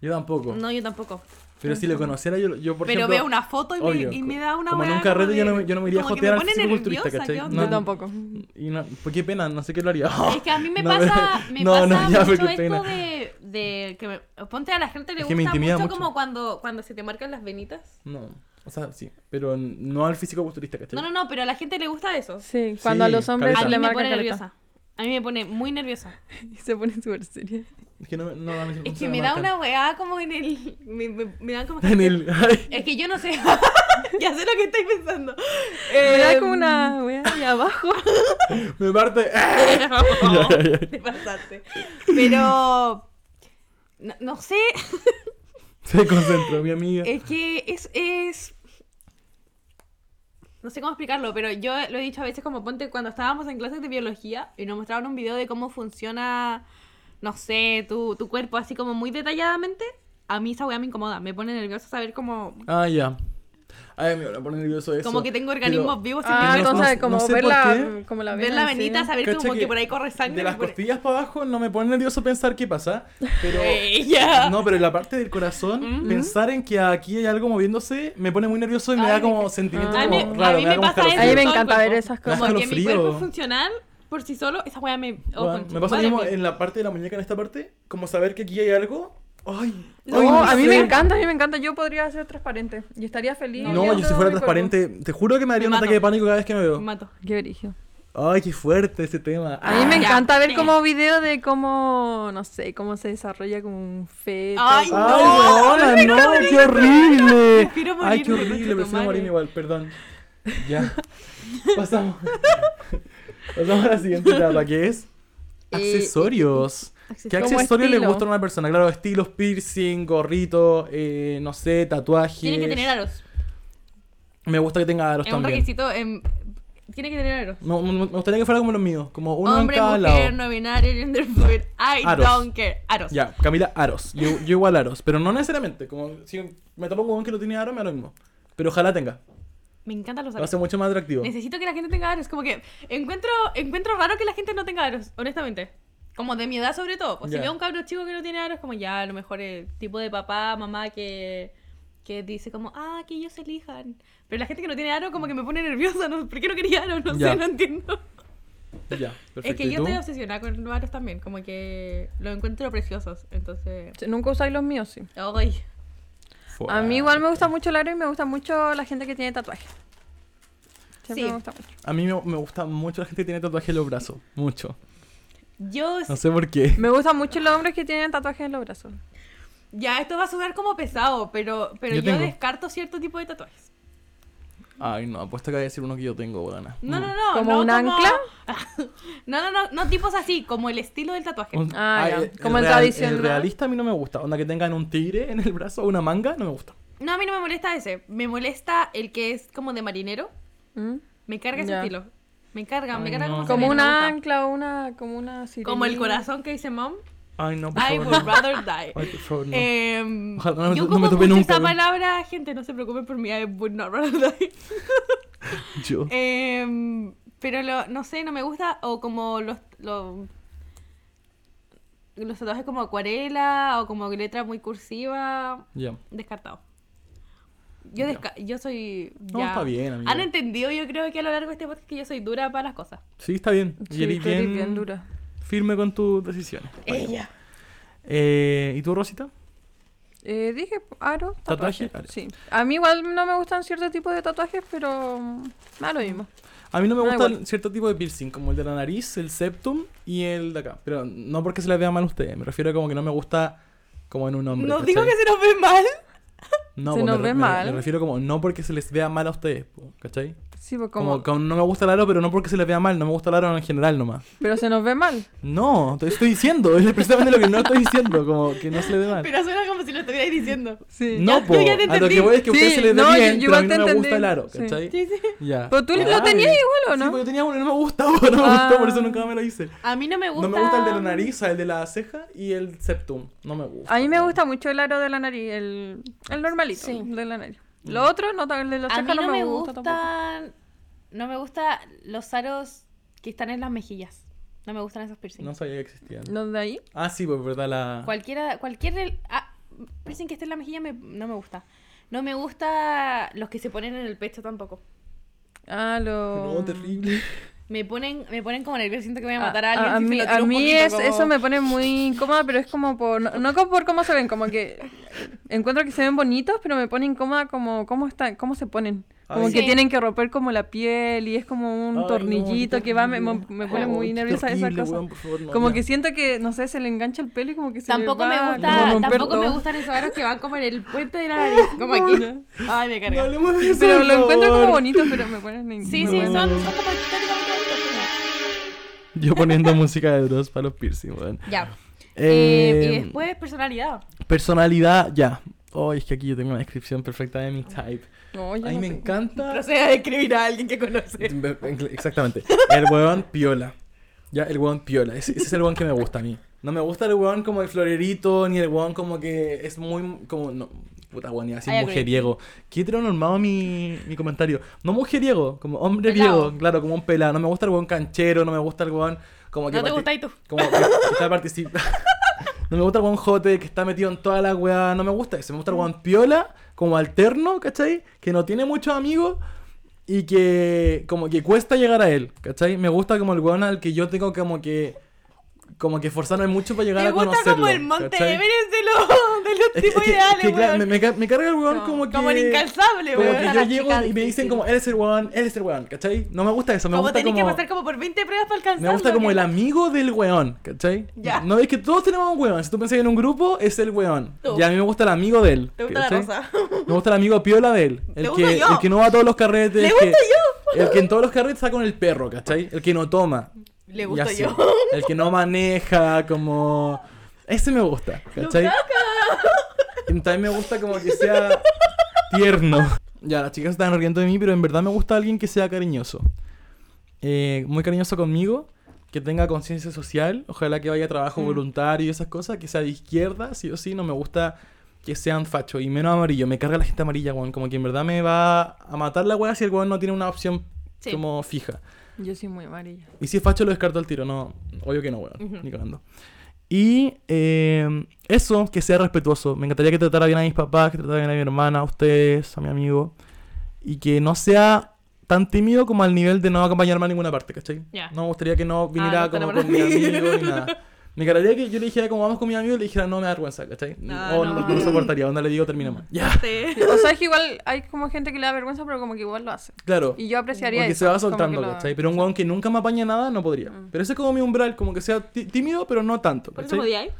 Speaker 1: Yo tampoco.
Speaker 2: No, yo tampoco.
Speaker 1: Pero si lo conociera, yo, yo por
Speaker 2: Pero
Speaker 1: ejemplo...
Speaker 2: veo una foto y, me,
Speaker 1: obvio,
Speaker 2: y me da una
Speaker 1: como en
Speaker 2: hueá
Speaker 1: un carrete
Speaker 2: de-
Speaker 1: yo no me- yo no me iría a
Speaker 2: como que
Speaker 1: jotear al
Speaker 2: pone
Speaker 1: psicoculturista,
Speaker 2: nerviosa,
Speaker 1: ¿cachai?
Speaker 2: ¿qué
Speaker 1: No.
Speaker 2: onda?
Speaker 3: Yo tampoco.
Speaker 1: Y no, pues qué pena, no sé qué lo haría.
Speaker 2: Es que a mí me
Speaker 1: No,
Speaker 2: pasa,
Speaker 1: pero-
Speaker 2: me
Speaker 1: no,
Speaker 2: pasa
Speaker 1: no, ya,
Speaker 2: mucho
Speaker 1: pero
Speaker 2: esto
Speaker 1: qué pena.
Speaker 2: de, de que me- ponte a la gente le
Speaker 1: Es que
Speaker 2: gusta
Speaker 1: me intimida
Speaker 2: mucho,
Speaker 1: mucho.
Speaker 2: como cuando, cuando se te marcan las venitas.
Speaker 1: No, o sea, sí, pero no al físico-culturista, ¿cachai?
Speaker 2: No, no, no, pero a la gente le gusta eso.
Speaker 3: Sí, cuando a los hombres
Speaker 1: caleta.
Speaker 2: A
Speaker 3: se
Speaker 2: mí
Speaker 3: le
Speaker 2: me
Speaker 3: marca
Speaker 2: pone
Speaker 3: caleta.
Speaker 2: nerviosa. A mí me pone muy nerviosa.
Speaker 3: Y se pone súper seria.
Speaker 2: Eh,
Speaker 1: Es que no, no, a mí
Speaker 2: Es
Speaker 1: se
Speaker 2: que me da
Speaker 1: marcan.
Speaker 2: una weá como en el... Me, me, me dan como...
Speaker 1: En el... ay.
Speaker 2: Es que yo no sé. ya sé lo que estáis pensando.
Speaker 3: Me da
Speaker 2: Em,
Speaker 3: como una wea ahí abajo.
Speaker 1: Me parte...
Speaker 2: No, te pasaste. Pero... No, no sé,
Speaker 1: Se concentró mi amiga.
Speaker 2: es que es, es... No sé cómo explicarlo, pero yo lo he dicho a veces como ponte cuando estábamos en clases de biología y nos mostraron un video de cómo funciona, no sé, tu, tu cuerpo así como muy detalladamente. A mí esa weá me incomoda, me pone nerviosa saber cómo...
Speaker 1: Ah, ya. Ay, me voy a poner nervioso eso.
Speaker 2: Como que tengo organismos
Speaker 1: Pero
Speaker 2: vivos.
Speaker 3: Ah,
Speaker 1: no-
Speaker 3: entonces
Speaker 1: no-
Speaker 3: como
Speaker 1: no sé
Speaker 3: ver
Speaker 1: por
Speaker 3: la,
Speaker 1: qué.
Speaker 3: como la
Speaker 2: Ver
Speaker 3: vena,
Speaker 2: la
Speaker 3: sí.
Speaker 2: venita, saber
Speaker 1: Cacha
Speaker 2: como que,
Speaker 1: que
Speaker 2: por ahí corre sangre.
Speaker 1: De las
Speaker 2: y por-
Speaker 1: costillas para abajo no me pone nervioso pensar qué pasa, pero...
Speaker 2: Eh. Ella.
Speaker 1: No, pero en la parte del corazón,
Speaker 2: Mm-hmm.
Speaker 1: pensar en que aquí hay algo moviéndose me pone muy nervioso y me
Speaker 2: Ay,
Speaker 1: da como
Speaker 2: me-
Speaker 1: sentimiento
Speaker 3: a
Speaker 1: como
Speaker 3: mí-
Speaker 2: a
Speaker 1: raro,
Speaker 2: mí
Speaker 1: me da
Speaker 2: me
Speaker 1: como
Speaker 2: pasa eso.
Speaker 3: A mí
Speaker 1: escalofrío.
Speaker 3: me
Speaker 2: Todo el
Speaker 3: encanta
Speaker 2: cuerpo.
Speaker 3: ver esas
Speaker 1: Me da
Speaker 3: cosas.
Speaker 2: Como que mi
Speaker 1: escalofrío.
Speaker 2: cuerpo es funcional por sí solo, esa weá me. oh,
Speaker 1: Bueno,
Speaker 2: concha,
Speaker 1: me pasa lo
Speaker 2: madre
Speaker 1: mismo
Speaker 2: mía.
Speaker 1: en la parte de la muñeca, en esta parte, como saber que aquí hay algo. Ay,
Speaker 3: No,
Speaker 1: ay,
Speaker 3: a mí
Speaker 1: sé.
Speaker 3: me encanta, a mí me encanta. Yo podría ser transparente y estaría feliz.
Speaker 1: No, yo
Speaker 3: viendo
Speaker 1: si fuera
Speaker 3: mi cuerpo.
Speaker 1: transparente, te juro que me daría un
Speaker 2: Me mato.
Speaker 1: ataque de pánico cada vez que me
Speaker 2: Me
Speaker 1: veo.
Speaker 2: mato.
Speaker 3: Qué brillo.
Speaker 1: Ay, qué fuerte ese tema.
Speaker 3: A mí me
Speaker 2: Ah, ya.
Speaker 3: encanta ver
Speaker 2: Sí.
Speaker 3: como video de cómo, no sé, cómo se desarrolla como un feto. Ah,
Speaker 2: Ay,
Speaker 3: como-
Speaker 1: Ay,
Speaker 2: No,
Speaker 1: weona, no, qué horrible.
Speaker 2: Prefiero
Speaker 1: Ay, qué
Speaker 2: morirme,
Speaker 1: horrible, prefiero
Speaker 2: conchetumare.
Speaker 1: morirme igual, perdón. Ya. Pasamos. Pasamos a la siguiente tabla, que es accesorios. ¿Qué
Speaker 3: Como
Speaker 1: accesorios le
Speaker 3: estilo.
Speaker 1: gustan a una persona? Claro, estilos, piercing, gorrito, eh, no sé, tatuajes.
Speaker 2: Tiene que tener aros.
Speaker 1: Me gusta que tenga aros
Speaker 2: Es un
Speaker 1: también.
Speaker 2: requisito. em, Tiene que tener aros.
Speaker 1: No, me me gustaría que fuera como los míos, como uno
Speaker 2: Hombre,
Speaker 1: en cada lado.
Speaker 2: mujer, no binario, gender fluid. I
Speaker 1: Aros.
Speaker 2: don't care. Aros.
Speaker 1: Ya, Camila, aros. Yo, yo igual aros, pero no necesariamente. Como si me topo con un que no tiene aros, me da lo mismo. Pero ojalá tenga.
Speaker 2: Me encantan los
Speaker 1: Lo
Speaker 2: aros.
Speaker 1: hace mucho más atractivo.
Speaker 2: Necesito que la gente tenga aros. Como que encuentro, encuentro raro que la gente no tenga aros, honestamente. Como de mi edad sobre todo. Pues
Speaker 1: Ya.
Speaker 2: si veo a un cabro chico que no tiene aros, como ya a lo mejor el tipo de papá, mamá que, que dice como, ah, que ellos elijan. Pero la gente que no tiene aros como que me pone nerviosa, ¿no? ¿por qué no quería aros? No
Speaker 1: Ya.
Speaker 2: sé, no entiendo.
Speaker 1: Ya, perfecto.
Speaker 2: Es que
Speaker 1: ¿Y
Speaker 2: yo
Speaker 1: tú?
Speaker 2: estoy obsesionada con los aros también, como que los encuentro preciosos. Entonces,
Speaker 3: Nunca usáis los míos, sí.
Speaker 2: ay,
Speaker 1: Fuera.
Speaker 3: A mí igual me gusta mucho el aro y me gusta mucho la gente que tiene tatuaje. Siempre
Speaker 2: Sí.
Speaker 3: me gusta mucho.
Speaker 1: A mí me, me gusta mucho la gente que tiene tatuaje en los brazos. Mucho.
Speaker 2: yo...
Speaker 1: No sé por qué.
Speaker 3: Me gustan mucho los hombres que tienen tatuajes en los brazos.
Speaker 2: Ya, esto va a sonar como pesado, pero, pero
Speaker 1: Yo
Speaker 2: yo,
Speaker 1: tengo.
Speaker 2: descarto cierto tipo de tatuajes.
Speaker 1: Ay, no, apuesto que voy a decir uno que yo tengo, buena.
Speaker 2: No, no, no.
Speaker 3: ¿Como
Speaker 2: no
Speaker 3: un ancla?
Speaker 2: no, no, no, no tipos así, como el estilo del tatuaje.
Speaker 3: Ah, ya. Como
Speaker 1: el
Speaker 3: el tradicional.
Speaker 1: El realista a mí no me gusta. Onda que tengan un tigre en el brazo o una manga, no me gusta.
Speaker 2: No, a mí no me molesta ese. Me molesta el que es como de marinero.
Speaker 3: ¿Mm?
Speaker 2: Me carga ese
Speaker 3: Ya.
Speaker 2: estilo. Me carga, me
Speaker 1: Ay,
Speaker 2: carga
Speaker 1: no.
Speaker 2: como se
Speaker 3: Como
Speaker 2: ve, no me
Speaker 3: una
Speaker 2: gusta.
Speaker 3: ancla, una, como una sirenita.
Speaker 2: Como el corazón que dice mom.
Speaker 1: Ay, no, por
Speaker 2: I
Speaker 1: favor.
Speaker 2: would
Speaker 1: no.
Speaker 2: rather die.
Speaker 1: Ay, por favor, no.
Speaker 2: Em,
Speaker 1: Ojalá no me-
Speaker 2: yo
Speaker 1: no me
Speaker 2: ocupo
Speaker 1: tope
Speaker 2: mucho
Speaker 1: nunca,
Speaker 2: esta
Speaker 1: güey.
Speaker 2: palabra, gente, no se preocupen por mí, I would not rather die.
Speaker 1: Yo.
Speaker 2: eh, Em, pero lo- no sé, no me gusta. O como los, lo- los tatuajes como acuarela o como letra muy cursiva.
Speaker 1: Ya.
Speaker 2: Descartado. Yo,
Speaker 1: Ya.
Speaker 2: desca- yo soy.
Speaker 1: No,
Speaker 2: ya-
Speaker 1: está bien, amiga.
Speaker 2: Han entendido, yo creo que a lo largo de este podcast que yo soy dura para las cosas.
Speaker 1: Sí, está bien. y
Speaker 3: Sí,
Speaker 1: eres
Speaker 3: tú eres
Speaker 1: bien,
Speaker 3: bien dura.
Speaker 1: firme con tus decisiones.
Speaker 2: Ella.
Speaker 1: Eh, ¿Y tú, Rosita?
Speaker 3: Eh, dije aro,
Speaker 1: Tatuaje,
Speaker 3: tatuaje.
Speaker 1: aro.
Speaker 3: Sí. A mí igual no me gustan ciertos tipos de tatuajes, pero mm, me da lo mismo.
Speaker 1: A mí no me
Speaker 3: Ah,
Speaker 1: gusta
Speaker 3: igual.
Speaker 1: cierto tipo de piercing, como el de la nariz, el septum y el de acá. Pero no porque se la vea mal a ustedes, me refiero a como que no me gusta como en un hombre.
Speaker 2: No
Speaker 1: ¿cachai?
Speaker 2: digo que se nos ve mal.
Speaker 1: No,
Speaker 3: se
Speaker 1: pues, me
Speaker 3: nos
Speaker 1: re-
Speaker 3: ve
Speaker 1: me-
Speaker 3: mal.
Speaker 1: Me refiero como no porque se les vea mal a ustedes, po, ¿cachai?
Speaker 3: Sí, pues como...
Speaker 1: Como, como no me gusta el aro, pero no porque se les vea mal, no me gusta el aro en general nomás.
Speaker 3: Pero se nos ve mal.
Speaker 1: No, te estoy diciendo, es precisamente lo que no estoy diciendo, como que no se le ve mal.
Speaker 2: Pero suena como si lo estuvierais diciendo.
Speaker 3: Sí.
Speaker 1: no,
Speaker 2: ya-
Speaker 1: po,
Speaker 2: yo ya te
Speaker 1: a lo
Speaker 2: entendí.
Speaker 1: que voy es que a ustedes
Speaker 3: Sí,
Speaker 1: se les ve
Speaker 3: no, yo-
Speaker 1: bien,
Speaker 3: yo
Speaker 1: pero a
Speaker 3: igual
Speaker 1: mí
Speaker 3: te
Speaker 1: no me gusta
Speaker 3: entendí.
Speaker 1: el aro,
Speaker 3: Sí.
Speaker 1: ¿cachai?
Speaker 2: Sí, sí.
Speaker 1: Ya.
Speaker 3: Pero tú lo
Speaker 1: Ay.
Speaker 3: tenías igual, ¿o
Speaker 1: Sí,
Speaker 3: no? Ah.
Speaker 1: porque tenía uno y no me gusta, po, no me gustó, por eso nunca me lo hice.
Speaker 2: A mí no me gusta.
Speaker 1: No me gusta el de la nariz, el de la ceja y el septum. No me gusta.
Speaker 3: A mí me
Speaker 1: weón.
Speaker 3: gusta mucho el aro de la nariz, el, el normalito
Speaker 2: Sí.
Speaker 3: de la nariz.
Speaker 1: Mm.
Speaker 3: Lo otro, no, tan- el de los
Speaker 2: A mí
Speaker 3: cejas
Speaker 2: no, me
Speaker 3: gusta tampoco.
Speaker 2: gustan. No me gustan los aros que están en las mejillas. No me gustan esos piercings.
Speaker 1: No sabía que existían.
Speaker 3: ¿Los de ahí?
Speaker 1: Ah, sí, pues verdad la.
Speaker 2: Cualquiera, cualquier. el- ah, piercing que esté en la mejilla me- no me gusta. No me gusta los que se ponen en el pecho tampoco.
Speaker 3: Ah, lo...
Speaker 1: No, terrible.
Speaker 2: Me ponen, me ponen como nervioso, siento que voy a matar
Speaker 3: A-
Speaker 2: a alguien.
Speaker 3: Ah, a,
Speaker 2: si
Speaker 3: mí,
Speaker 2: lo
Speaker 3: a
Speaker 2: tiro un
Speaker 3: mí
Speaker 2: poquito,
Speaker 3: es-
Speaker 2: como-
Speaker 3: eso me pone muy incómoda, pero es como por. No, no como por cómo se ven, como que. Encuentro que se ven bonitos, pero me pone incómoda como cómo, están, cómo se ponen. Como
Speaker 1: Ay.
Speaker 3: que
Speaker 2: Sí.
Speaker 3: tienen que romper como la piel y es como un
Speaker 1: Ay, no, qué
Speaker 3: tornillito que va. Me, me-
Speaker 1: terrible.
Speaker 3: me pone
Speaker 1: Ay,
Speaker 3: muy
Speaker 1: qué
Speaker 3: nerviosa esa
Speaker 1: terrible,
Speaker 3: cosa.
Speaker 1: weón, por favor, no,
Speaker 3: como
Speaker 1: ya.
Speaker 3: que siento que, no sé, se le engancha el pelo y como que se le
Speaker 2: Tampoco me
Speaker 3: va
Speaker 2: gusta,
Speaker 3: a romper
Speaker 2: tampoco me
Speaker 3: todo.
Speaker 2: gustan esos aros que van como en el puente de la nariz, como aquí. Ay, me
Speaker 1: No
Speaker 2: carga.
Speaker 1: hablemos de eso,
Speaker 3: Pero
Speaker 1: por
Speaker 3: lo encuentro como
Speaker 1: favor.
Speaker 3: bonito, pero me ponen
Speaker 2: Sí,
Speaker 3: me
Speaker 2: sí,
Speaker 3: ponen-
Speaker 2: son, son como estéticamente bonitos,
Speaker 1: Yo poniendo música de Dross para los piercing, weón.
Speaker 2: pero- Ya.
Speaker 1: Eh,
Speaker 2: Eh, y después personalidad.
Speaker 1: Personalidad, ya. Oh, es que aquí yo tengo una descripción perfecta de mi type.
Speaker 3: No, ya
Speaker 1: A mí
Speaker 3: no
Speaker 1: me
Speaker 3: sé.
Speaker 1: encanta.
Speaker 2: Procede a describir a alguien que conoce.
Speaker 1: Exactamente. El huevón piola. Ya, el huevón piola. Ese, ese es el huevón que me gusta a mí. No me gusta el huevón como el florerito, ni el huevón como que es muy. como. No, puta huevón, iba a decir
Speaker 2: I agree.
Speaker 1: mujeriego. Qué heteronormado mi, mi comentario. No mujeriego, como hombre
Speaker 2: Pelado.
Speaker 1: viejo, claro, como un pelado. No me gusta el huevón canchero, no me gusta el huevón como que.
Speaker 2: No te
Speaker 1: parti-
Speaker 2: gusta y tú.
Speaker 1: Como que está participando. No me gusta el guan jote que está metido en toda la weá. No me gusta eso. Me gusta el guan piola, como alterno, ¿cachai? Que no tiene muchos amigos y que como que cuesta llegar a él, ¿cachai? Me gusta como el weón al que yo tengo como que. Como que forzarme mucho para llegar
Speaker 2: Me
Speaker 1: a conocerlo.
Speaker 2: gusta como el monte
Speaker 1: ¿cachai?
Speaker 2: de Everest de los, de los
Speaker 1: Es que-
Speaker 2: tipos
Speaker 1: es que-
Speaker 2: ideales,
Speaker 1: que, claro,
Speaker 2: weón.
Speaker 1: me, me ca- me carga el weón
Speaker 2: No,
Speaker 1: como que.
Speaker 2: como el incalzable,
Speaker 1: como
Speaker 2: weón.
Speaker 1: que
Speaker 2: A
Speaker 1: yo
Speaker 2: la
Speaker 1: llego
Speaker 2: chica
Speaker 1: y me dicen
Speaker 2: difícil.
Speaker 1: como, eres el weón, eres el weón, ¿cachai? No me gusta eso, me
Speaker 2: como
Speaker 1: gusta
Speaker 2: tenés
Speaker 1: como...
Speaker 2: que pasar como por 20 pruebas para alcanzar.
Speaker 1: Me gusta como el amigo del weón, ¿cachai?
Speaker 2: Ya.
Speaker 1: No es que todos tenemos un weón. Si tú pensás en un grupo, es el weón.
Speaker 2: Tú.
Speaker 1: Y a mí me gusta el amigo de él.
Speaker 2: Te gusta la
Speaker 1: ¿cachai?
Speaker 2: rosa.
Speaker 1: Me gusta el amigo piola de él. El,
Speaker 2: gusto
Speaker 1: que,
Speaker 2: yo.
Speaker 1: el que no va a todos los carretes.
Speaker 2: Le
Speaker 1: el
Speaker 2: gusto
Speaker 1: que, El que en todos los carretes está con el perro, ¿cachai? El que no toma.
Speaker 2: Le
Speaker 1: Y
Speaker 2: gusto
Speaker 1: así.
Speaker 2: yo.
Speaker 1: El que no maneja, como. Ese me gusta, ¿cachai? Y también me gusta como que sea tierno. Ya, las chicas están riendo de mí, pero en verdad me gusta alguien que sea cariñoso. Eh, muy cariñoso conmigo, que tenga conciencia social, ojalá que vaya a trabajo
Speaker 2: Mm.
Speaker 1: voluntario y esas cosas, que sea de izquierda, sí o sí, no me gusta que sean facho y menos amarillo, me carga la gente amarilla, weón, como que en verdad me va a matar la weá si el weón no tiene una opción
Speaker 2: Sí.
Speaker 1: como fija.
Speaker 3: Yo soy muy amarilla.
Speaker 1: Y si es facho, lo descarto al tiro. No, obvio que no, weón. Ni cagando. Y eh, eso, que sea respetuoso. Me encantaría que tratara bien a mis papás, que tratara bien a mi hermana, a ustedes, a mi amigo. Y que no sea tan tímido como al nivel de no acompañarme a ninguna parte, ¿cachai?
Speaker 2: Ya. Ah,
Speaker 1: No me gustaría que no viniera
Speaker 2: no te
Speaker 1: como
Speaker 2: enamoras
Speaker 1: con mi
Speaker 2: de mí.
Speaker 1: amigo ni nada. Me encantaría que yo le dijera como vamos con mi amigo y le dijera no me da vergüenza, ¿cachai?
Speaker 2: Ah,
Speaker 1: o
Speaker 2: no. Mm.
Speaker 1: no, no, soportaría, onda le digo termina mal. Ya,
Speaker 2: Sí.
Speaker 3: O sea, es que igual hay como gente que le da vergüenza, pero como que igual lo hace.
Speaker 1: claro.
Speaker 3: Y yo apreciaría
Speaker 1: Porque
Speaker 3: eso.
Speaker 1: se va
Speaker 3: como que
Speaker 1: soltando,
Speaker 3: lo- Ah.
Speaker 1: ¿cachai? Pero un weón que nunca me apaña nada, no podría. Pero ese es como mi umbral, como que sea ti- tímido, pero no tanto,
Speaker 2: ¿Por eso
Speaker 1: ¿cachai?
Speaker 2: odiáis?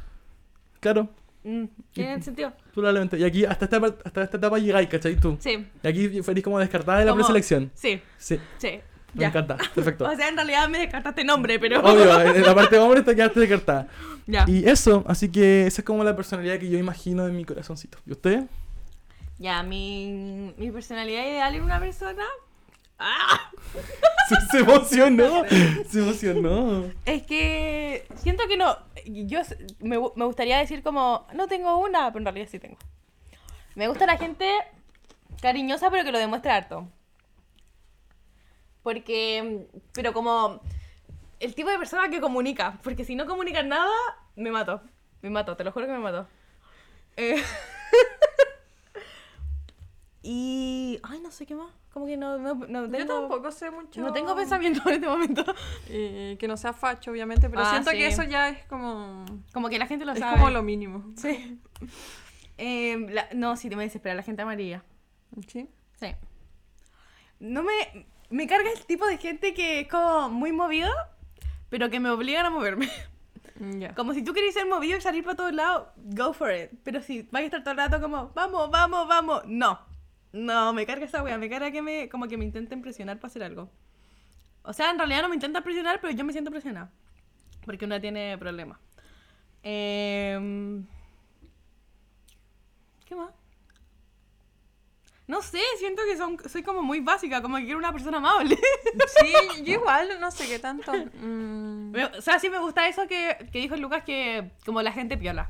Speaker 1: Claro,
Speaker 2: Mm, ¿Tiene sentido?
Speaker 1: probablemente. Y aquí hasta esta, par- hasta esta etapa llegáis, ¿cachai? Tú.
Speaker 2: Sí.
Speaker 1: Y aquí feliz como descartada de la
Speaker 2: Como-
Speaker 1: preselección.
Speaker 2: Sí,
Speaker 1: Sí,
Speaker 2: sí.
Speaker 1: me Oh.
Speaker 2: Ya.
Speaker 1: encanta, perfecto.
Speaker 2: O sea, en realidad me descartaste nombre, pero.
Speaker 1: Obvio, eh, en la parte de hombre te quedaste descartada.
Speaker 2: Ya.
Speaker 1: Y eso, así que esa es como la personalidad que yo imagino en mi corazoncito. ¿Y usted?
Speaker 2: Ya, mi, mi personalidad ideal en una persona. ¡Ah!
Speaker 1: Se, se emocionó, se emocionó.
Speaker 2: Es que siento que no. Yo s- me, gu- me gustaría decir como, no tengo una, pero en realidad sí tengo. Me gusta la gente cariñosa, pero que lo demuestra harto. Porque, pero como el tipo de persona que comunica, porque si no comunicas nada, me mato. Me mato, te lo juro que me mato. Eh, y, ay, no sé qué más. Como que no, no, no tengo,
Speaker 3: Yo tampoco sé mucho.
Speaker 2: no tengo pensamiento en este momento.
Speaker 3: eh, que no sea facho, obviamente, pero
Speaker 2: Ah,
Speaker 3: siento
Speaker 2: sí.
Speaker 3: que eso ya es como.
Speaker 2: Como que la gente lo
Speaker 3: es
Speaker 2: sabe.
Speaker 3: como lo mínimo.
Speaker 2: Sí. Em, la- no, sí, te me desespera la gente amarilla.
Speaker 3: ¿Sí?
Speaker 2: Sí. No me. Me carga el tipo de gente que es como muy movido, pero que me obligan a moverme.
Speaker 3: Mm, Ya.
Speaker 2: Como si tú querés ser movido y salir para todos lados, go for it. Pero si vas a estar todo el rato como, vamos, vamos, vamos. No. No, me carga esa wea. Me carga que me. Como que me intenten presionar para hacer algo. O sea, en realidad no me intentan presionar, pero yo me siento presionada. Porque una tiene problemas. Em, ¿Qué más? No sé, siento que son, soy como muy básica, como que quiero una persona amable.
Speaker 3: Sí, yo igual, no sé qué tanto. Mm,
Speaker 2: Me- o sea, sí me gusta eso que, que dijo el Lucas, que como la gente piola.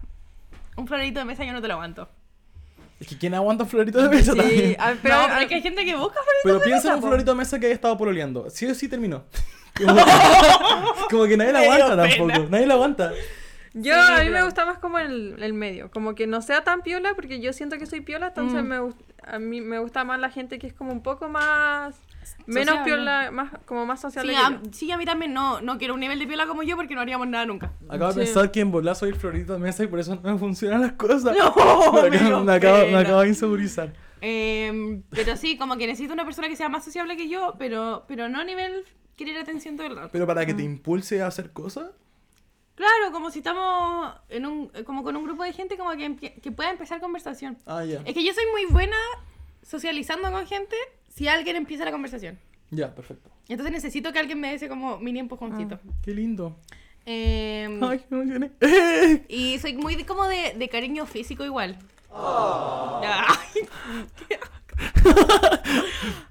Speaker 2: Un florito de mesa yo no te lo aguanto.
Speaker 1: Es que ¿quién aguanta un florito de mesa
Speaker 3: sí,
Speaker 1: también?
Speaker 3: ah,
Speaker 2: Pero,
Speaker 3: pero,
Speaker 2: no, pero es que hay gente que busca floritos
Speaker 1: Pero
Speaker 2: de
Speaker 1: piensa en
Speaker 2: mesa,
Speaker 1: un
Speaker 2: po.
Speaker 1: florito de mesa que haya estado pololeando. Sí o sí terminó. Como que, como que nadie la
Speaker 2: Me dio
Speaker 1: aguanta
Speaker 2: pena.
Speaker 1: tampoco. Nadie la aguanta.
Speaker 3: Yo,
Speaker 5: Sí,
Speaker 3: a mí me
Speaker 5: claro.
Speaker 3: gusta más como el, el medio, como que no sea tan piola, porque yo siento que soy piola, entonces
Speaker 5: Mm.
Speaker 3: me gust- a mí me gusta más la gente que es como un poco más, menos
Speaker 2: Sociable.
Speaker 3: piola, más, como más social.
Speaker 2: Sí, a, sí, a mí también no, no quiero un nivel de piola como yo porque no haríamos nada nunca.
Speaker 1: Acabo
Speaker 3: Sí.
Speaker 1: de pensar que en volar soy Florito Mesa y por eso no me funcionan las cosas.
Speaker 2: No,
Speaker 1: me,
Speaker 2: me
Speaker 1: acabo,
Speaker 2: dio
Speaker 1: me acabo- me
Speaker 2: pena.
Speaker 1: acabo de insegurizar.
Speaker 2: Eh, pero sí, como que necesito una persona que sea más sociable que yo, pero, pero no a nivel querer atención todo el rato.
Speaker 1: Pero para que te impulse a hacer cosas,
Speaker 2: Claro, como si estamos en un, como con un grupo de gente como que, empie- que pueda empezar conversación.
Speaker 1: ah, ya.
Speaker 5: Es que yo soy muy buena socializando con gente si alguien empieza la conversación.
Speaker 1: Ya, perfecto.
Speaker 5: Entonces necesito que alguien me dé ese como mini empujoncito.
Speaker 1: Qué lindo.
Speaker 5: Eh,
Speaker 1: Ah.
Speaker 2: Em, Mm.
Speaker 1: Ay, no tiene.
Speaker 5: y soy muy de- como de, de cariño físico igual.
Speaker 2: Ay,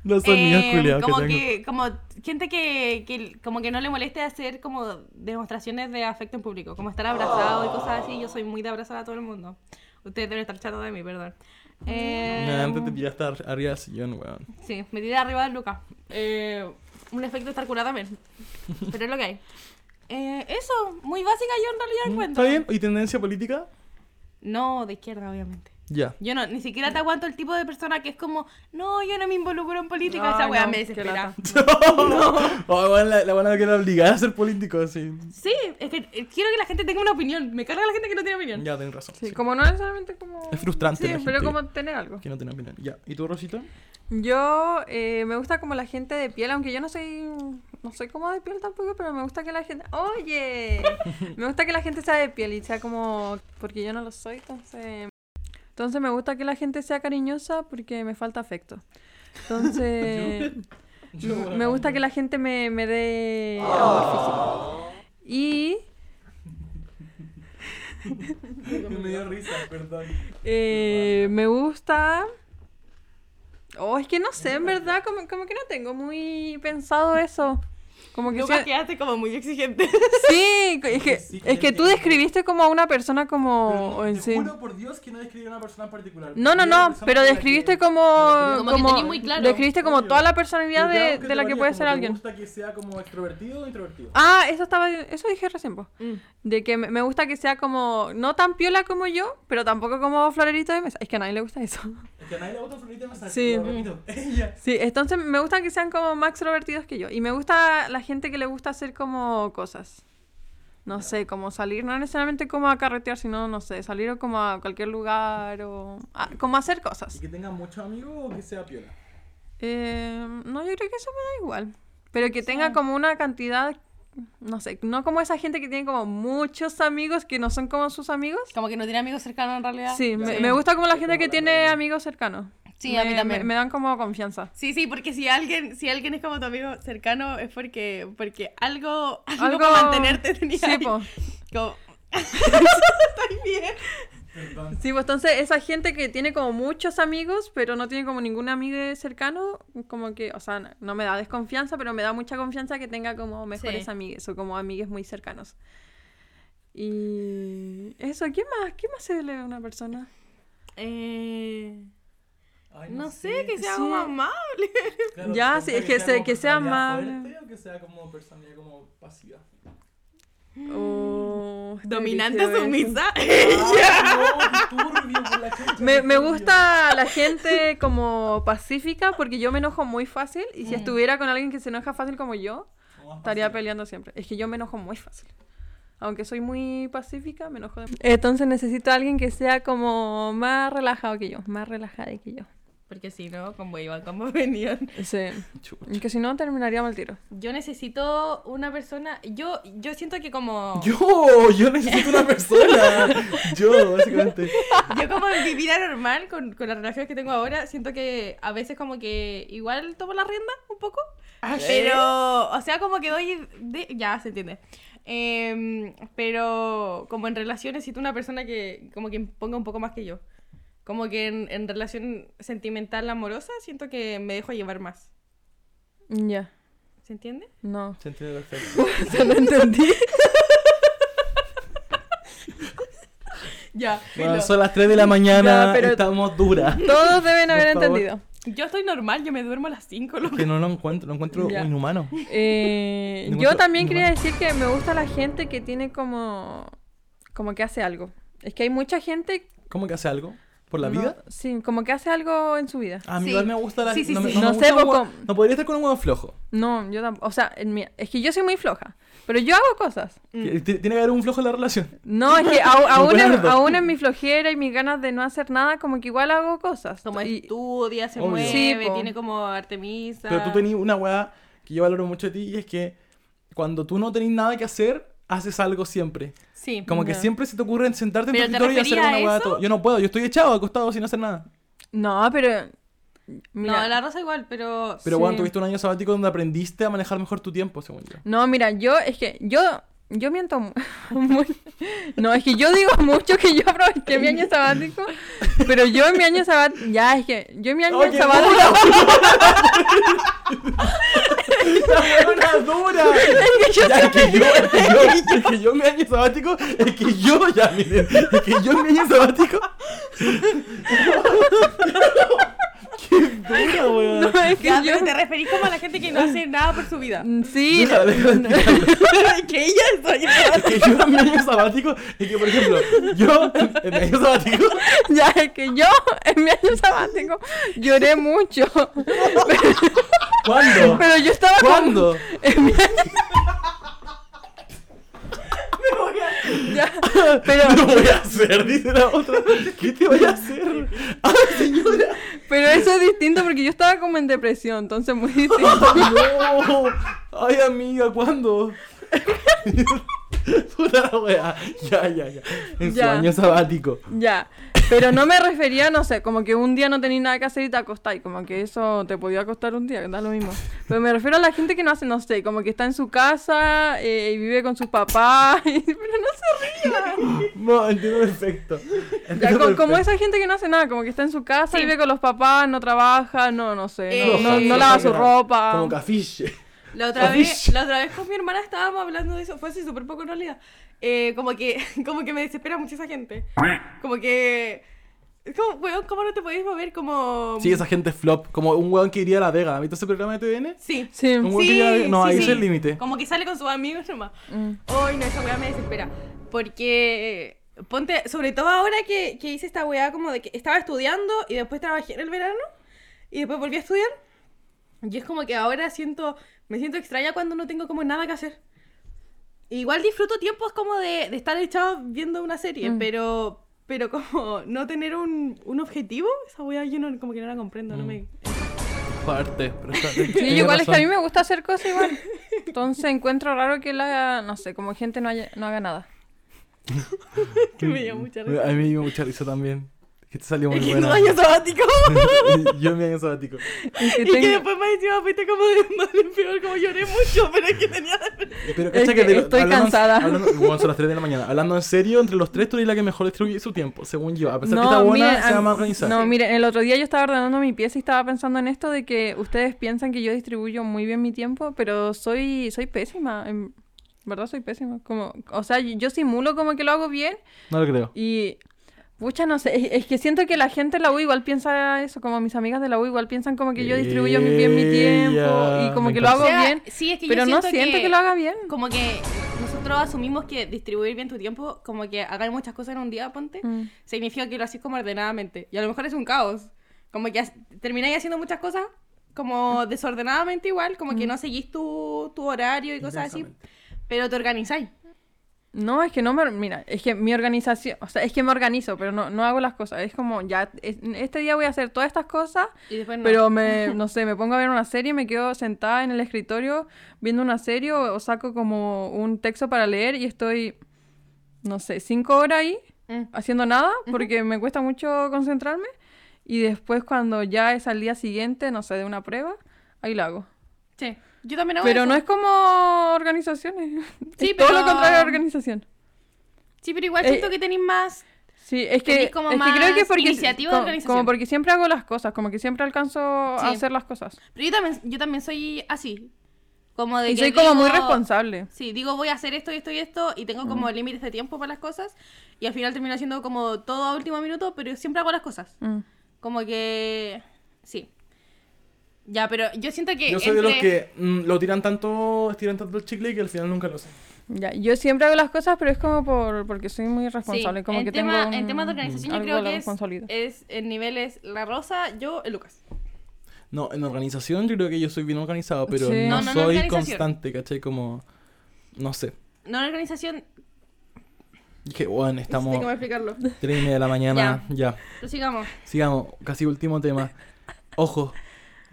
Speaker 1: Los sonidos
Speaker 2: eh,
Speaker 1: culiados que
Speaker 2: como
Speaker 1: tengo.
Speaker 2: que, como gente que, que como que no le moleste hacer como demostraciones de afecto en público, como estar abrazado y cosas así. Yo soy muy de abrazar a todo el mundo. Ustedes deben estar chatos de mí, perdón. Eh,
Speaker 1: Nah, antes te pillaste ar- arriba del sillón, weón.
Speaker 2: Sí, me tiré arriba del Luca. Eh, un efecto estar curada también. Pero es lo que hay. Eh, eso, muy básica yo en realidad
Speaker 1: Mm,
Speaker 2: encuentro.
Speaker 1: ¿Está bien? ¿Y tendencia política?
Speaker 2: No, de izquierda, obviamente.
Speaker 1: Ya.
Speaker 2: Yo no, ni siquiera te aguanto el tipo de persona que es como, no, yo no me involucro en política. Esa
Speaker 3: Ay,
Speaker 2: weá
Speaker 3: no,
Speaker 2: me
Speaker 3: qué
Speaker 2: desespera.
Speaker 3: lata.
Speaker 1: Oh, weón, la, la buena que era obligada a ser político, así.
Speaker 2: Sí, es que eh, quiero que la gente tenga una opinión. Me carga la gente que no tiene opinión.
Speaker 1: Ya, tenés razón.
Speaker 3: Sí,
Speaker 1: sí.
Speaker 3: como no es solamente como...
Speaker 1: Es frustrante.
Speaker 3: Sí,
Speaker 1: la
Speaker 3: pero
Speaker 1: gente
Speaker 3: como tener algo.
Speaker 1: Que no tiene opinión. Ya. ¿Y tú, Rosita?
Speaker 3: Yo eh, me gusta como la gente de piel, aunque yo no soy no soy como de piel tampoco, pero me gusta que la gente, oye, me gusta que la gente sea de piel y sea como porque yo no lo soy, entonces entonces me gusta que la gente sea cariñosa porque me falta afecto. Entonces me- me gusta que la gente me, me dé amor físico. Y
Speaker 1: Me dio risa, perdón.
Speaker 3: Eh, me gusta. Oh, es que no sé, en verdad, como, como que no tengo muy pensado eso. Como que
Speaker 2: Lucas,
Speaker 3: sea-
Speaker 2: quedaste como muy exigente.
Speaker 3: Sí, es
Speaker 1: Sí,
Speaker 3: que, es que tú describiste como a una persona como en Oh, sí.
Speaker 1: por Dios que no describí a una persona en particular.
Speaker 3: No, no, no, pero describiste como.
Speaker 5: Como que tenés muy claro.
Speaker 3: Describiste como
Speaker 1: Obvio.
Speaker 3: toda la personalidad de, de la que puede ser alguien.
Speaker 1: gusta que sea como extrovertido o introvertido.
Speaker 3: Ah, eso estaba. Eso dije recién, po.
Speaker 5: Mm.
Speaker 3: De que me me gusta que sea como. No tan piola como yo, pero tampoco como florerito de mesa. Es que a nadie le gusta eso.
Speaker 1: Es que a nadie le gusta Florita más
Speaker 3: Sí. mm. lo
Speaker 1: Ella.
Speaker 3: Sí, entonces me gusta que sean como más extrovertidos que yo. Y me gusta la gente que le gusta hacer como cosas. No sé, como salir, no necesariamente como a carretear, sino, no sé, salir o como a cualquier lugar o... a- como hacer
Speaker 1: Y
Speaker 3: cosas.
Speaker 1: que tenga muchos amigos o que sea piola.
Speaker 3: Eh, no, yo creo que eso me da igual. Pero que tenga como una cantidad, no sé, no como esa gente que tiene como muchos amigos que no son como sus amigos.
Speaker 2: Como que no tiene amigos cercanos en realidad.
Speaker 3: Sí, me, me gusta como la gente que tiene amigos cercanos.
Speaker 2: Sí, a mí
Speaker 3: Me-
Speaker 2: también.
Speaker 3: Me, me dan como confianza.
Speaker 2: Sí, sí, porque si alguien, si alguien es como tu amigo cercano es porque, porque algo, algo,
Speaker 3: Algo-
Speaker 2: para mantenerte tenía.
Speaker 3: Sí,
Speaker 2: ahí.
Speaker 3: po.
Speaker 2: Como- Estoy bien.
Speaker 1: Perdón.
Speaker 3: Sí, pues entonces esa gente que tiene como muchos amigos, pero no tiene como ningún amigo cercano, como que, o sea, n- no me da desconfianza, pero me da mucha confianza que tenga como mejores
Speaker 5: Sí.
Speaker 3: amigues o como amigues muy cercanos. Y eso, ¿qué más? ¿Qué más se le ve a una persona?
Speaker 2: Eh,
Speaker 1: Ay,
Speaker 2: no sé, que sea
Speaker 3: Sí.
Speaker 2: como amable.
Speaker 1: Claro,
Speaker 3: Ya,
Speaker 1: ¿te
Speaker 3: sí,
Speaker 1: gusta
Speaker 3: es que se-
Speaker 1: como
Speaker 3: que sea
Speaker 1: personalidad
Speaker 3: amable.
Speaker 1: fuerte o que sea como personalidad como pasiva.
Speaker 3: Oh, está
Speaker 2: Dominante,
Speaker 3: brígido eso.
Speaker 2: sumisa.
Speaker 1: ¡Ya! turbio por la chucha,
Speaker 3: Me,
Speaker 1: qué
Speaker 3: me
Speaker 1: turbio.
Speaker 3: gusta la gente como pacífica porque yo me enojo muy fácil y si estuviera con alguien que se enoja fácil como yo,
Speaker 1: Como más
Speaker 3: Estaría
Speaker 1: pasiva.
Speaker 3: peleando siempre. Es que yo me enojo muy fácil. Aunque soy muy pacífica, me enojo. de- Entonces necesito a alguien que sea como más relajado que yo, más relajada que yo.
Speaker 2: Porque si no, como iban, como venían.
Speaker 3: Sí.
Speaker 1: Chucha.
Speaker 3: Que si no, terminaríamos el tiro.
Speaker 2: Yo necesito una persona. Yo, yo siento que como.
Speaker 1: Yo, yo necesito una persona. Yo, básicamente.
Speaker 2: Yo como en mi vida normal, con, con las relaciones que tengo ahora, siento que a veces como que igual tomo la rienda un poco. Pero, o sea, como que doy... de- ya, se entiende. Em, pero como en relación necesito una persona que como que ponga un poco más que yo. Como que en, en relación sentimental, amorosa, siento que me dejo llevar más.
Speaker 3: Ya.
Speaker 2: ¿Se entiende?
Speaker 3: No.
Speaker 1: Se entiende perfecto.
Speaker 3: Yo no entendí.
Speaker 2: Ya.
Speaker 1: Bueno, son las 3 de la mañana,
Speaker 3: Ya, pero-
Speaker 1: estamos duras.
Speaker 3: Todos deben haber
Speaker 1: Por favor.
Speaker 3: entendido.
Speaker 2: Yo estoy normal, yo me duermo a las 5.
Speaker 1: Que no lo encuentro, lo encuentro
Speaker 3: Ya.
Speaker 1: inhumano.
Speaker 3: Eh,
Speaker 1: Ningún
Speaker 3: yo
Speaker 1: otro-
Speaker 3: también
Speaker 1: ningún
Speaker 3: quería decir que me gusta la gente que tiene como como que hace algo. Es que hay mucha gente...
Speaker 1: ¿Cómo que hace algo? ¿Por la
Speaker 3: no-
Speaker 1: vida? Ah,
Speaker 3: Sí, como que hace algo en su vida.
Speaker 1: A mí
Speaker 6: Sí.
Speaker 1: igual me gusta la
Speaker 6: Sí, sí,
Speaker 1: no, me-
Speaker 6: sí.
Speaker 1: no me
Speaker 3: No
Speaker 1: gusta
Speaker 3: sé,
Speaker 1: un huevo-
Speaker 3: poco-
Speaker 1: No podría estar con un huevo flojo.
Speaker 3: No, yo tampoco... O sea, en mi- es que yo soy muy floja, pero yo hago cosas.
Speaker 2: Mm.
Speaker 1: Que- ti- Tiene que haber un flojo en la relación.
Speaker 3: No, es que au- aún,
Speaker 1: puedo
Speaker 3: en,
Speaker 1: hacerlo.
Speaker 3: aún en mi flojera y mis ganas de no hacer nada, como que igual hago cosas.
Speaker 2: Como
Speaker 3: Y-
Speaker 2: estudia, se
Speaker 1: Obvio.
Speaker 2: mueve,
Speaker 3: Sí, po.
Speaker 2: tiene como Artemisa.
Speaker 1: Pero tú tenías una weá que yo valoro mucho de ti y es que cuando tú no tenés nada que hacer, haces algo siempre.
Speaker 2: Sí.
Speaker 1: Como que siempre se te ocurre en sentarte en tu
Speaker 2: ¿Pero te
Speaker 1: escritorio y hacer
Speaker 2: refería
Speaker 1: una
Speaker 2: a
Speaker 1: weá de
Speaker 2: eso?
Speaker 1: todo. Yo no puedo, yo estoy echado, acostado, sin hacer nada.
Speaker 3: No, pero... Mira,
Speaker 2: No, la rosa igual, pero.
Speaker 1: Pero
Speaker 3: Sí.
Speaker 1: bueno, tuviste un año sabático donde aprendiste a manejar mejor tu tiempo, según yo.
Speaker 3: No, mira, yo es que yo yo miento mu- muy... No, es que yo digo mucho que yo aproveché mi año sabático, pero yo en mi año sabático ya es que yo en mi año
Speaker 1: Oye,
Speaker 3: sabático
Speaker 1: ¡Una dura! Es que yo es que yo, es que yo, es que yo en mi año sabático, es que yo ya, miren, es que yo en mi año sabático. ¡Qué dura, weón!
Speaker 3: no, es que
Speaker 2: Ya,
Speaker 3: yo
Speaker 2: pero te referís como a la gente que no hace nada por su vida.
Speaker 3: sí,
Speaker 1: Déjala, déjala explicarlo.
Speaker 2: que ella es oye,
Speaker 1: Es que yo en mi año sabático, es que por ejemplo, yo en, en mi año sabático,
Speaker 3: ya es que yo en mi año sabático lloré mucho,
Speaker 1: ¿cuándo?
Speaker 3: pero yo estaba con-
Speaker 1: ¿Cuándo?
Speaker 3: en mi año- Ya, pero
Speaker 1: ¿Qué voy a hacer? Dice la otra. ¿Qué te voy a hacer? ¡Ay, señora!
Speaker 3: pero eso es distinto porque yo estaba como en depresión, entonces muy distinto.
Speaker 1: ¡No! ¡Ay, amiga, ¿cuándo? Puta la wea. Ya, ya, ya. En
Speaker 3: Ya.
Speaker 1: su año sabático.
Speaker 3: Ya, pero no me refería, no sé, como que un día no tenéis nada que hacer y te acostáis, como que eso te podía acostar un día, da lo mismo. Pero me refiero a la gente que no hace, no sé, como que está en su casa eh, y vive con sus papás, y- pero no se ría.
Speaker 1: No, entiendo perfecto.
Speaker 3: Ya,
Speaker 1: Entiendo
Speaker 3: co- como
Speaker 1: perfecto.
Speaker 3: esa gente que no hace nada, como que está en su casa,
Speaker 2: Sí.
Speaker 3: vive con los papás, no trabaja, no, no sé, no,
Speaker 2: Eh,
Speaker 3: no- no
Speaker 2: sí,
Speaker 3: lava
Speaker 1: sí,
Speaker 3: su
Speaker 1: sí.
Speaker 3: ropa.
Speaker 1: Como cafiche.
Speaker 2: La otra vez, la otra vez con mi hermana estábamos hablando de eso, fue así súper poco en realidad. Eh, como que, como que me desespera mucho esa gente. Como que. Es como, weón, ¿cómo no te podéis mover? Como.
Speaker 1: Sí, esa gente es flop. Como un weón que iría a La Vega. ¿Has visto ese programa de TVN?
Speaker 2: Sí.
Speaker 3: Sí.
Speaker 1: Un weón que iría a La Vega. No,
Speaker 2: sí,
Speaker 1: ahí
Speaker 2: sí.
Speaker 1: es el límite.
Speaker 2: Como que sale con sus amigos nomás.
Speaker 3: Mm.
Speaker 2: Ay, no, esa weá me desespera. Porque. Ponte, sobre todo ahora que, que hice esta weá como de que estaba estudiando y después trabajé en el verano y después volví a estudiar. Y es como que ahora siento. Me siento extraña cuando no tengo como nada que hacer. Igual disfruto tiempos como de, de estar echado viendo una serie,
Speaker 3: Mm.
Speaker 2: pero. Pero como no tener un, un objetivo, esa weá yo no, como que no la comprendo, no
Speaker 1: Mm.
Speaker 2: me.
Speaker 1: Fuerte. Pero está,
Speaker 3: Sí, igual es que a mí me gusta hacer cosas igual. Entonces encuentro raro que la, no sé, como gente no, haya- no haga nada.
Speaker 2: que me dio mucha risa.
Speaker 1: A mí me dio mucha risa también. Que te salió muy
Speaker 2: Es que
Speaker 1: buena.
Speaker 2: no año sabático.
Speaker 1: Yo en mi año sabático.
Speaker 3: Y que
Speaker 2: Y que
Speaker 3: tenga-
Speaker 2: después más encima "Ah, fuiste como de madre peor, como lloré mucho, pero es que tenía...
Speaker 1: Pero
Speaker 3: Es
Speaker 1: cacha
Speaker 3: que
Speaker 1: que de-
Speaker 3: estoy
Speaker 1: hablando en-
Speaker 3: cansada.
Speaker 1: hablando- bueno, son las 3 de la mañana. Hablando en serio, entre los tres tú eres la que mejor distribuye su tiempo, según yo. A pesar que está buena,
Speaker 3: miren,
Speaker 1: se
Speaker 3: a-
Speaker 1: va más organizada.
Speaker 3: No, miren, el otro día yo estaba ordenando mi pieza y estaba pensando en esto de que ustedes piensan que yo distribuyo muy bien mi tiempo, pero soy, soy pésima. En verdad soy pésima. Como, o sea, yo simulo como que lo hago bien
Speaker 1: No lo creo.
Speaker 3: y... Pucha, no sé, es, es que siento que la gente de la U igual piensa eso, como mis amigas de la U igual piensan como que yo distribuyo mi- bien mi tiempo
Speaker 1: Ella,
Speaker 3: y como
Speaker 1: me
Speaker 3: que lo hago
Speaker 1: encanta.
Speaker 3: bien,
Speaker 2: sí, es que
Speaker 3: pero no siento que... lo haga bien.
Speaker 2: Como que nosotros asumimos que distribuir bien tu tiempo, como que hagas muchas cosas en un día, ponte,
Speaker 3: Mm.
Speaker 2: significa que lo haces como ordenadamente. Y a lo mejor es un caos. Como que has- termináis haciendo muchas cosas como desordenadamente igual, como
Speaker 3: Mm.
Speaker 2: que no seguís tu, tu horario y cosas así, pero te organizáis.
Speaker 3: No, es que no me... Mira, es que mi organización... O sea, es que me organizo, pero no, no hago las cosas. Es como, ya, es- este día voy a hacer todas estas cosas,
Speaker 2: Y después no.
Speaker 3: pero me, no sé, me pongo a ver una serie y me quedo sentada en el escritorio viendo una serie o, o saco como un texto para leer y estoy, no sé, cinco horas ahí
Speaker 2: Mm.
Speaker 3: haciendo nada porque me cuesta mucho concentrarme y después cuando ya es al día siguiente, no sé, de una prueba, ahí la hago.
Speaker 2: Sí. Yo también hago
Speaker 3: Pero
Speaker 2: eso.
Speaker 3: no es como organizaciones.
Speaker 2: Sí,
Speaker 3: es todo lo
Speaker 2: pero-
Speaker 3: contrario a organización.
Speaker 2: Sí, pero igual
Speaker 3: Eh,
Speaker 2: siento que tenéis más
Speaker 3: Sí, es que,
Speaker 2: Tenés como
Speaker 3: es que creo que
Speaker 2: más
Speaker 3: porque,
Speaker 2: iniciativa de
Speaker 3: co-
Speaker 2: organización.
Speaker 3: como porque siempre hago las cosas, como que siempre alcanzo a
Speaker 2: Sí.
Speaker 3: hacer las cosas.
Speaker 2: Pero yo también, yo también soy así. Como de
Speaker 3: Y
Speaker 2: que
Speaker 3: soy como muy
Speaker 2: digo-
Speaker 3: responsable. Mm.
Speaker 2: Sí, digo voy a hacer esto y esto y esto y tengo como límites de tiempo para las cosas y al final termino haciendo como todo a último minuto, pero siempre hago las cosas.
Speaker 3: Mm.
Speaker 2: Como que... Sí. Ya, pero yo siento que...
Speaker 1: Yo soy de los
Speaker 2: entre-
Speaker 1: que mm, lo tiran tanto, estiran tanto el chicle que al final nunca lo hacen.
Speaker 3: Ya, yo siempre hago las cosas, pero es como por, porque soy muy responsable.
Speaker 2: Sí,
Speaker 3: como
Speaker 2: en
Speaker 3: que
Speaker 2: tema,
Speaker 3: tengo
Speaker 2: en
Speaker 3: un-
Speaker 2: temas de organización yo
Speaker 3: algo
Speaker 2: creo
Speaker 3: de
Speaker 2: que es,
Speaker 3: responsabilidad.
Speaker 2: es- el nivel es la Rosa, yo, el Lucas.
Speaker 1: No, en organización yo creo que yo soy bien organizado, pero
Speaker 3: Sí.
Speaker 1: no,
Speaker 2: No, no, no,
Speaker 1: soy
Speaker 2: organización.
Speaker 1: constante, ¿cachai? Como, no sé.
Speaker 2: No en organización,
Speaker 1: Dije, bueno,
Speaker 2: tengo
Speaker 1: estamos
Speaker 2: que explicarlo.
Speaker 1: tres y media de la mañana, ya.
Speaker 2: Pero sigamos.
Speaker 1: Sigamos, casi último tema. Ojo.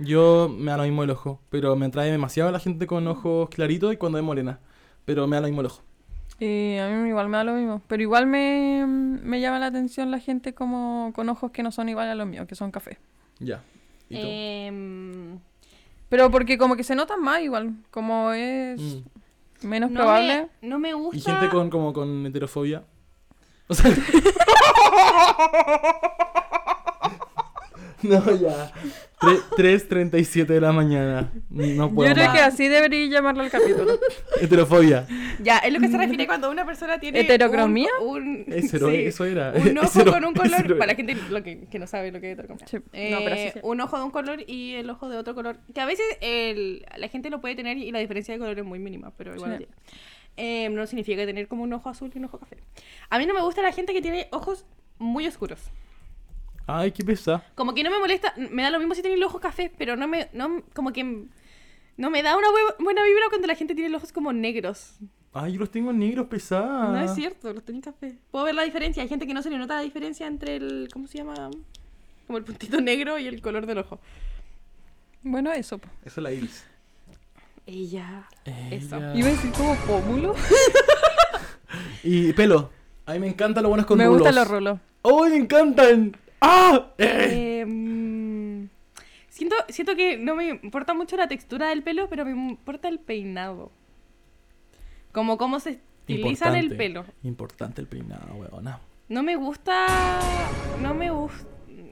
Speaker 1: Yo me da lo mismo el ojo, pero me atrae demasiado la gente con ojos claritos y cuando es morena. Pero me da lo mismo el ojo.
Speaker 3: Y a mí igual me da lo mismo. Pero igual me, me llama la atención la gente como con ojos que no son iguales a los míos, que son café.
Speaker 1: Ya. ¿Y tú?
Speaker 2: Eh, Em,
Speaker 3: Pero porque como que se notan más igual, como es
Speaker 1: Mm.
Speaker 3: menos
Speaker 2: no,
Speaker 3: probable.
Speaker 2: me, no me gusta.
Speaker 1: Y gente con como con heterofobia. O sea. no, ya. Tre- 3.37 de la mañana. No puedo
Speaker 3: Yo creo
Speaker 1: más.
Speaker 3: que así debería llamarlo el capítulo.
Speaker 1: Heterofobia.
Speaker 2: Ya, es lo que se refiere cuando una persona tiene.
Speaker 3: Mm. ¿Heterocromía?
Speaker 2: Un, un-
Speaker 1: Eso, era-
Speaker 2: sí,
Speaker 1: eso era.
Speaker 2: un ojo
Speaker 1: Eso era-
Speaker 2: con un
Speaker 1: eso
Speaker 2: color.
Speaker 1: era.
Speaker 2: Para la gente lo que, que no sabe lo que es heterocromía.
Speaker 3: Sí.
Speaker 2: Eh,
Speaker 3: No, pero así se-
Speaker 2: un ojo de un color y el ojo de otro color. Que a veces el- la gente lo puede tener y la diferencia de color es muy mínima, pero igual.
Speaker 3: Sí.
Speaker 2: lo tiene. Eh, no significa tener como un ojo azul y un ojo café. A mí no me gusta la gente que tiene ojos muy oscuros.
Speaker 1: Ay, qué pesa.
Speaker 2: Como que no me molesta, me da lo mismo si tiene los ojos cafés, pero no me, no, como que no me da una bue- buena vibra cuando la gente tiene los ojos como negros.
Speaker 1: Ay, yo los tengo negros pesados.
Speaker 2: No es cierto, los tenía café. Puedo ver la diferencia, hay gente que no se le nota la diferencia entre el, ¿cómo se llama? Como el puntito negro y el color del ojo.
Speaker 3: Bueno, eso. po.
Speaker 1: Eso es la iris.
Speaker 2: Ella. Eso.
Speaker 1: Ella.
Speaker 3: Iba a decir como pómulo.
Speaker 1: Y pelo. A mí me encantan los buenos con
Speaker 3: me
Speaker 1: rulos.
Speaker 3: gustan los rulos.
Speaker 1: ¡Oh, me encantan! ¡Ah! Eh.
Speaker 2: Eh, mm, siento, siento que no me importa mucho la textura del pelo, pero me importa el peinado. Como cómo se estilizan el
Speaker 1: Importante.
Speaker 2: pelo.
Speaker 1: Importante el peinado, weona.
Speaker 2: No me gusta. No me gusta.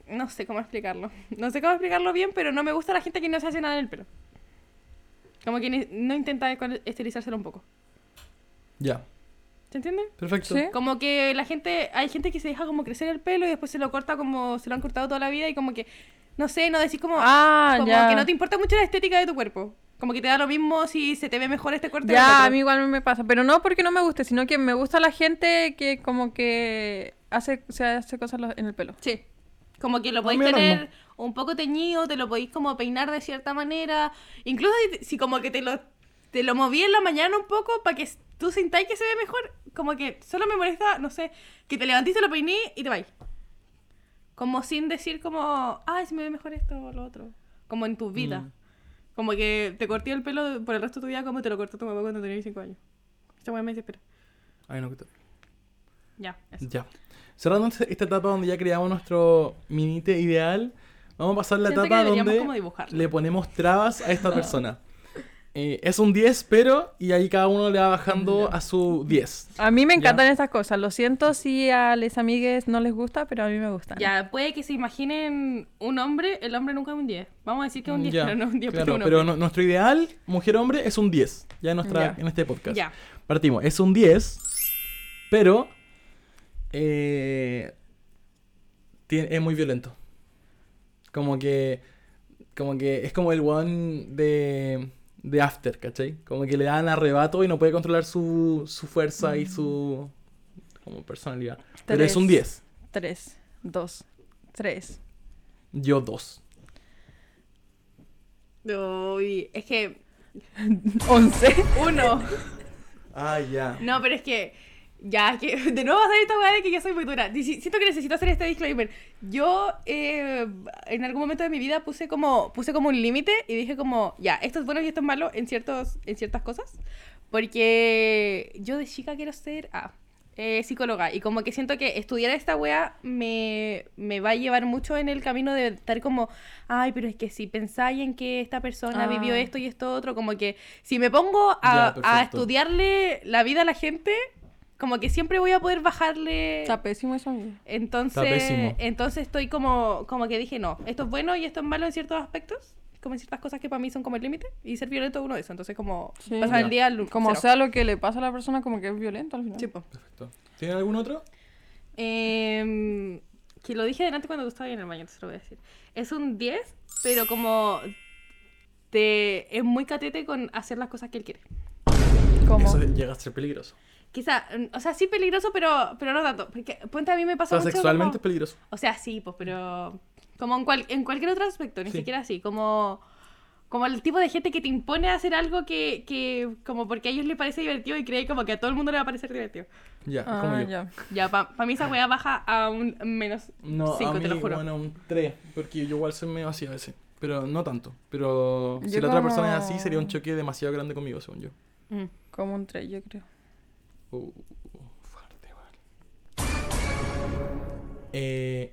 Speaker 2: No sé cómo explicarlo. No sé cómo explicarlo bien, pero no me gusta la gente que no se hace nada en el pelo. Como que ni- no intenta ecual- estilizárselo un poco.
Speaker 1: Ya,
Speaker 2: ¿Se entiende?
Speaker 1: perfecto.
Speaker 3: Sí.
Speaker 2: Como que la gente. Hay gente que se deja como crecer el pelo y después se lo corta como se lo han cortado toda la vida y como que. No sé, no decís como.
Speaker 3: Ah,
Speaker 2: como
Speaker 3: ya.
Speaker 2: que no te importa mucho la estética de tu cuerpo. Como que te da lo mismo si se te ve mejor este corte. o el
Speaker 3: Ya,
Speaker 2: otro.
Speaker 3: a mí igual me pasa. Pero no porque no me guste, sino que me gusta la gente que como que hace, se hace cosas lo- en el pelo.
Speaker 2: Sí. Como que lo podéis
Speaker 1: mí lo
Speaker 2: tener
Speaker 1: mismo.
Speaker 2: un poco teñido, te lo podéis como peinar de cierta manera. Incluso si- si como que te lo, te lo moví en la mañana un poco para que s- tú sintáis que se ve mejor. Como que solo me molesta, no sé, que te levantís, te lo peiní y te vais. Como sin decir como, ay, se me ve mejor esto o lo otro. Como en tu vida.
Speaker 1: Mm.
Speaker 2: Como que te corté el pelo por el resto de tu vida como te lo cortó tu mamá cuando tenías 5 años. Esta weá me desespera.
Speaker 1: Ay, no, que te-
Speaker 2: Ya, eso.
Speaker 1: Ya. Cerrando este- esta etapa donde ya creamos nuestro minite ideal, vamos a pasar a la
Speaker 2: Siento que
Speaker 1: etapa
Speaker 2: deberíamos
Speaker 1: donde
Speaker 2: como dibujarlo.
Speaker 1: le ponemos trabas a esta persona. Eh, es un 10, pero, y ahí cada uno le va bajando a su 10.
Speaker 3: A mí me
Speaker 1: Ya.
Speaker 3: encantan estas cosas. Lo siento si a les amigues no les gusta, pero a mí me gustan.
Speaker 2: Ya, puede que se imaginen un hombre, el hombre nunca es un 10. Vamos a decir que es un 10,
Speaker 1: Ya,
Speaker 2: pero no es un 10,
Speaker 1: claro,
Speaker 2: pero un
Speaker 1: pero
Speaker 2: hombre.
Speaker 1: no- nuestro ideal, mujer-hombre, es un 10. Ya en, nuestra,
Speaker 3: Ya.
Speaker 1: en este podcast.
Speaker 2: Ya.
Speaker 1: Partimos, es un 10, pero eh, tie- es muy violento. Como que, como que es como el one de, de After, ¿cachai? Como que le dan arrebato y no puede controlar su, su fuerza y su como personalidad. Pero es un 10,
Speaker 3: Tres, dos, tres.
Speaker 1: yo 2.
Speaker 2: Uy, es que
Speaker 3: Once.
Speaker 2: uno.
Speaker 1: Ah, ya.
Speaker 2: No, pero es que ya, es que de nuevo va a salir esta weá de que yo soy muy dura. Dici- Siento que necesito hacer este disclaimer. Yo eh, en algún momento de mi vida puse como puse como un límite y dije como, ya, esto es bueno y esto es malo en ciertos en ciertas cosas, porque yo de chica quiero ser ah, eh, psicóloga y como que siento que estudiar esta wea me, me va a llevar mucho en el camino de estar como, ay, pero es que si pensáis en que esta persona
Speaker 3: Ah.
Speaker 2: vivió esto y esto otro, como que si me pongo a,
Speaker 1: Ya,
Speaker 2: a
Speaker 1: perfecto.
Speaker 2: estudiarle la vida a la gente, como que siempre voy a poder bajarle.
Speaker 3: Está pésimo eso, amigo.
Speaker 2: Entonces,
Speaker 1: Está pésimo.
Speaker 2: entonces estoy como, como que dije, no, esto es bueno y esto es malo en ciertos aspectos, como en ciertas cosas que para mí son como el límite, y ser violento es uno de esos. Entonces, como
Speaker 3: Sí.
Speaker 1: Ya.
Speaker 2: pasar el día al-
Speaker 3: Como
Speaker 2: cero.
Speaker 3: sea lo que le pasa a la persona, como que es violento al final.
Speaker 2: Sí, po.
Speaker 1: Perfecto. ¿Tienen algún otro?
Speaker 2: Em, que lo dije delante cuando tú estabas en el baño, entonces lo voy a decir. Es un 10, pero como te, es muy catete con hacer las cosas que él quiere.
Speaker 3: ¿Cómo?
Speaker 1: Eso llega a ser peligroso.
Speaker 2: Quizá, mm, o sea, sí peligroso, pero, pero no tanto. Porque, ponte, a mí me
Speaker 1: O
Speaker 2: pasa
Speaker 1: sea,
Speaker 2: mucho
Speaker 1: sexualmente es
Speaker 2: como-
Speaker 1: peligroso.
Speaker 2: O sea, sí, pues, pero... Como en, cual- en cualquier otro aspecto, ni
Speaker 1: Sí.
Speaker 2: siquiera así. Como, como el tipo de gente que te impone a hacer algo que, que... Como porque a ellos les parece divertido y cree como que a todo el mundo le va a parecer divertido.
Speaker 1: Ya, es como
Speaker 3: Ah,
Speaker 1: yo.
Speaker 3: ya.
Speaker 2: Ya, para mí esa weá baja a un menos
Speaker 1: No,
Speaker 2: 5,
Speaker 1: a mí,
Speaker 2: te lo juro.
Speaker 1: bueno, un 3, porque yo igual soy medio así a veces, pero no tanto. Pero si
Speaker 3: Yo
Speaker 1: la otra persona es
Speaker 3: como-
Speaker 1: así, sería un choque demasiado grande conmigo, según yo.
Speaker 2: Mm.
Speaker 3: Como un 3, yo creo.
Speaker 1: Uh, fuerte, weón. Eh,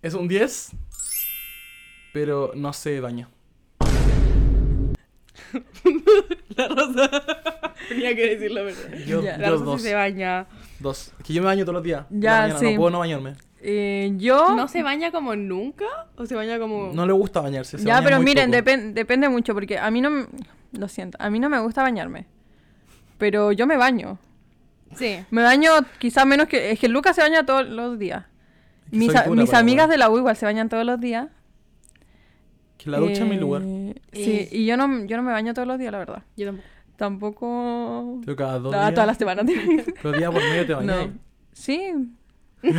Speaker 1: es un 10, pero no se daña.
Speaker 2: La rosa. Tenía que decir la verdad.
Speaker 1: Yo,
Speaker 3: Ya.
Speaker 1: yo
Speaker 2: La rosa sí
Speaker 1: dos,
Speaker 2: se baña.
Speaker 1: dos. Es que yo me baño todos los días. en la
Speaker 3: Ya,
Speaker 1: mañana,
Speaker 3: sí.
Speaker 1: No puedo no bañarme.
Speaker 3: Eh, yo.
Speaker 2: ¿No se baña como nunca? ¿O se baña como.?
Speaker 1: No le gusta bañarse. se
Speaker 3: Oh. ya,
Speaker 1: baña
Speaker 3: pero
Speaker 1: muy
Speaker 3: miren,
Speaker 1: poco.
Speaker 3: depen- depende mucho, porque a mí no. m- Lo siento, a mí no me gusta bañarme. Pero yo me baño.
Speaker 2: Sí.
Speaker 3: Me baño quizás menos que. Es que Lucas se baña todos los días.
Speaker 1: Es que
Speaker 3: Mis,
Speaker 1: soy
Speaker 3: a-
Speaker 1: dura
Speaker 3: mis
Speaker 1: para la
Speaker 3: amigas
Speaker 1: weá.
Speaker 3: de la U igual se bañan todos los días.
Speaker 1: Que la ducha es mi lugar.
Speaker 3: Eh, Sí, y yo no, yo no me baño todos los días, la verdad.
Speaker 2: Yo tampoco.
Speaker 3: Tampoco.
Speaker 1: Yo cada dos
Speaker 3: Ah,
Speaker 1: días.
Speaker 3: todas las semanas. te bañas.
Speaker 1: Los días por medio te bañas.
Speaker 3: no. Sí. No,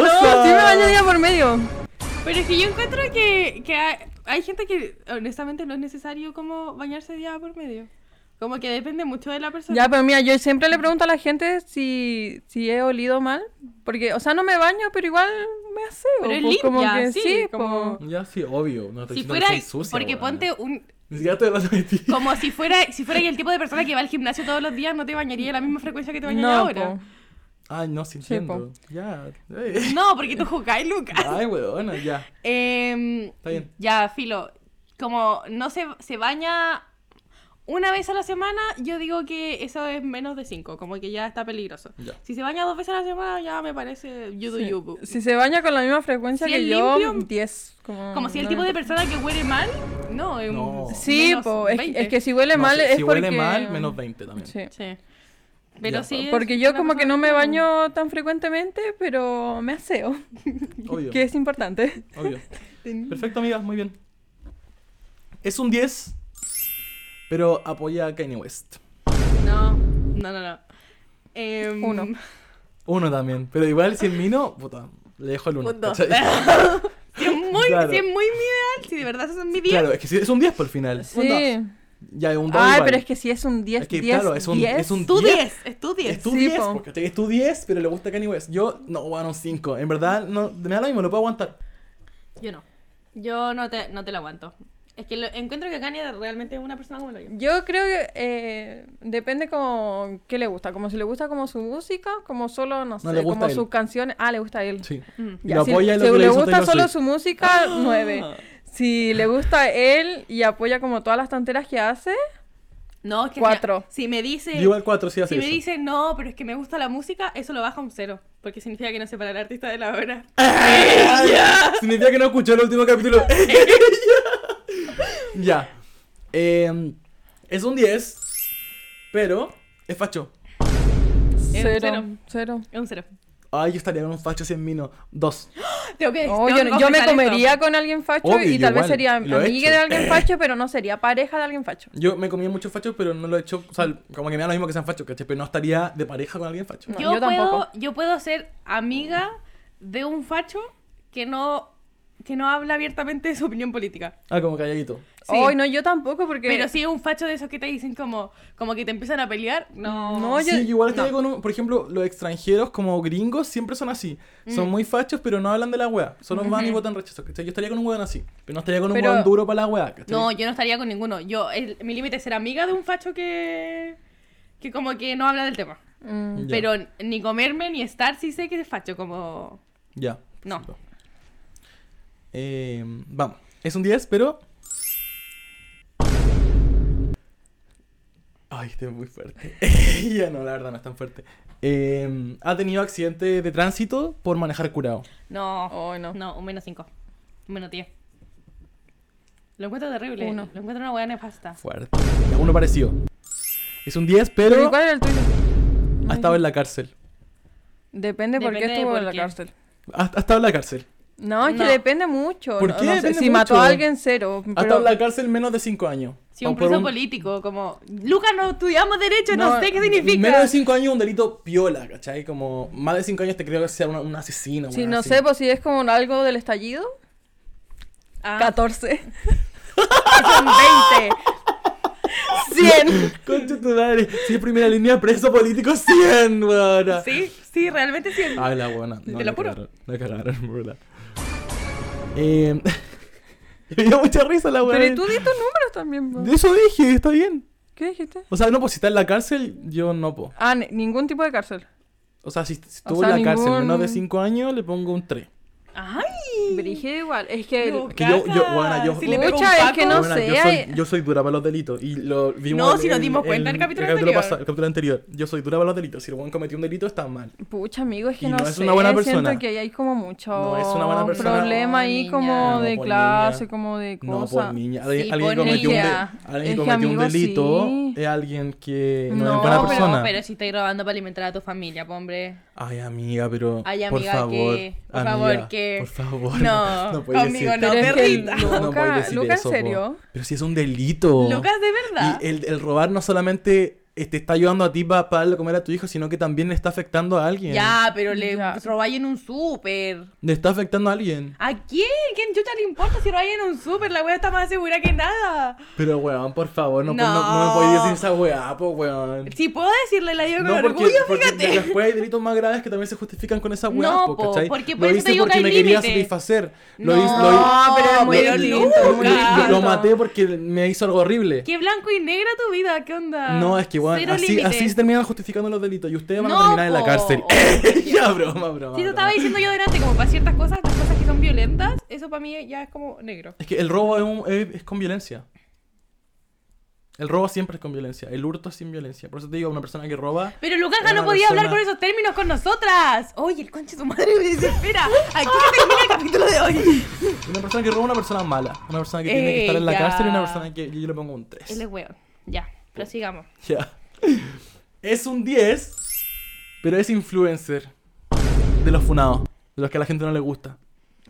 Speaker 1: Rosa.
Speaker 3: sí me baño día por medio.
Speaker 2: Pero es que yo encuentro que, que hay, hay gente que honestamente no es necesario como bañarse día por medio. Como que depende mucho de la persona.
Speaker 3: Ya, pero mira, yo siempre le pregunto a la gente si, si he olido mal. Porque, o sea, no me baño, pero igual me aseo.
Speaker 2: Pero es
Speaker 3: pues, como
Speaker 2: limpia,
Speaker 3: que
Speaker 2: sí,
Speaker 3: po.
Speaker 2: como-
Speaker 1: Ya, sí, obvio. No te
Speaker 2: si
Speaker 1: diciendo
Speaker 2: fuera.
Speaker 1: que soy sucia,
Speaker 2: porque
Speaker 1: weón.
Speaker 2: ponte un.
Speaker 1: Ni siquiera estoy hablando de ti.
Speaker 2: Como si fuera, si fuera el tipo de persona que va al gimnasio todos los días, no te bañaría a la misma frecuencia que te bañas
Speaker 3: No, pues,
Speaker 2: ahora.
Speaker 3: po.
Speaker 1: Ay, no, sí
Speaker 3: Sí,
Speaker 1: entiendo. ya. eh.
Speaker 2: No, porque tú jugáis, Lucas.
Speaker 1: Ay, weona, ya.
Speaker 2: Em,
Speaker 1: Ah. Está bien.
Speaker 2: Ya, filo. Como no se, se baña una vez a la semana, yo digo que eso es menos de 5, como que ya está peligroso.
Speaker 1: Ya.
Speaker 2: Si se baña dos veces a la semana, ya me parece you do
Speaker 3: Sí.
Speaker 2: you, boo.
Speaker 3: Si se baña con la misma frecuencia
Speaker 2: pues. Si
Speaker 3: que
Speaker 2: es
Speaker 3: yo,
Speaker 2: limpio,
Speaker 3: 10. Como,
Speaker 2: Como si el
Speaker 3: Mm, no
Speaker 2: tipo
Speaker 3: me
Speaker 2: de
Speaker 3: importa.
Speaker 2: persona que huele mal, no. es un
Speaker 1: No.
Speaker 3: Sí,
Speaker 2: menos
Speaker 3: po. Es,
Speaker 2: 20.
Speaker 3: es que si huele
Speaker 1: No,
Speaker 3: mal
Speaker 1: si,
Speaker 3: es
Speaker 1: si
Speaker 3: porque...
Speaker 1: huele mal, menos 20 también.
Speaker 3: Sí.
Speaker 2: Sí. Pero
Speaker 1: Ya.
Speaker 2: sí. es
Speaker 3: Porque yo
Speaker 2: una
Speaker 3: como que
Speaker 2: persona
Speaker 3: no me baño tan frecuentemente, pero me aseo,
Speaker 1: Obvio.
Speaker 3: que es importante.
Speaker 1: Obvio. Perfecto, amiga, muy bien. Es un 10, pero apoya a Kanye West.
Speaker 2: No, no, no, no. Em,
Speaker 3: Uno.
Speaker 1: Uno también. Pero igual, si es mino, puta, le dejo el uno.
Speaker 2: un dos. si
Speaker 1: ¿cachai?
Speaker 2: es muy,
Speaker 1: Claro.
Speaker 2: si es muy mi ideal, si de verdad eso es mi 10.
Speaker 1: Claro, es que sí, es un 10 por el final.
Speaker 3: Sí.
Speaker 1: Un dos. Ya, un 2.
Speaker 3: Ay, pero es que si es un 10,
Speaker 1: Es que,
Speaker 3: 10,
Speaker 1: claro, es un-
Speaker 3: 10,
Speaker 1: es un-
Speaker 2: Tu
Speaker 1: Diez.
Speaker 2: 10, es tu 10.
Speaker 1: Es tu
Speaker 3: Sí,
Speaker 1: 10,
Speaker 3: po.
Speaker 1: porque es tu 10, pero le gusta Kanye West. Yo, no, bueno, un 5. En verdad, no, me da lo mismo, lo puedo aguantar.
Speaker 2: Yo no. Yo no te, no te lo aguanto. Es que lo- encuentro que Kanye realmente es una persona como lo yo.
Speaker 3: Yo creo que eh, depende como qué le gusta, como si le gusta como su música, como solo, no sé,
Speaker 1: le gusta
Speaker 3: como
Speaker 1: a él.
Speaker 3: sus canciones. Ah, le gusta a él.
Speaker 1: Sí.
Speaker 3: Ya,
Speaker 1: Lo
Speaker 3: si
Speaker 1: apoya en lo
Speaker 3: si
Speaker 1: que le
Speaker 3: le
Speaker 1: hizo
Speaker 3: gusta
Speaker 1: Taylor
Speaker 3: solo
Speaker 1: Swift.
Speaker 3: su música,
Speaker 2: Ah.
Speaker 3: 9. Si le gusta a él y apoya como todas las tonteras que hace,
Speaker 2: No, es que
Speaker 3: Cuatro.
Speaker 2: mira, Si, me dice.
Speaker 1: Yo igual 4, sí, hace
Speaker 2: si me
Speaker 1: eso.
Speaker 2: dice no, pero es que me gusta la música, eso lo baja a un cero. Porque significa que no separa al artista de la obra.
Speaker 1: Ay, Significa que no escuchó el último capítulo. ya. Eh, es un 10, pero es facho.
Speaker 3: cero,
Speaker 2: cero.
Speaker 3: cero.
Speaker 2: Es un cero.
Speaker 1: Ay, yo estaría con un facho si es mino. Dos.
Speaker 2: Tengo que
Speaker 3: Oh,
Speaker 2: tengo
Speaker 3: yo,
Speaker 2: que
Speaker 3: yo me
Speaker 2: confesar
Speaker 3: comería
Speaker 2: esto.
Speaker 3: con alguien facho
Speaker 1: Obvio,
Speaker 3: y tal
Speaker 1: igual,
Speaker 3: vez sería
Speaker 1: lo he hecho.
Speaker 3: amiga de alguien facho, pero no sería pareja de alguien facho.
Speaker 1: Yo me comía muchos fachos, pero no lo he hecho. O sea, como que me da lo mismo que sean fachos, ¿cachai? Pero no estaría de pareja con alguien facho.
Speaker 3: No,
Speaker 2: Yo,
Speaker 3: yo
Speaker 2: puedo,
Speaker 3: tampoco.
Speaker 2: yo puedo ser amiga de un facho que no, que no habla abiertamente de su opinión política.
Speaker 1: Ah, como calladito.
Speaker 2: Sí.
Speaker 3: Ay, no, yo tampoco, porque.
Speaker 2: Pero si es un facho de esos que te dicen como, como que te empiezan a pelear, no.
Speaker 3: No, yo-
Speaker 1: sí, yo igual estaría con un- Por ejemplo, los extranjeros como gringos siempre son así. Son muy fachos, pero no hablan de la wea. Solo van y votan rechazo, ¿cachai? Yo estaría con un weón así. Pero no estaría con un
Speaker 3: Pero-
Speaker 1: weón duro para la wea, ¿cachai?
Speaker 2: No, yo no estaría con ninguno. Yo, el- mi límite es ser amiga de un facho que. que como que no habla del tema.
Speaker 1: Ya,
Speaker 3: Mm,
Speaker 2: Pero ni comerme ni estar, sí sé que es facho, como.
Speaker 1: Ya.
Speaker 2: No.
Speaker 1: perfecto. Eh, vamos. Es un 10, pero. Ay, este es muy fuerte. ya no, la verdad no es tan fuerte. Eh, ha tenido accidentes de tránsito por manejar curado.
Speaker 2: No.
Speaker 3: Ay, no.
Speaker 2: No, un menos 5. Un menos 10. Lo encuentro terrible.
Speaker 3: Uno.
Speaker 2: Lo encuentro una hueá nefasta.
Speaker 1: Fuerte. Ya, uno parecido. Es un 10, pero
Speaker 3: Pero ¿y ¿cuál era el tuyo?
Speaker 1: ha estado en la cárcel.
Speaker 3: Depende, por qué
Speaker 2: Depende de
Speaker 3: estuvo
Speaker 2: por
Speaker 3: en la
Speaker 2: qué.
Speaker 3: cárcel.
Speaker 1: Ha, ha estado en la cárcel.
Speaker 3: No, es que
Speaker 7: No.
Speaker 3: depende mucho.
Speaker 1: ¿Por
Speaker 3: no-
Speaker 1: qué
Speaker 3: no sé,
Speaker 1: depende
Speaker 3: si mató a
Speaker 1: mucho?
Speaker 3: alguien, cero.
Speaker 1: Hasta
Speaker 3: pero-
Speaker 1: en la cárcel menos de 5 años.
Speaker 2: Si un
Speaker 1: O por
Speaker 2: preso político, como, Lucas, no estudiamos derecho, no,
Speaker 3: No,
Speaker 2: sé qué significa.
Speaker 1: Menos de 5 años un delito piola, ¿cachai? Como más de 5 años te creo que sea una- un asesino.
Speaker 3: Si
Speaker 1: weón,
Speaker 3: no
Speaker 1: así.
Speaker 3: sé, pues si es como algo del estallido.
Speaker 2: Ah.
Speaker 3: 14. Son 20. 100.
Speaker 1: Concha tu madre. Si es primera línea, preso político 100, weón.
Speaker 7: Sí, sí, realmente sí.
Speaker 1: Ay, la buena. No,
Speaker 7: Te
Speaker 1: la
Speaker 7: lo juro.
Speaker 1: cagaron, La cagaron, en verdad. Eh, me dio mucha risa la weón.
Speaker 3: Pero ¿y tú di tus números también, po.
Speaker 1: De eso dije, está bien.
Speaker 3: ¿Qué dijiste?
Speaker 1: O sea, no, pues si está en la cárcel, yo no, po.
Speaker 3: Ah, ni- ningún tipo de cárcel.
Speaker 1: O sea, si, si
Speaker 3: O
Speaker 1: estuvo
Speaker 3: sea,
Speaker 1: en la cárcel
Speaker 3: ningún-
Speaker 1: menos de 5 años, le pongo un 3.
Speaker 3: Brigido igual. Es que.
Speaker 2: No,
Speaker 1: Que yo, yo, bueno, yo,
Speaker 2: Si le pego un
Speaker 3: Pucha, es que
Speaker 2: paco.
Speaker 3: no
Speaker 1: Weona,
Speaker 3: sé,
Speaker 1: yo
Speaker 3: hay-
Speaker 1: soy, yo soy dura para los delitos. Y lo vimos.
Speaker 2: No, si nos dimos cuenta en el capítulo anterior.
Speaker 1: pasado, el capítulo anterior. Yo soy dura para los delitos. Si el weón cometió un delito, está mal.
Speaker 3: Pucha, amigo, es que
Speaker 1: Y
Speaker 3: no,
Speaker 1: no es
Speaker 3: sé.
Speaker 1: una buena persona.
Speaker 3: Siento que ahí hay como mucho
Speaker 1: No es una buena persona.
Speaker 3: problema ahí
Speaker 2: No,
Speaker 3: como
Speaker 1: niña.
Speaker 3: de
Speaker 1: No, por
Speaker 3: clase,
Speaker 1: niña.
Speaker 3: como de
Speaker 1: No,
Speaker 3: cosa.
Speaker 1: por niña. Alguien,
Speaker 2: Sí,
Speaker 1: alguien
Speaker 2: por
Speaker 1: que cometió,
Speaker 3: niña.
Speaker 1: Un, de- alguien
Speaker 3: Es
Speaker 1: que
Speaker 3: que,
Speaker 1: cometió un
Speaker 3: amigo,
Speaker 1: delito
Speaker 3: sí.
Speaker 1: es alguien que no, es
Speaker 3: No,
Speaker 1: buena
Speaker 3: pero-
Speaker 1: persona.
Speaker 2: pero si estáis robando para alimentar a tu familia, po, hombre.
Speaker 1: Ay, amiga, pero.
Speaker 2: Ay,
Speaker 1: por
Speaker 2: amiga,
Speaker 1: favor.
Speaker 2: que- por favor,
Speaker 1: amiga,
Speaker 2: que-
Speaker 1: Por favor.
Speaker 2: No,
Speaker 1: puedes
Speaker 2: conmigo
Speaker 1: decir-
Speaker 2: no,
Speaker 3: Pero es que
Speaker 2: perrita.
Speaker 1: No, no
Speaker 3: Luca-
Speaker 1: puedes decir
Speaker 3: Luca, ¿en
Speaker 1: eso, po.
Speaker 3: serio?
Speaker 1: Pero si es un delito.
Speaker 2: Lucas, de verdad.
Speaker 1: Oh. Y eh, el, el robar no solamente eh, te está ayudando a ti para darle comer a tu hijo, sino que también le está afectando a alguien.
Speaker 2: Ya, pero le
Speaker 3: Ya.
Speaker 2: robáis en un súper.
Speaker 1: Le está afectando a alguien.
Speaker 2: ¿A quién? ¿Quién chucha le importa si robáis en un súper? La wea está más segura que nada.
Speaker 1: Pero, weón, por favor, no, no.
Speaker 2: No.
Speaker 1: no me podéis decir esa weá, po, weón.
Speaker 2: Si puedo decirle, la digo con
Speaker 1: No, porque,
Speaker 2: orgullo,
Speaker 1: porque
Speaker 2: fíjate.
Speaker 1: después hay delitos más graves que también se justifican con esa weá,
Speaker 2: No,
Speaker 1: po,
Speaker 2: po,
Speaker 1: ¿cachai?
Speaker 2: porque por
Speaker 1: lo
Speaker 2: eso te
Speaker 1: hice
Speaker 2: digo que
Speaker 1: porque
Speaker 2: hay
Speaker 1: me quería
Speaker 2: límite.
Speaker 1: satisfacer. Lo
Speaker 2: No,
Speaker 1: hice- lo-
Speaker 2: pero es
Speaker 1: lo-
Speaker 2: muy
Speaker 1: lo-
Speaker 2: distinto, muy
Speaker 1: lo-
Speaker 2: distinto.
Speaker 1: Lo maté porque me hizo algo horrible.
Speaker 2: Qué blanco y negra tu vida, ¿qué onda?
Speaker 1: No, es que weón,
Speaker 2: Cero
Speaker 1: así,
Speaker 2: límite.
Speaker 1: así se terminan justificando los delitos y ustedes van a
Speaker 2: No,
Speaker 1: terminar en la
Speaker 2: po.
Speaker 1: cárcel. ya, broma, broma.
Speaker 2: Si te
Speaker 1: broma.
Speaker 2: estaba diciendo yo delante, como para ciertas cosas, las cosas que son violentas, eso para mí ya es como negro.
Speaker 1: Es que el robo es, un- es- es con violencia. El robo siempre es con violencia. El hurto es sin violencia. Por eso te digo, una persona que roba.
Speaker 2: Pero Lucas
Speaker 1: Era
Speaker 2: no
Speaker 1: una
Speaker 2: podía hablar
Speaker 1: persona-
Speaker 2: con esos términos con nosotras. Oye, el conche de su madre me desespera. Aquí se termina el capítulo de hoy.
Speaker 1: Una persona que roba es una persona mala. Una persona que tiene que estar en la
Speaker 2: Ella.
Speaker 1: cárcel y una persona que yo le pongo un
Speaker 2: Él
Speaker 1: 3.
Speaker 2: es weón. Ya, prosigamos.
Speaker 1: Ya. Es un 10, pero es influencer. De los funados. De los que a la gente no le gusta.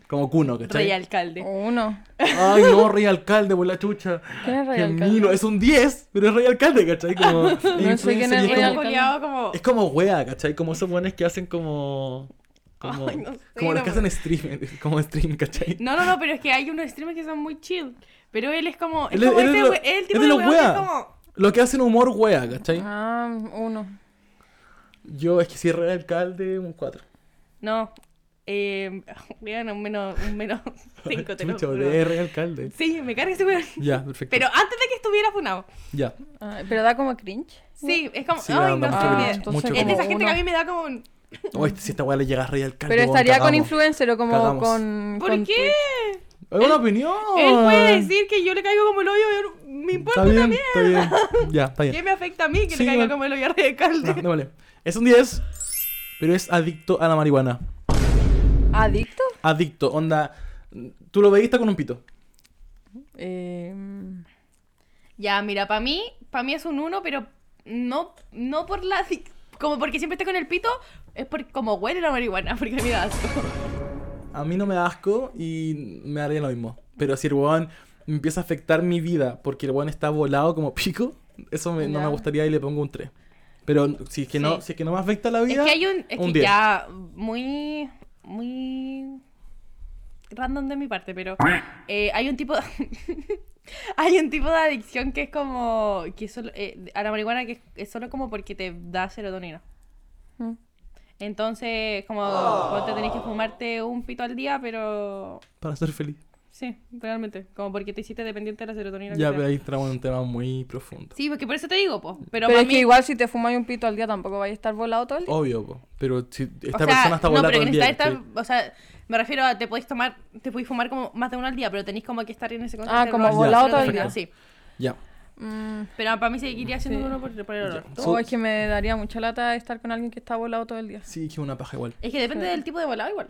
Speaker 1: Como Cuno, ¿cachai?
Speaker 2: Rey alcalde.
Speaker 3: Uno.
Speaker 1: Ay, no, rey alcalde, por la chucha.
Speaker 3: ¿Quién es rey
Speaker 1: Qué
Speaker 3: alcalde?
Speaker 1: mino. Es un 10, pero es rey alcalde, ¿cachai? Como
Speaker 3: quién es
Speaker 1: influencer y
Speaker 3: rey
Speaker 1: como-
Speaker 2: Era
Speaker 3: alcalde.
Speaker 2: un coleado como.
Speaker 1: Es como wea, ¿cachai? Como esos buenos que hacen como. Como,
Speaker 2: Ay, no sé,
Speaker 1: como los que
Speaker 2: no
Speaker 1: hacen stream, como stream, ¿cachai?
Speaker 2: No, no, no, pero es que hay unos streamers que son muy chill. Pero él es como. Es
Speaker 1: Él es-
Speaker 2: como
Speaker 1: él es de
Speaker 2: este
Speaker 1: lo-
Speaker 2: we- es el
Speaker 1: es
Speaker 2: tipo
Speaker 1: de
Speaker 2: de
Speaker 1: los
Speaker 2: weón que
Speaker 1: wea.
Speaker 2: es como.
Speaker 1: Los que hacen humor wea, ¿cachai?
Speaker 3: Ah, uno.
Speaker 1: Yo es que si era alcalde, un 4.
Speaker 2: No. Eh, weón, un menos, un menos cinco, te lo
Speaker 1: Chucha,
Speaker 2: juro.
Speaker 1: de re alcalde.
Speaker 2: Sí, me carga ese weón.
Speaker 1: Ya, perfecto.
Speaker 2: Pero antes de que estuviera funado.
Speaker 1: Ya.
Speaker 3: Ah, pero da como cringe.
Speaker 2: Sí, es como.
Speaker 1: Sí, da-
Speaker 2: ay,
Speaker 1: da mucho
Speaker 2: no
Speaker 3: Ah,
Speaker 2: sé.
Speaker 1: cringe,
Speaker 3: entonces
Speaker 1: mucho
Speaker 2: Es
Speaker 3: como
Speaker 2: de esa
Speaker 1: cringe.
Speaker 2: gente
Speaker 3: uno.
Speaker 2: que a mí me da como. un-
Speaker 1: Oh, este- si esta wea le llega a rey alcalde.
Speaker 3: Pero
Speaker 1: weón,
Speaker 3: estaría con
Speaker 1: cagamos.
Speaker 3: influencer o como
Speaker 1: Cagamos.
Speaker 3: con.
Speaker 2: ¿Por
Speaker 3: con
Speaker 2: qué?
Speaker 1: Es una opinión.
Speaker 2: Él puede decir que yo le caigo como el hoyo, yo no- me importa
Speaker 1: Oh. Está bien,
Speaker 2: también.
Speaker 1: está bien. Ya, está
Speaker 2: ¿Qué
Speaker 1: bien.
Speaker 2: me afecta a mí que
Speaker 1: Sí,
Speaker 2: le caiga
Speaker 1: igual.
Speaker 2: como el hoyo a Rey Alcalde?
Speaker 1: No, no vale. Es un 10, pero es adicto a la marihuana.
Speaker 3: tu- ¿Adicto?
Speaker 1: Adicto, onda. Tú lo veíste con un pito.
Speaker 3: Eh,
Speaker 2: Ya, mira, para mí, para mí es un uno, pero no, no por la... adic- Como porque siempre está con el pito, es por como huele la marihuana, porque a mí me da asco.
Speaker 1: A mí no me da asco y me daría lo mismo. Pero si el weón me empieza a afectar mi vida porque el weón está volado como pico, eso me- no
Speaker 3: Ya.
Speaker 1: me gustaría y le pongo un 3. Pero si es que, no,
Speaker 2: Sí.
Speaker 1: si es que no me afecta la
Speaker 2: Es
Speaker 1: vida,
Speaker 2: que hay un... Es
Speaker 1: Oh, un
Speaker 2: que
Speaker 1: 10.
Speaker 2: ya, muy... Muy... Random de mi parte, pero... eh, hay un tipo... hay un tipo de adicción que es como... Que solo, eh, a la marihuana que es- es solo como porque te da serotonina.
Speaker 3: mm.
Speaker 2: Entonces, como te tenés que fumarte un pito al día, pero
Speaker 1: para ser feliz.
Speaker 2: sí, realmente, como porque te hiciste dependiente de la serotonina. que
Speaker 1: Ya,
Speaker 2: te-
Speaker 1: pero ahí entramos en un tema muy profundo.
Speaker 2: Sí, porque por eso te digo, pues. Pero,
Speaker 3: Pero,
Speaker 2: para
Speaker 3: es
Speaker 2: mí,
Speaker 3: que igual si te fumas un pito al día tampoco vais a estar volado todo el día.
Speaker 1: Obvio, po. pero si
Speaker 2: o
Speaker 1: esta
Speaker 2: sea,
Speaker 1: persona está
Speaker 2: no,
Speaker 1: volada todo
Speaker 2: pero que
Speaker 1: el día,
Speaker 2: necesitas estar,
Speaker 1: ¿cachai?
Speaker 2: o sea, me refiero a te podéis tomar, te podéis fumar como más de uno al día, pero tenés como que estar en ese contexto.
Speaker 3: Ah,
Speaker 2: de
Speaker 3: como
Speaker 2: probar
Speaker 1: volado todo el
Speaker 2: serotonina,
Speaker 1: día.
Speaker 2: Sí,
Speaker 1: Ya.
Speaker 3: Mm,
Speaker 2: pero para mí seguiría siendo
Speaker 3: Sí.
Speaker 2: uno por, por el olor.
Speaker 1: Ya. Oh.
Speaker 3: oh,
Speaker 1: Su-
Speaker 3: es que me daría mucha lata estar con alguien que está volado todo el día.
Speaker 1: Sí, que una paja igual.
Speaker 2: Es que depende
Speaker 3: Sí.
Speaker 2: del tipo de volado igual.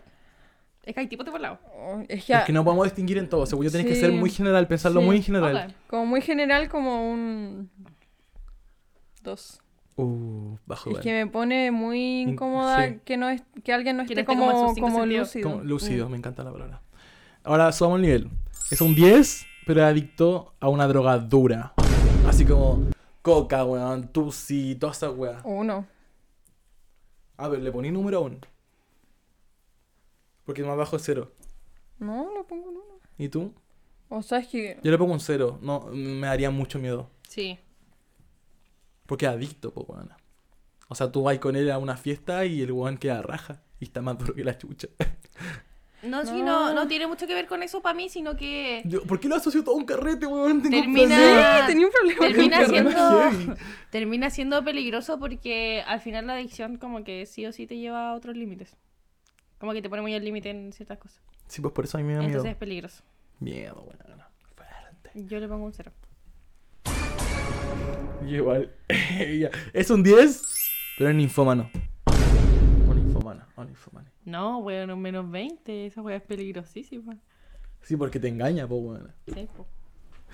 Speaker 2: Es que hay tipos de volado.
Speaker 3: Oh, es que,
Speaker 1: Es que no podemos distinguir en todo. Según yo, tenés que
Speaker 3: Sí.
Speaker 1: ser muy general, pensarlo
Speaker 3: Sí.
Speaker 1: muy en general.
Speaker 2: Ok.
Speaker 3: como muy general, como un... Dos.
Speaker 1: Uh, bajo
Speaker 3: Es
Speaker 1: igual. Uh,
Speaker 3: que me pone muy
Speaker 1: In-
Speaker 3: incómoda
Speaker 1: sí.
Speaker 3: que no es que alguien no
Speaker 4: Que
Speaker 3: esté
Speaker 4: no esté como en
Speaker 3: como,
Speaker 4: sus cinco
Speaker 3: como
Speaker 4: sentidos.
Speaker 3: lúcido.
Speaker 1: Como lúcido,
Speaker 2: Mm.
Speaker 1: me encanta la palabra. Ahora subamos el nivel. Es un 10, pero es adicto a una droga dura. Así como coca, weón, tusi, todas esas weas.
Speaker 3: Uno.
Speaker 1: A ver, le poní número 1. Porque el más bajo es 0.
Speaker 3: No, lo pongo en uno.
Speaker 1: ¿Y tú?
Speaker 3: O sea, es que...
Speaker 1: Yo le pongo un 0. No, me daría mucho miedo.
Speaker 4: Sí.
Speaker 1: Porque es adicto, po, weón. O sea, tú vas con él a una fiesta y el weón queda raja. Y está más duro que la chucha.
Speaker 2: No, sí, no, no tiene mucho que ver con eso para mí, sino que
Speaker 1: Yo, ¿Por qué lo asocio todo a un carrete, weón? Tengo un
Speaker 2: Termina-
Speaker 1: problema.
Speaker 3: ¡Ah! Tenía un problema. con
Speaker 2: termina
Speaker 1: Qué
Speaker 3: el
Speaker 2: siendo,
Speaker 1: raro, heavy.
Speaker 2: termina siendo peligroso porque al final la adicción como que sí o sí te lleva a otros límites. Como que te pone muy al límite en ciertas cosas.
Speaker 1: Sí, pues por eso a mí me da miedo.
Speaker 2: Entonces es peligroso.
Speaker 1: Miedo, weón. Fuerte.
Speaker 2: Yo le pongo un cero.
Speaker 1: Y Igual. ya. es un 10, pero es ninfómano. O ninfómana, o ninfómana.
Speaker 2: No, bueno, menos 20. Esa weá es peligrosísima.
Speaker 1: Sí, porque te engaña, po, weón.
Speaker 2: Sí, po.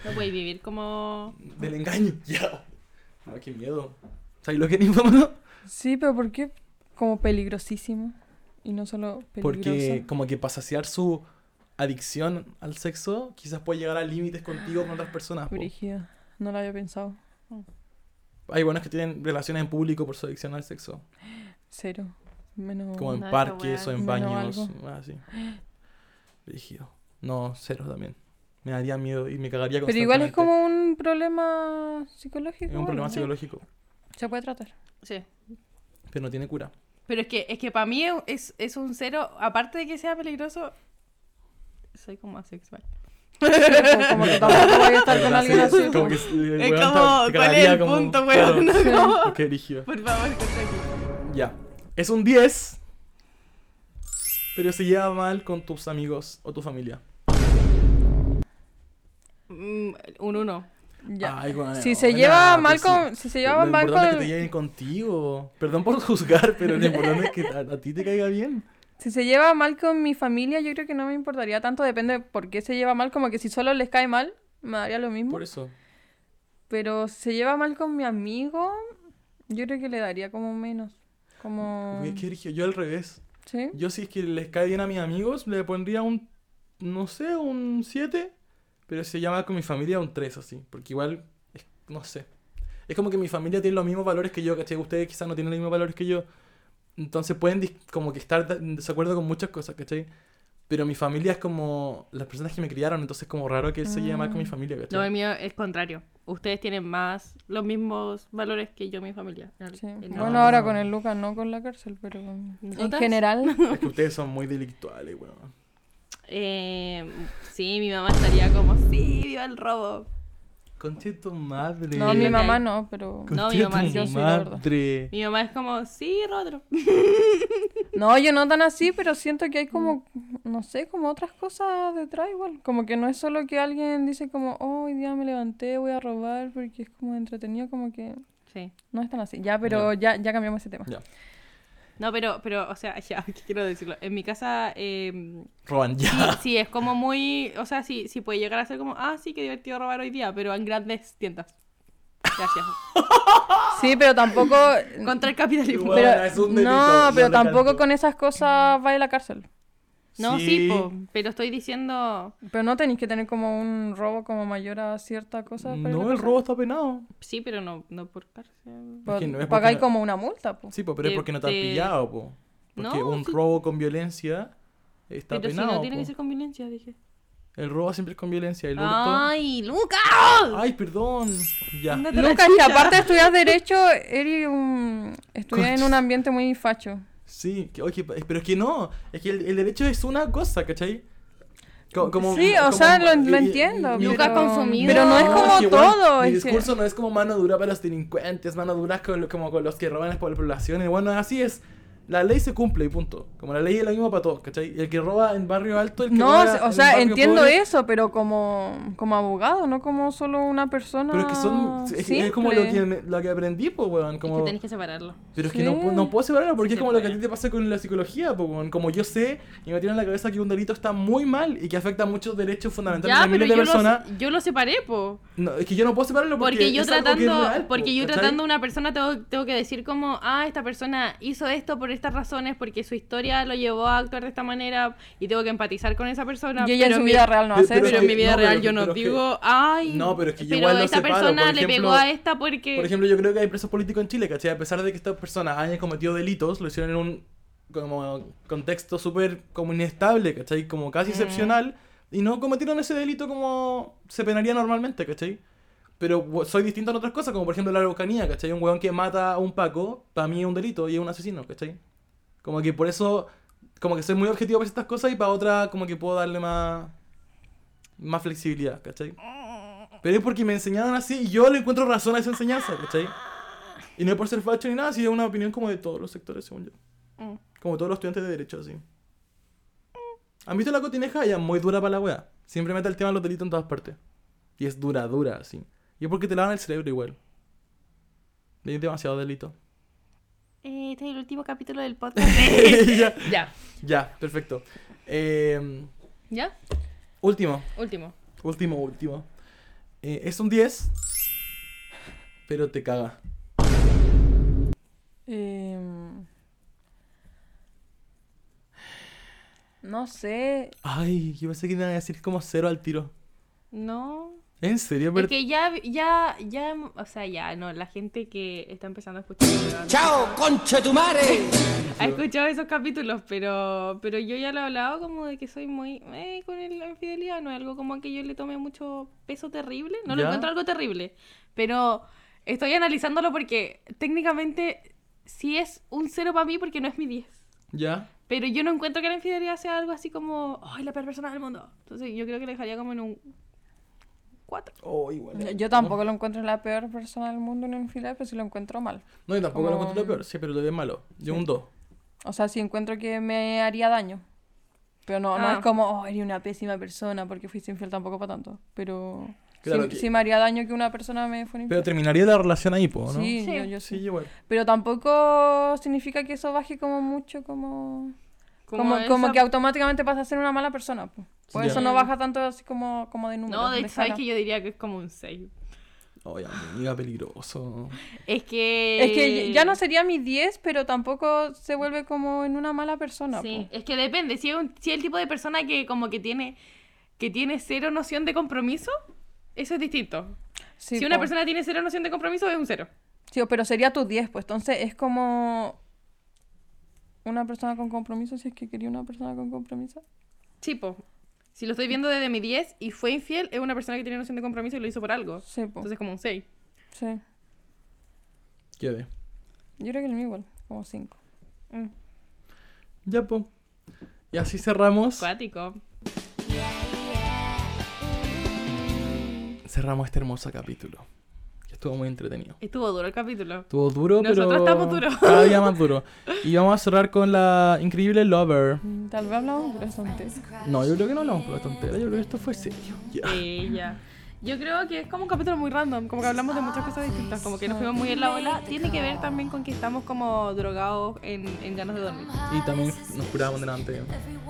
Speaker 2: No puedes vivir como...
Speaker 1: Del engaño. Ya. No, qué miedo. ¿Sabes lo que es ninfómano?
Speaker 3: Sí, pero ¿por qué como peligrosísimo? Y no solo peligroso.
Speaker 1: Porque como que para saciar su adicción al sexo, quizás puede llegar a límites contigo con otras personas. po.
Speaker 3: Brígido. No lo había pensado.
Speaker 1: Hay buenas que tienen relaciones en público por su adicción al sexo.
Speaker 3: Cero. Menos...
Speaker 1: Como en
Speaker 2: Anda, esa
Speaker 1: parques o
Speaker 2: weá.
Speaker 1: en
Speaker 3: No,
Speaker 1: baños.
Speaker 3: algo.
Speaker 1: Así. Rígido. No, cero también. Me daría miedo y me cagaría
Speaker 3: Pero igual es
Speaker 1: constantemente.
Speaker 3: como un problema psicológico.
Speaker 1: Es un
Speaker 3: ¿no?
Speaker 1: problema
Speaker 3: Sí.
Speaker 1: psicológico,
Speaker 3: Se puede tratar.
Speaker 2: Sí.
Speaker 1: pero no tiene cura.
Speaker 2: Pero es que, es que para mí es, es un cero, aparte de que sea peligroso, soy como asexual.
Speaker 3: Como- como que tampoco voy a estar con alguien
Speaker 1: Así,
Speaker 3: así.
Speaker 1: como
Speaker 3: po.
Speaker 1: que el
Speaker 2: Es
Speaker 1: weón
Speaker 2: como,
Speaker 1: ta- te
Speaker 2: ¿cuál es
Speaker 1: cagaría
Speaker 2: el
Speaker 1: como-
Speaker 2: punto, weón?
Speaker 1: claro,
Speaker 3: Sí.
Speaker 1: qué rígido.
Speaker 2: Por favor, corta aquí.
Speaker 1: Ya. Es un 10. Pero se lleva mal con tus amigos o tu familia.
Speaker 2: Mm, un uno.
Speaker 3: Ya.
Speaker 1: Ay, bueno,
Speaker 3: Si se
Speaker 1: hola,
Speaker 3: lleva
Speaker 1: pues
Speaker 3: mal
Speaker 1: sí.
Speaker 3: con... Si se
Speaker 1: Lo
Speaker 3: lleva mal
Speaker 1: importante es que te
Speaker 3: con...
Speaker 1: lleven contigo. Perdón por juzgar, pero lo importante es que a, a ti te caiga bien.
Speaker 3: Si se lleva mal con mi familia, yo creo que no me importaría tanto. Depende de por qué se lleva mal. Como que si solo les cae mal, me daría lo mismo.
Speaker 1: Por eso.
Speaker 3: Pero si se lleva mal con mi amigo, yo creo que le daría como menos. Como...
Speaker 2: Mm.
Speaker 1: Uy, qué rígido. Yo al revés.
Speaker 3: ¿Sí?
Speaker 1: Yo si es que les cae bien a mis amigos, le pondría un, no sé, un 7. Pero si se llama con mi familia, un 3 así. Porque igual, es- no sé. Es como que mi familia tiene los mismos valores que yo, ¿cachai? Ustedes quizás no tienen los mismos valores que yo. Entonces pueden dis- como que estar de- en desacuerdo con muchas cosas, ¿cachai? Pero mi familia es como las personas que me criaron, entonces es como raro que se lleve mal con mi familia, ¿cachai?
Speaker 2: Mm. No, el mío es contrario. Ustedes tienen más los mismos valores que yo, mi familia. El-
Speaker 3: Sí.
Speaker 2: el-
Speaker 3: Bueno, ahora con el Lucas, no con la cárcel, pero en
Speaker 2: ¿Notas?
Speaker 3: general.
Speaker 1: Es que ustedes son muy delictuales, weón.
Speaker 2: Eh, sí, mi mamá estaría como, sí, viva el robo.
Speaker 1: Conche tu madre.
Speaker 3: No, mi
Speaker 2: ok.
Speaker 3: mamá no, pero.
Speaker 2: No, mi
Speaker 1: Conche
Speaker 2: mamá
Speaker 1: tu
Speaker 2: sí, yo
Speaker 3: sí, la verdad.
Speaker 1: madre.
Speaker 2: Mi mamá es como, sí, Rodro.
Speaker 3: No, yo no tan así, pero siento que hay como, no sé, como otras cosas detrás igual. Como que no es solo que alguien dice como, oh, hoy día me levanté, voy a robar, porque es como entretenido, como que
Speaker 2: Sí.
Speaker 3: no es tan así. Ya, pero ya, ya cambiamos ese tema.
Speaker 1: Ya.
Speaker 2: No, pero, pero, o sea, ya, ¿qué quiero decirlo? En mi casa, eh,
Speaker 1: Roban ya.
Speaker 2: sí, sí, es como muy, o sea, sí, sí puede llegar a ser como, ah, sí, qué divertido robar hoy día, pero en grandes tiendas. Gracias.
Speaker 3: Sí, pero tampoco.
Speaker 2: Contra el capitalismo.
Speaker 1: Igual.
Speaker 3: pero-
Speaker 1: es un delito,
Speaker 3: no,
Speaker 1: yo
Speaker 3: pero
Speaker 1: lo
Speaker 3: tampoco
Speaker 1: calculo.
Speaker 3: con esas cosas vaya a la cárcel.
Speaker 2: No, sí, po, pero estoy diciendo,
Speaker 3: Pero no tenéis que tener como un robo como mayor a cierta cosa. para ir a la
Speaker 1: No, el
Speaker 3: cárcel.
Speaker 1: robo está penado.
Speaker 2: sí, pero no, no por cárcel.
Speaker 3: Pa-
Speaker 1: Es que no es porque
Speaker 3: pagáis
Speaker 1: no-
Speaker 3: como una multa, pues.
Speaker 1: Sí, po, pero es
Speaker 2: Te-
Speaker 1: porque no te han
Speaker 2: te-
Speaker 1: pillado, po. Porque
Speaker 2: Este, No,
Speaker 1: un
Speaker 2: sí.
Speaker 1: robo con violencia está
Speaker 2: pero
Speaker 1: penado.
Speaker 2: si no tiene
Speaker 1: po.
Speaker 2: que ser con violencia, dije.
Speaker 1: El robo siempre es con violencia. El hurto. Ay,
Speaker 2: ¡Ay, Luca!
Speaker 1: perdón. Ya.
Speaker 2: Ándate a la
Speaker 3: Lucas, que
Speaker 2: chucha.
Speaker 3: aparte de estudiar Derecho, eres un... estudias en
Speaker 1: Concha.
Speaker 3: un ambiente muy facho.
Speaker 1: Sí, que- oye, pa- pero es que no. Es que el, el derecho es una cosa, ¿cachai? Co-
Speaker 3: Sí, o sea, lo, lo
Speaker 1: y- y-
Speaker 3: entiendo.
Speaker 1: y-
Speaker 2: Nunca
Speaker 3: pero...
Speaker 2: consumido.
Speaker 3: Pero no es
Speaker 2: No,
Speaker 3: como
Speaker 1: que, bueno,
Speaker 3: todo.
Speaker 1: Mi
Speaker 3: es que-
Speaker 1: discurso no es como mano dura para los delincuentes, mano dura con, lo- como con los que roban las poblaciones. Bueno, así es. La ley se cumple y punto. Como la ley es la misma para todos, ¿cachai? El que roba en barrio alto, el que
Speaker 3: No,
Speaker 1: roba
Speaker 3: se- o
Speaker 1: en
Speaker 3: sea,
Speaker 1: barrio
Speaker 3: entiendo
Speaker 1: pobre,
Speaker 3: eso, pero como, como abogado, no como solo una persona.
Speaker 1: Pero es que son. Es, es como lo
Speaker 3: simple.
Speaker 1: que, me- lo que aprendí, pues, weón.
Speaker 2: Es
Speaker 1: Como,
Speaker 2: que tenés que separarlo.
Speaker 1: Pero es que no,
Speaker 3: Sí.
Speaker 1: pu- no puedo separarlo porque
Speaker 2: Sí pues.
Speaker 1: es
Speaker 2: se
Speaker 1: como lo que a
Speaker 2: puede.
Speaker 1: ti te pasa con la psicología, pues, weón. Como yo sé y me tiene en la cabeza que un delito está muy mal y que afecta muchos derechos fundamentales
Speaker 2: Ya,
Speaker 1: de
Speaker 2: pero
Speaker 1: miles de
Speaker 2: yo
Speaker 1: personas.
Speaker 2: lo, yo lo separé, po.
Speaker 1: No, es que yo no puedo separarlo porque.
Speaker 2: Porque, yo
Speaker 1: es algo que es
Speaker 2: tratando,
Speaker 1: real, po,
Speaker 2: porque yo
Speaker 1: ¿cachai?
Speaker 2: tratando a una persona tengo, tengo que decir como, ah, esta persona hizo esto por estas razones, porque su historia lo llevó a actuar de esta manera y tengo que empatizar con esa persona.
Speaker 3: Y ella en
Speaker 2: pero
Speaker 3: su
Speaker 2: mi-
Speaker 3: vida real no
Speaker 1: pero-
Speaker 3: hace
Speaker 2: Pero,
Speaker 1: es
Speaker 3: eso.
Speaker 2: en
Speaker 1: que-
Speaker 2: mi vida
Speaker 1: no, pero-
Speaker 2: real yo no
Speaker 1: pero es que-
Speaker 2: digo, ay.
Speaker 1: No, pero es que yo
Speaker 2: pero
Speaker 1: igual lo
Speaker 2: esta
Speaker 1: separo,
Speaker 2: persona
Speaker 1: por
Speaker 2: le
Speaker 1: ejemplo-
Speaker 2: pegó a esta porque.
Speaker 1: Por ejemplo, yo creo que hay presos políticos en Chile, ¿cachai? A pesar de que estas personas hayan cometido delitos, lo hicieron en un como contexto súper como inestable, ¿cachai? Como casi excepcional. Y no cometieron ese delito como se penaría normalmente, ¿cachai? Pero we- soy distinto en otras cosas, como por ejemplo la Araucanía, ¿cachai? Un weón que mata a un Paco, para mí es un delito y es un asesino, ¿cachai? Como que por eso, como que soy muy objetivo para estas cosas y para otra como que puedo darle más, más flexibilidad, ¿cachai? Pero es porque me enseñaron así y yo le encuentro razón a esa enseñanza, ¿cachai? Y no es por ser facho ni nada, sino es una opinión como de todos los sectores, según yo. Como todos los estudiantes de derecho, así. ¿Han visto la cotineja? Ya, muy dura para la weá. Siempre mete el tema de los delitos en todas partes. Y es dura, dura, así. Y es porque te lavan el cerebro igual. Hay demasiado delito.
Speaker 2: Eh, este es el último capítulo del podcast.
Speaker 1: ya,
Speaker 2: ya,
Speaker 1: ya, perfecto. Eh,
Speaker 2: ya,
Speaker 1: último.
Speaker 2: último.
Speaker 1: Último, último. Eh, es un 10, pero te caga.
Speaker 3: Em, No sé.
Speaker 1: Ay, yo pensé que iban a decir como cero al tiro.
Speaker 2: No.
Speaker 1: ¿En serio? Pero...
Speaker 2: Porque ya, ya, ya, o sea, ya, no, la gente que está empezando a escuchar. weón,
Speaker 8: ¡Chao, conche tu madre!
Speaker 2: Ha escuchado esos capítulos, pero, pero yo ya lo he hablado como de que soy muy eh, con el- la infidelidad, no es algo como que yo le tome mucho peso terrible, no lo
Speaker 1: Ya.
Speaker 2: encuentro algo terrible, pero estoy analizándolo porque técnicamente sí es un cero para mí porque no es mi 10,
Speaker 1: ¿Ya?
Speaker 2: pero yo no encuentro que la infidelidad sea algo así como, ay, la peor persona del mundo, entonces yo creo que le dejaría como en un 4.
Speaker 1: Oh, igual.
Speaker 3: Yo- Yo tampoco lo encuentro la peor persona del mundo en infidelidad, pero sí lo encuentro mal.
Speaker 1: No, yo tampoco lo encuentro lo
Speaker 3: Como-
Speaker 1: peor. Sí, pero lo de malo. Yo un 2.
Speaker 3: O sea, sí encuentro que me haría daño. Pero no, no
Speaker 2: Ah.
Speaker 3: es como, oh, eres una pésima persona porque fuiste infiel tampoco para tanto. Pero sí-
Speaker 1: Claro
Speaker 3: sí,
Speaker 1: que-
Speaker 3: me haría daño que una persona me fuera infiel.
Speaker 1: Pero terminaría la relación ahí, po, ¿no?
Speaker 3: sí,
Speaker 2: Sí.
Speaker 3: Yo, yo sí.
Speaker 1: Sí, igual.
Speaker 3: Pero tampoco significa que eso baje como mucho, como... Como,
Speaker 2: esa-
Speaker 3: como que automáticamente pasa a ser una mala persona. po. Por
Speaker 1: Ya.
Speaker 3: eso no baja tanto así como, como de número.
Speaker 2: No, de hecho, sabes
Speaker 3: escala.
Speaker 2: que yo diría que es como un 6.
Speaker 1: Ay, amiga, peligroso.
Speaker 2: Es que...
Speaker 3: Es que ya
Speaker 2: Eh,
Speaker 3: no sería mi 10, pero tampoco se vuelve como en una mala persona.
Speaker 2: Sí,
Speaker 3: po.
Speaker 2: es que depende. Si es, un- si es el tipo de persona que como que tiene, que tiene cero noción de compromiso, eso es distinto.
Speaker 3: Sí,
Speaker 2: si una
Speaker 3: po.
Speaker 2: persona tiene cero noción de compromiso, es un cero.
Speaker 3: Sí, pero sería tu 10, pues entonces es como una persona con compromiso, si es que quería una persona con compromiso.
Speaker 2: Chipo. Si lo estoy viendo desde mi 10 y fue infiel, es una persona que tiene noción de compromiso y lo hizo por algo.
Speaker 3: Sí, po.
Speaker 2: Entonces como un 6.
Speaker 3: sí.
Speaker 1: ¿Qué de?
Speaker 3: Yo creo que el mío igual, como 5.
Speaker 1: Ya, po. Y así cerramos.
Speaker 2: Cuático.
Speaker 1: Cerramos este hermoso capítulo. Que estuvo muy entretenido.
Speaker 2: Estuvo duro el capítulo.
Speaker 1: Estuvo duro,
Speaker 2: Nosotros
Speaker 1: pero...
Speaker 2: estamos duros.
Speaker 1: Cada día más duro. Y vamos a cerrar con la increíble Lover.
Speaker 3: Mm, Tal vez hablamos por eso antes.
Speaker 1: No, yo creo que no hablamos por la tontera. Yo creo que esto fue serio. Ya.
Speaker 2: Sí, ya. Yo creo que es como un capítulo muy random, como que hablamos de muchas cosas distintas, como que nos fuimos muy en la ola. Tiene que ver también con que estamos como drogados en, en ganas de dormir.
Speaker 1: Y también nos curábamos delante.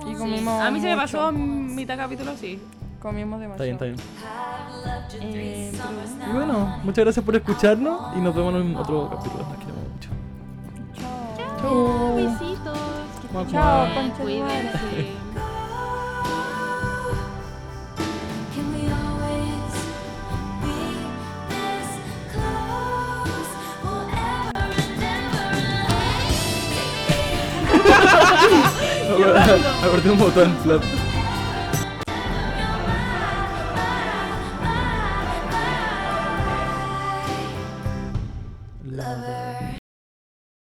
Speaker 3: Y comimos.
Speaker 2: Ah, A mí se me
Speaker 3: mucho,
Speaker 2: pasó mitad capítulo, sí.
Speaker 3: Comimos demasiado. Eh,
Speaker 1: Está bien, está bien. Y bueno, muchas gracias por escucharnos y nos vemos en otro capítulo. Las queremos mucho. Chao.
Speaker 2: Besitos.
Speaker 1: Guau, guau.
Speaker 3: Chao, concha de madre.
Speaker 2: Cuídense.
Speaker 9: Can we always be this close forever and ever and ever?
Speaker 1: Apreté un botón, flap.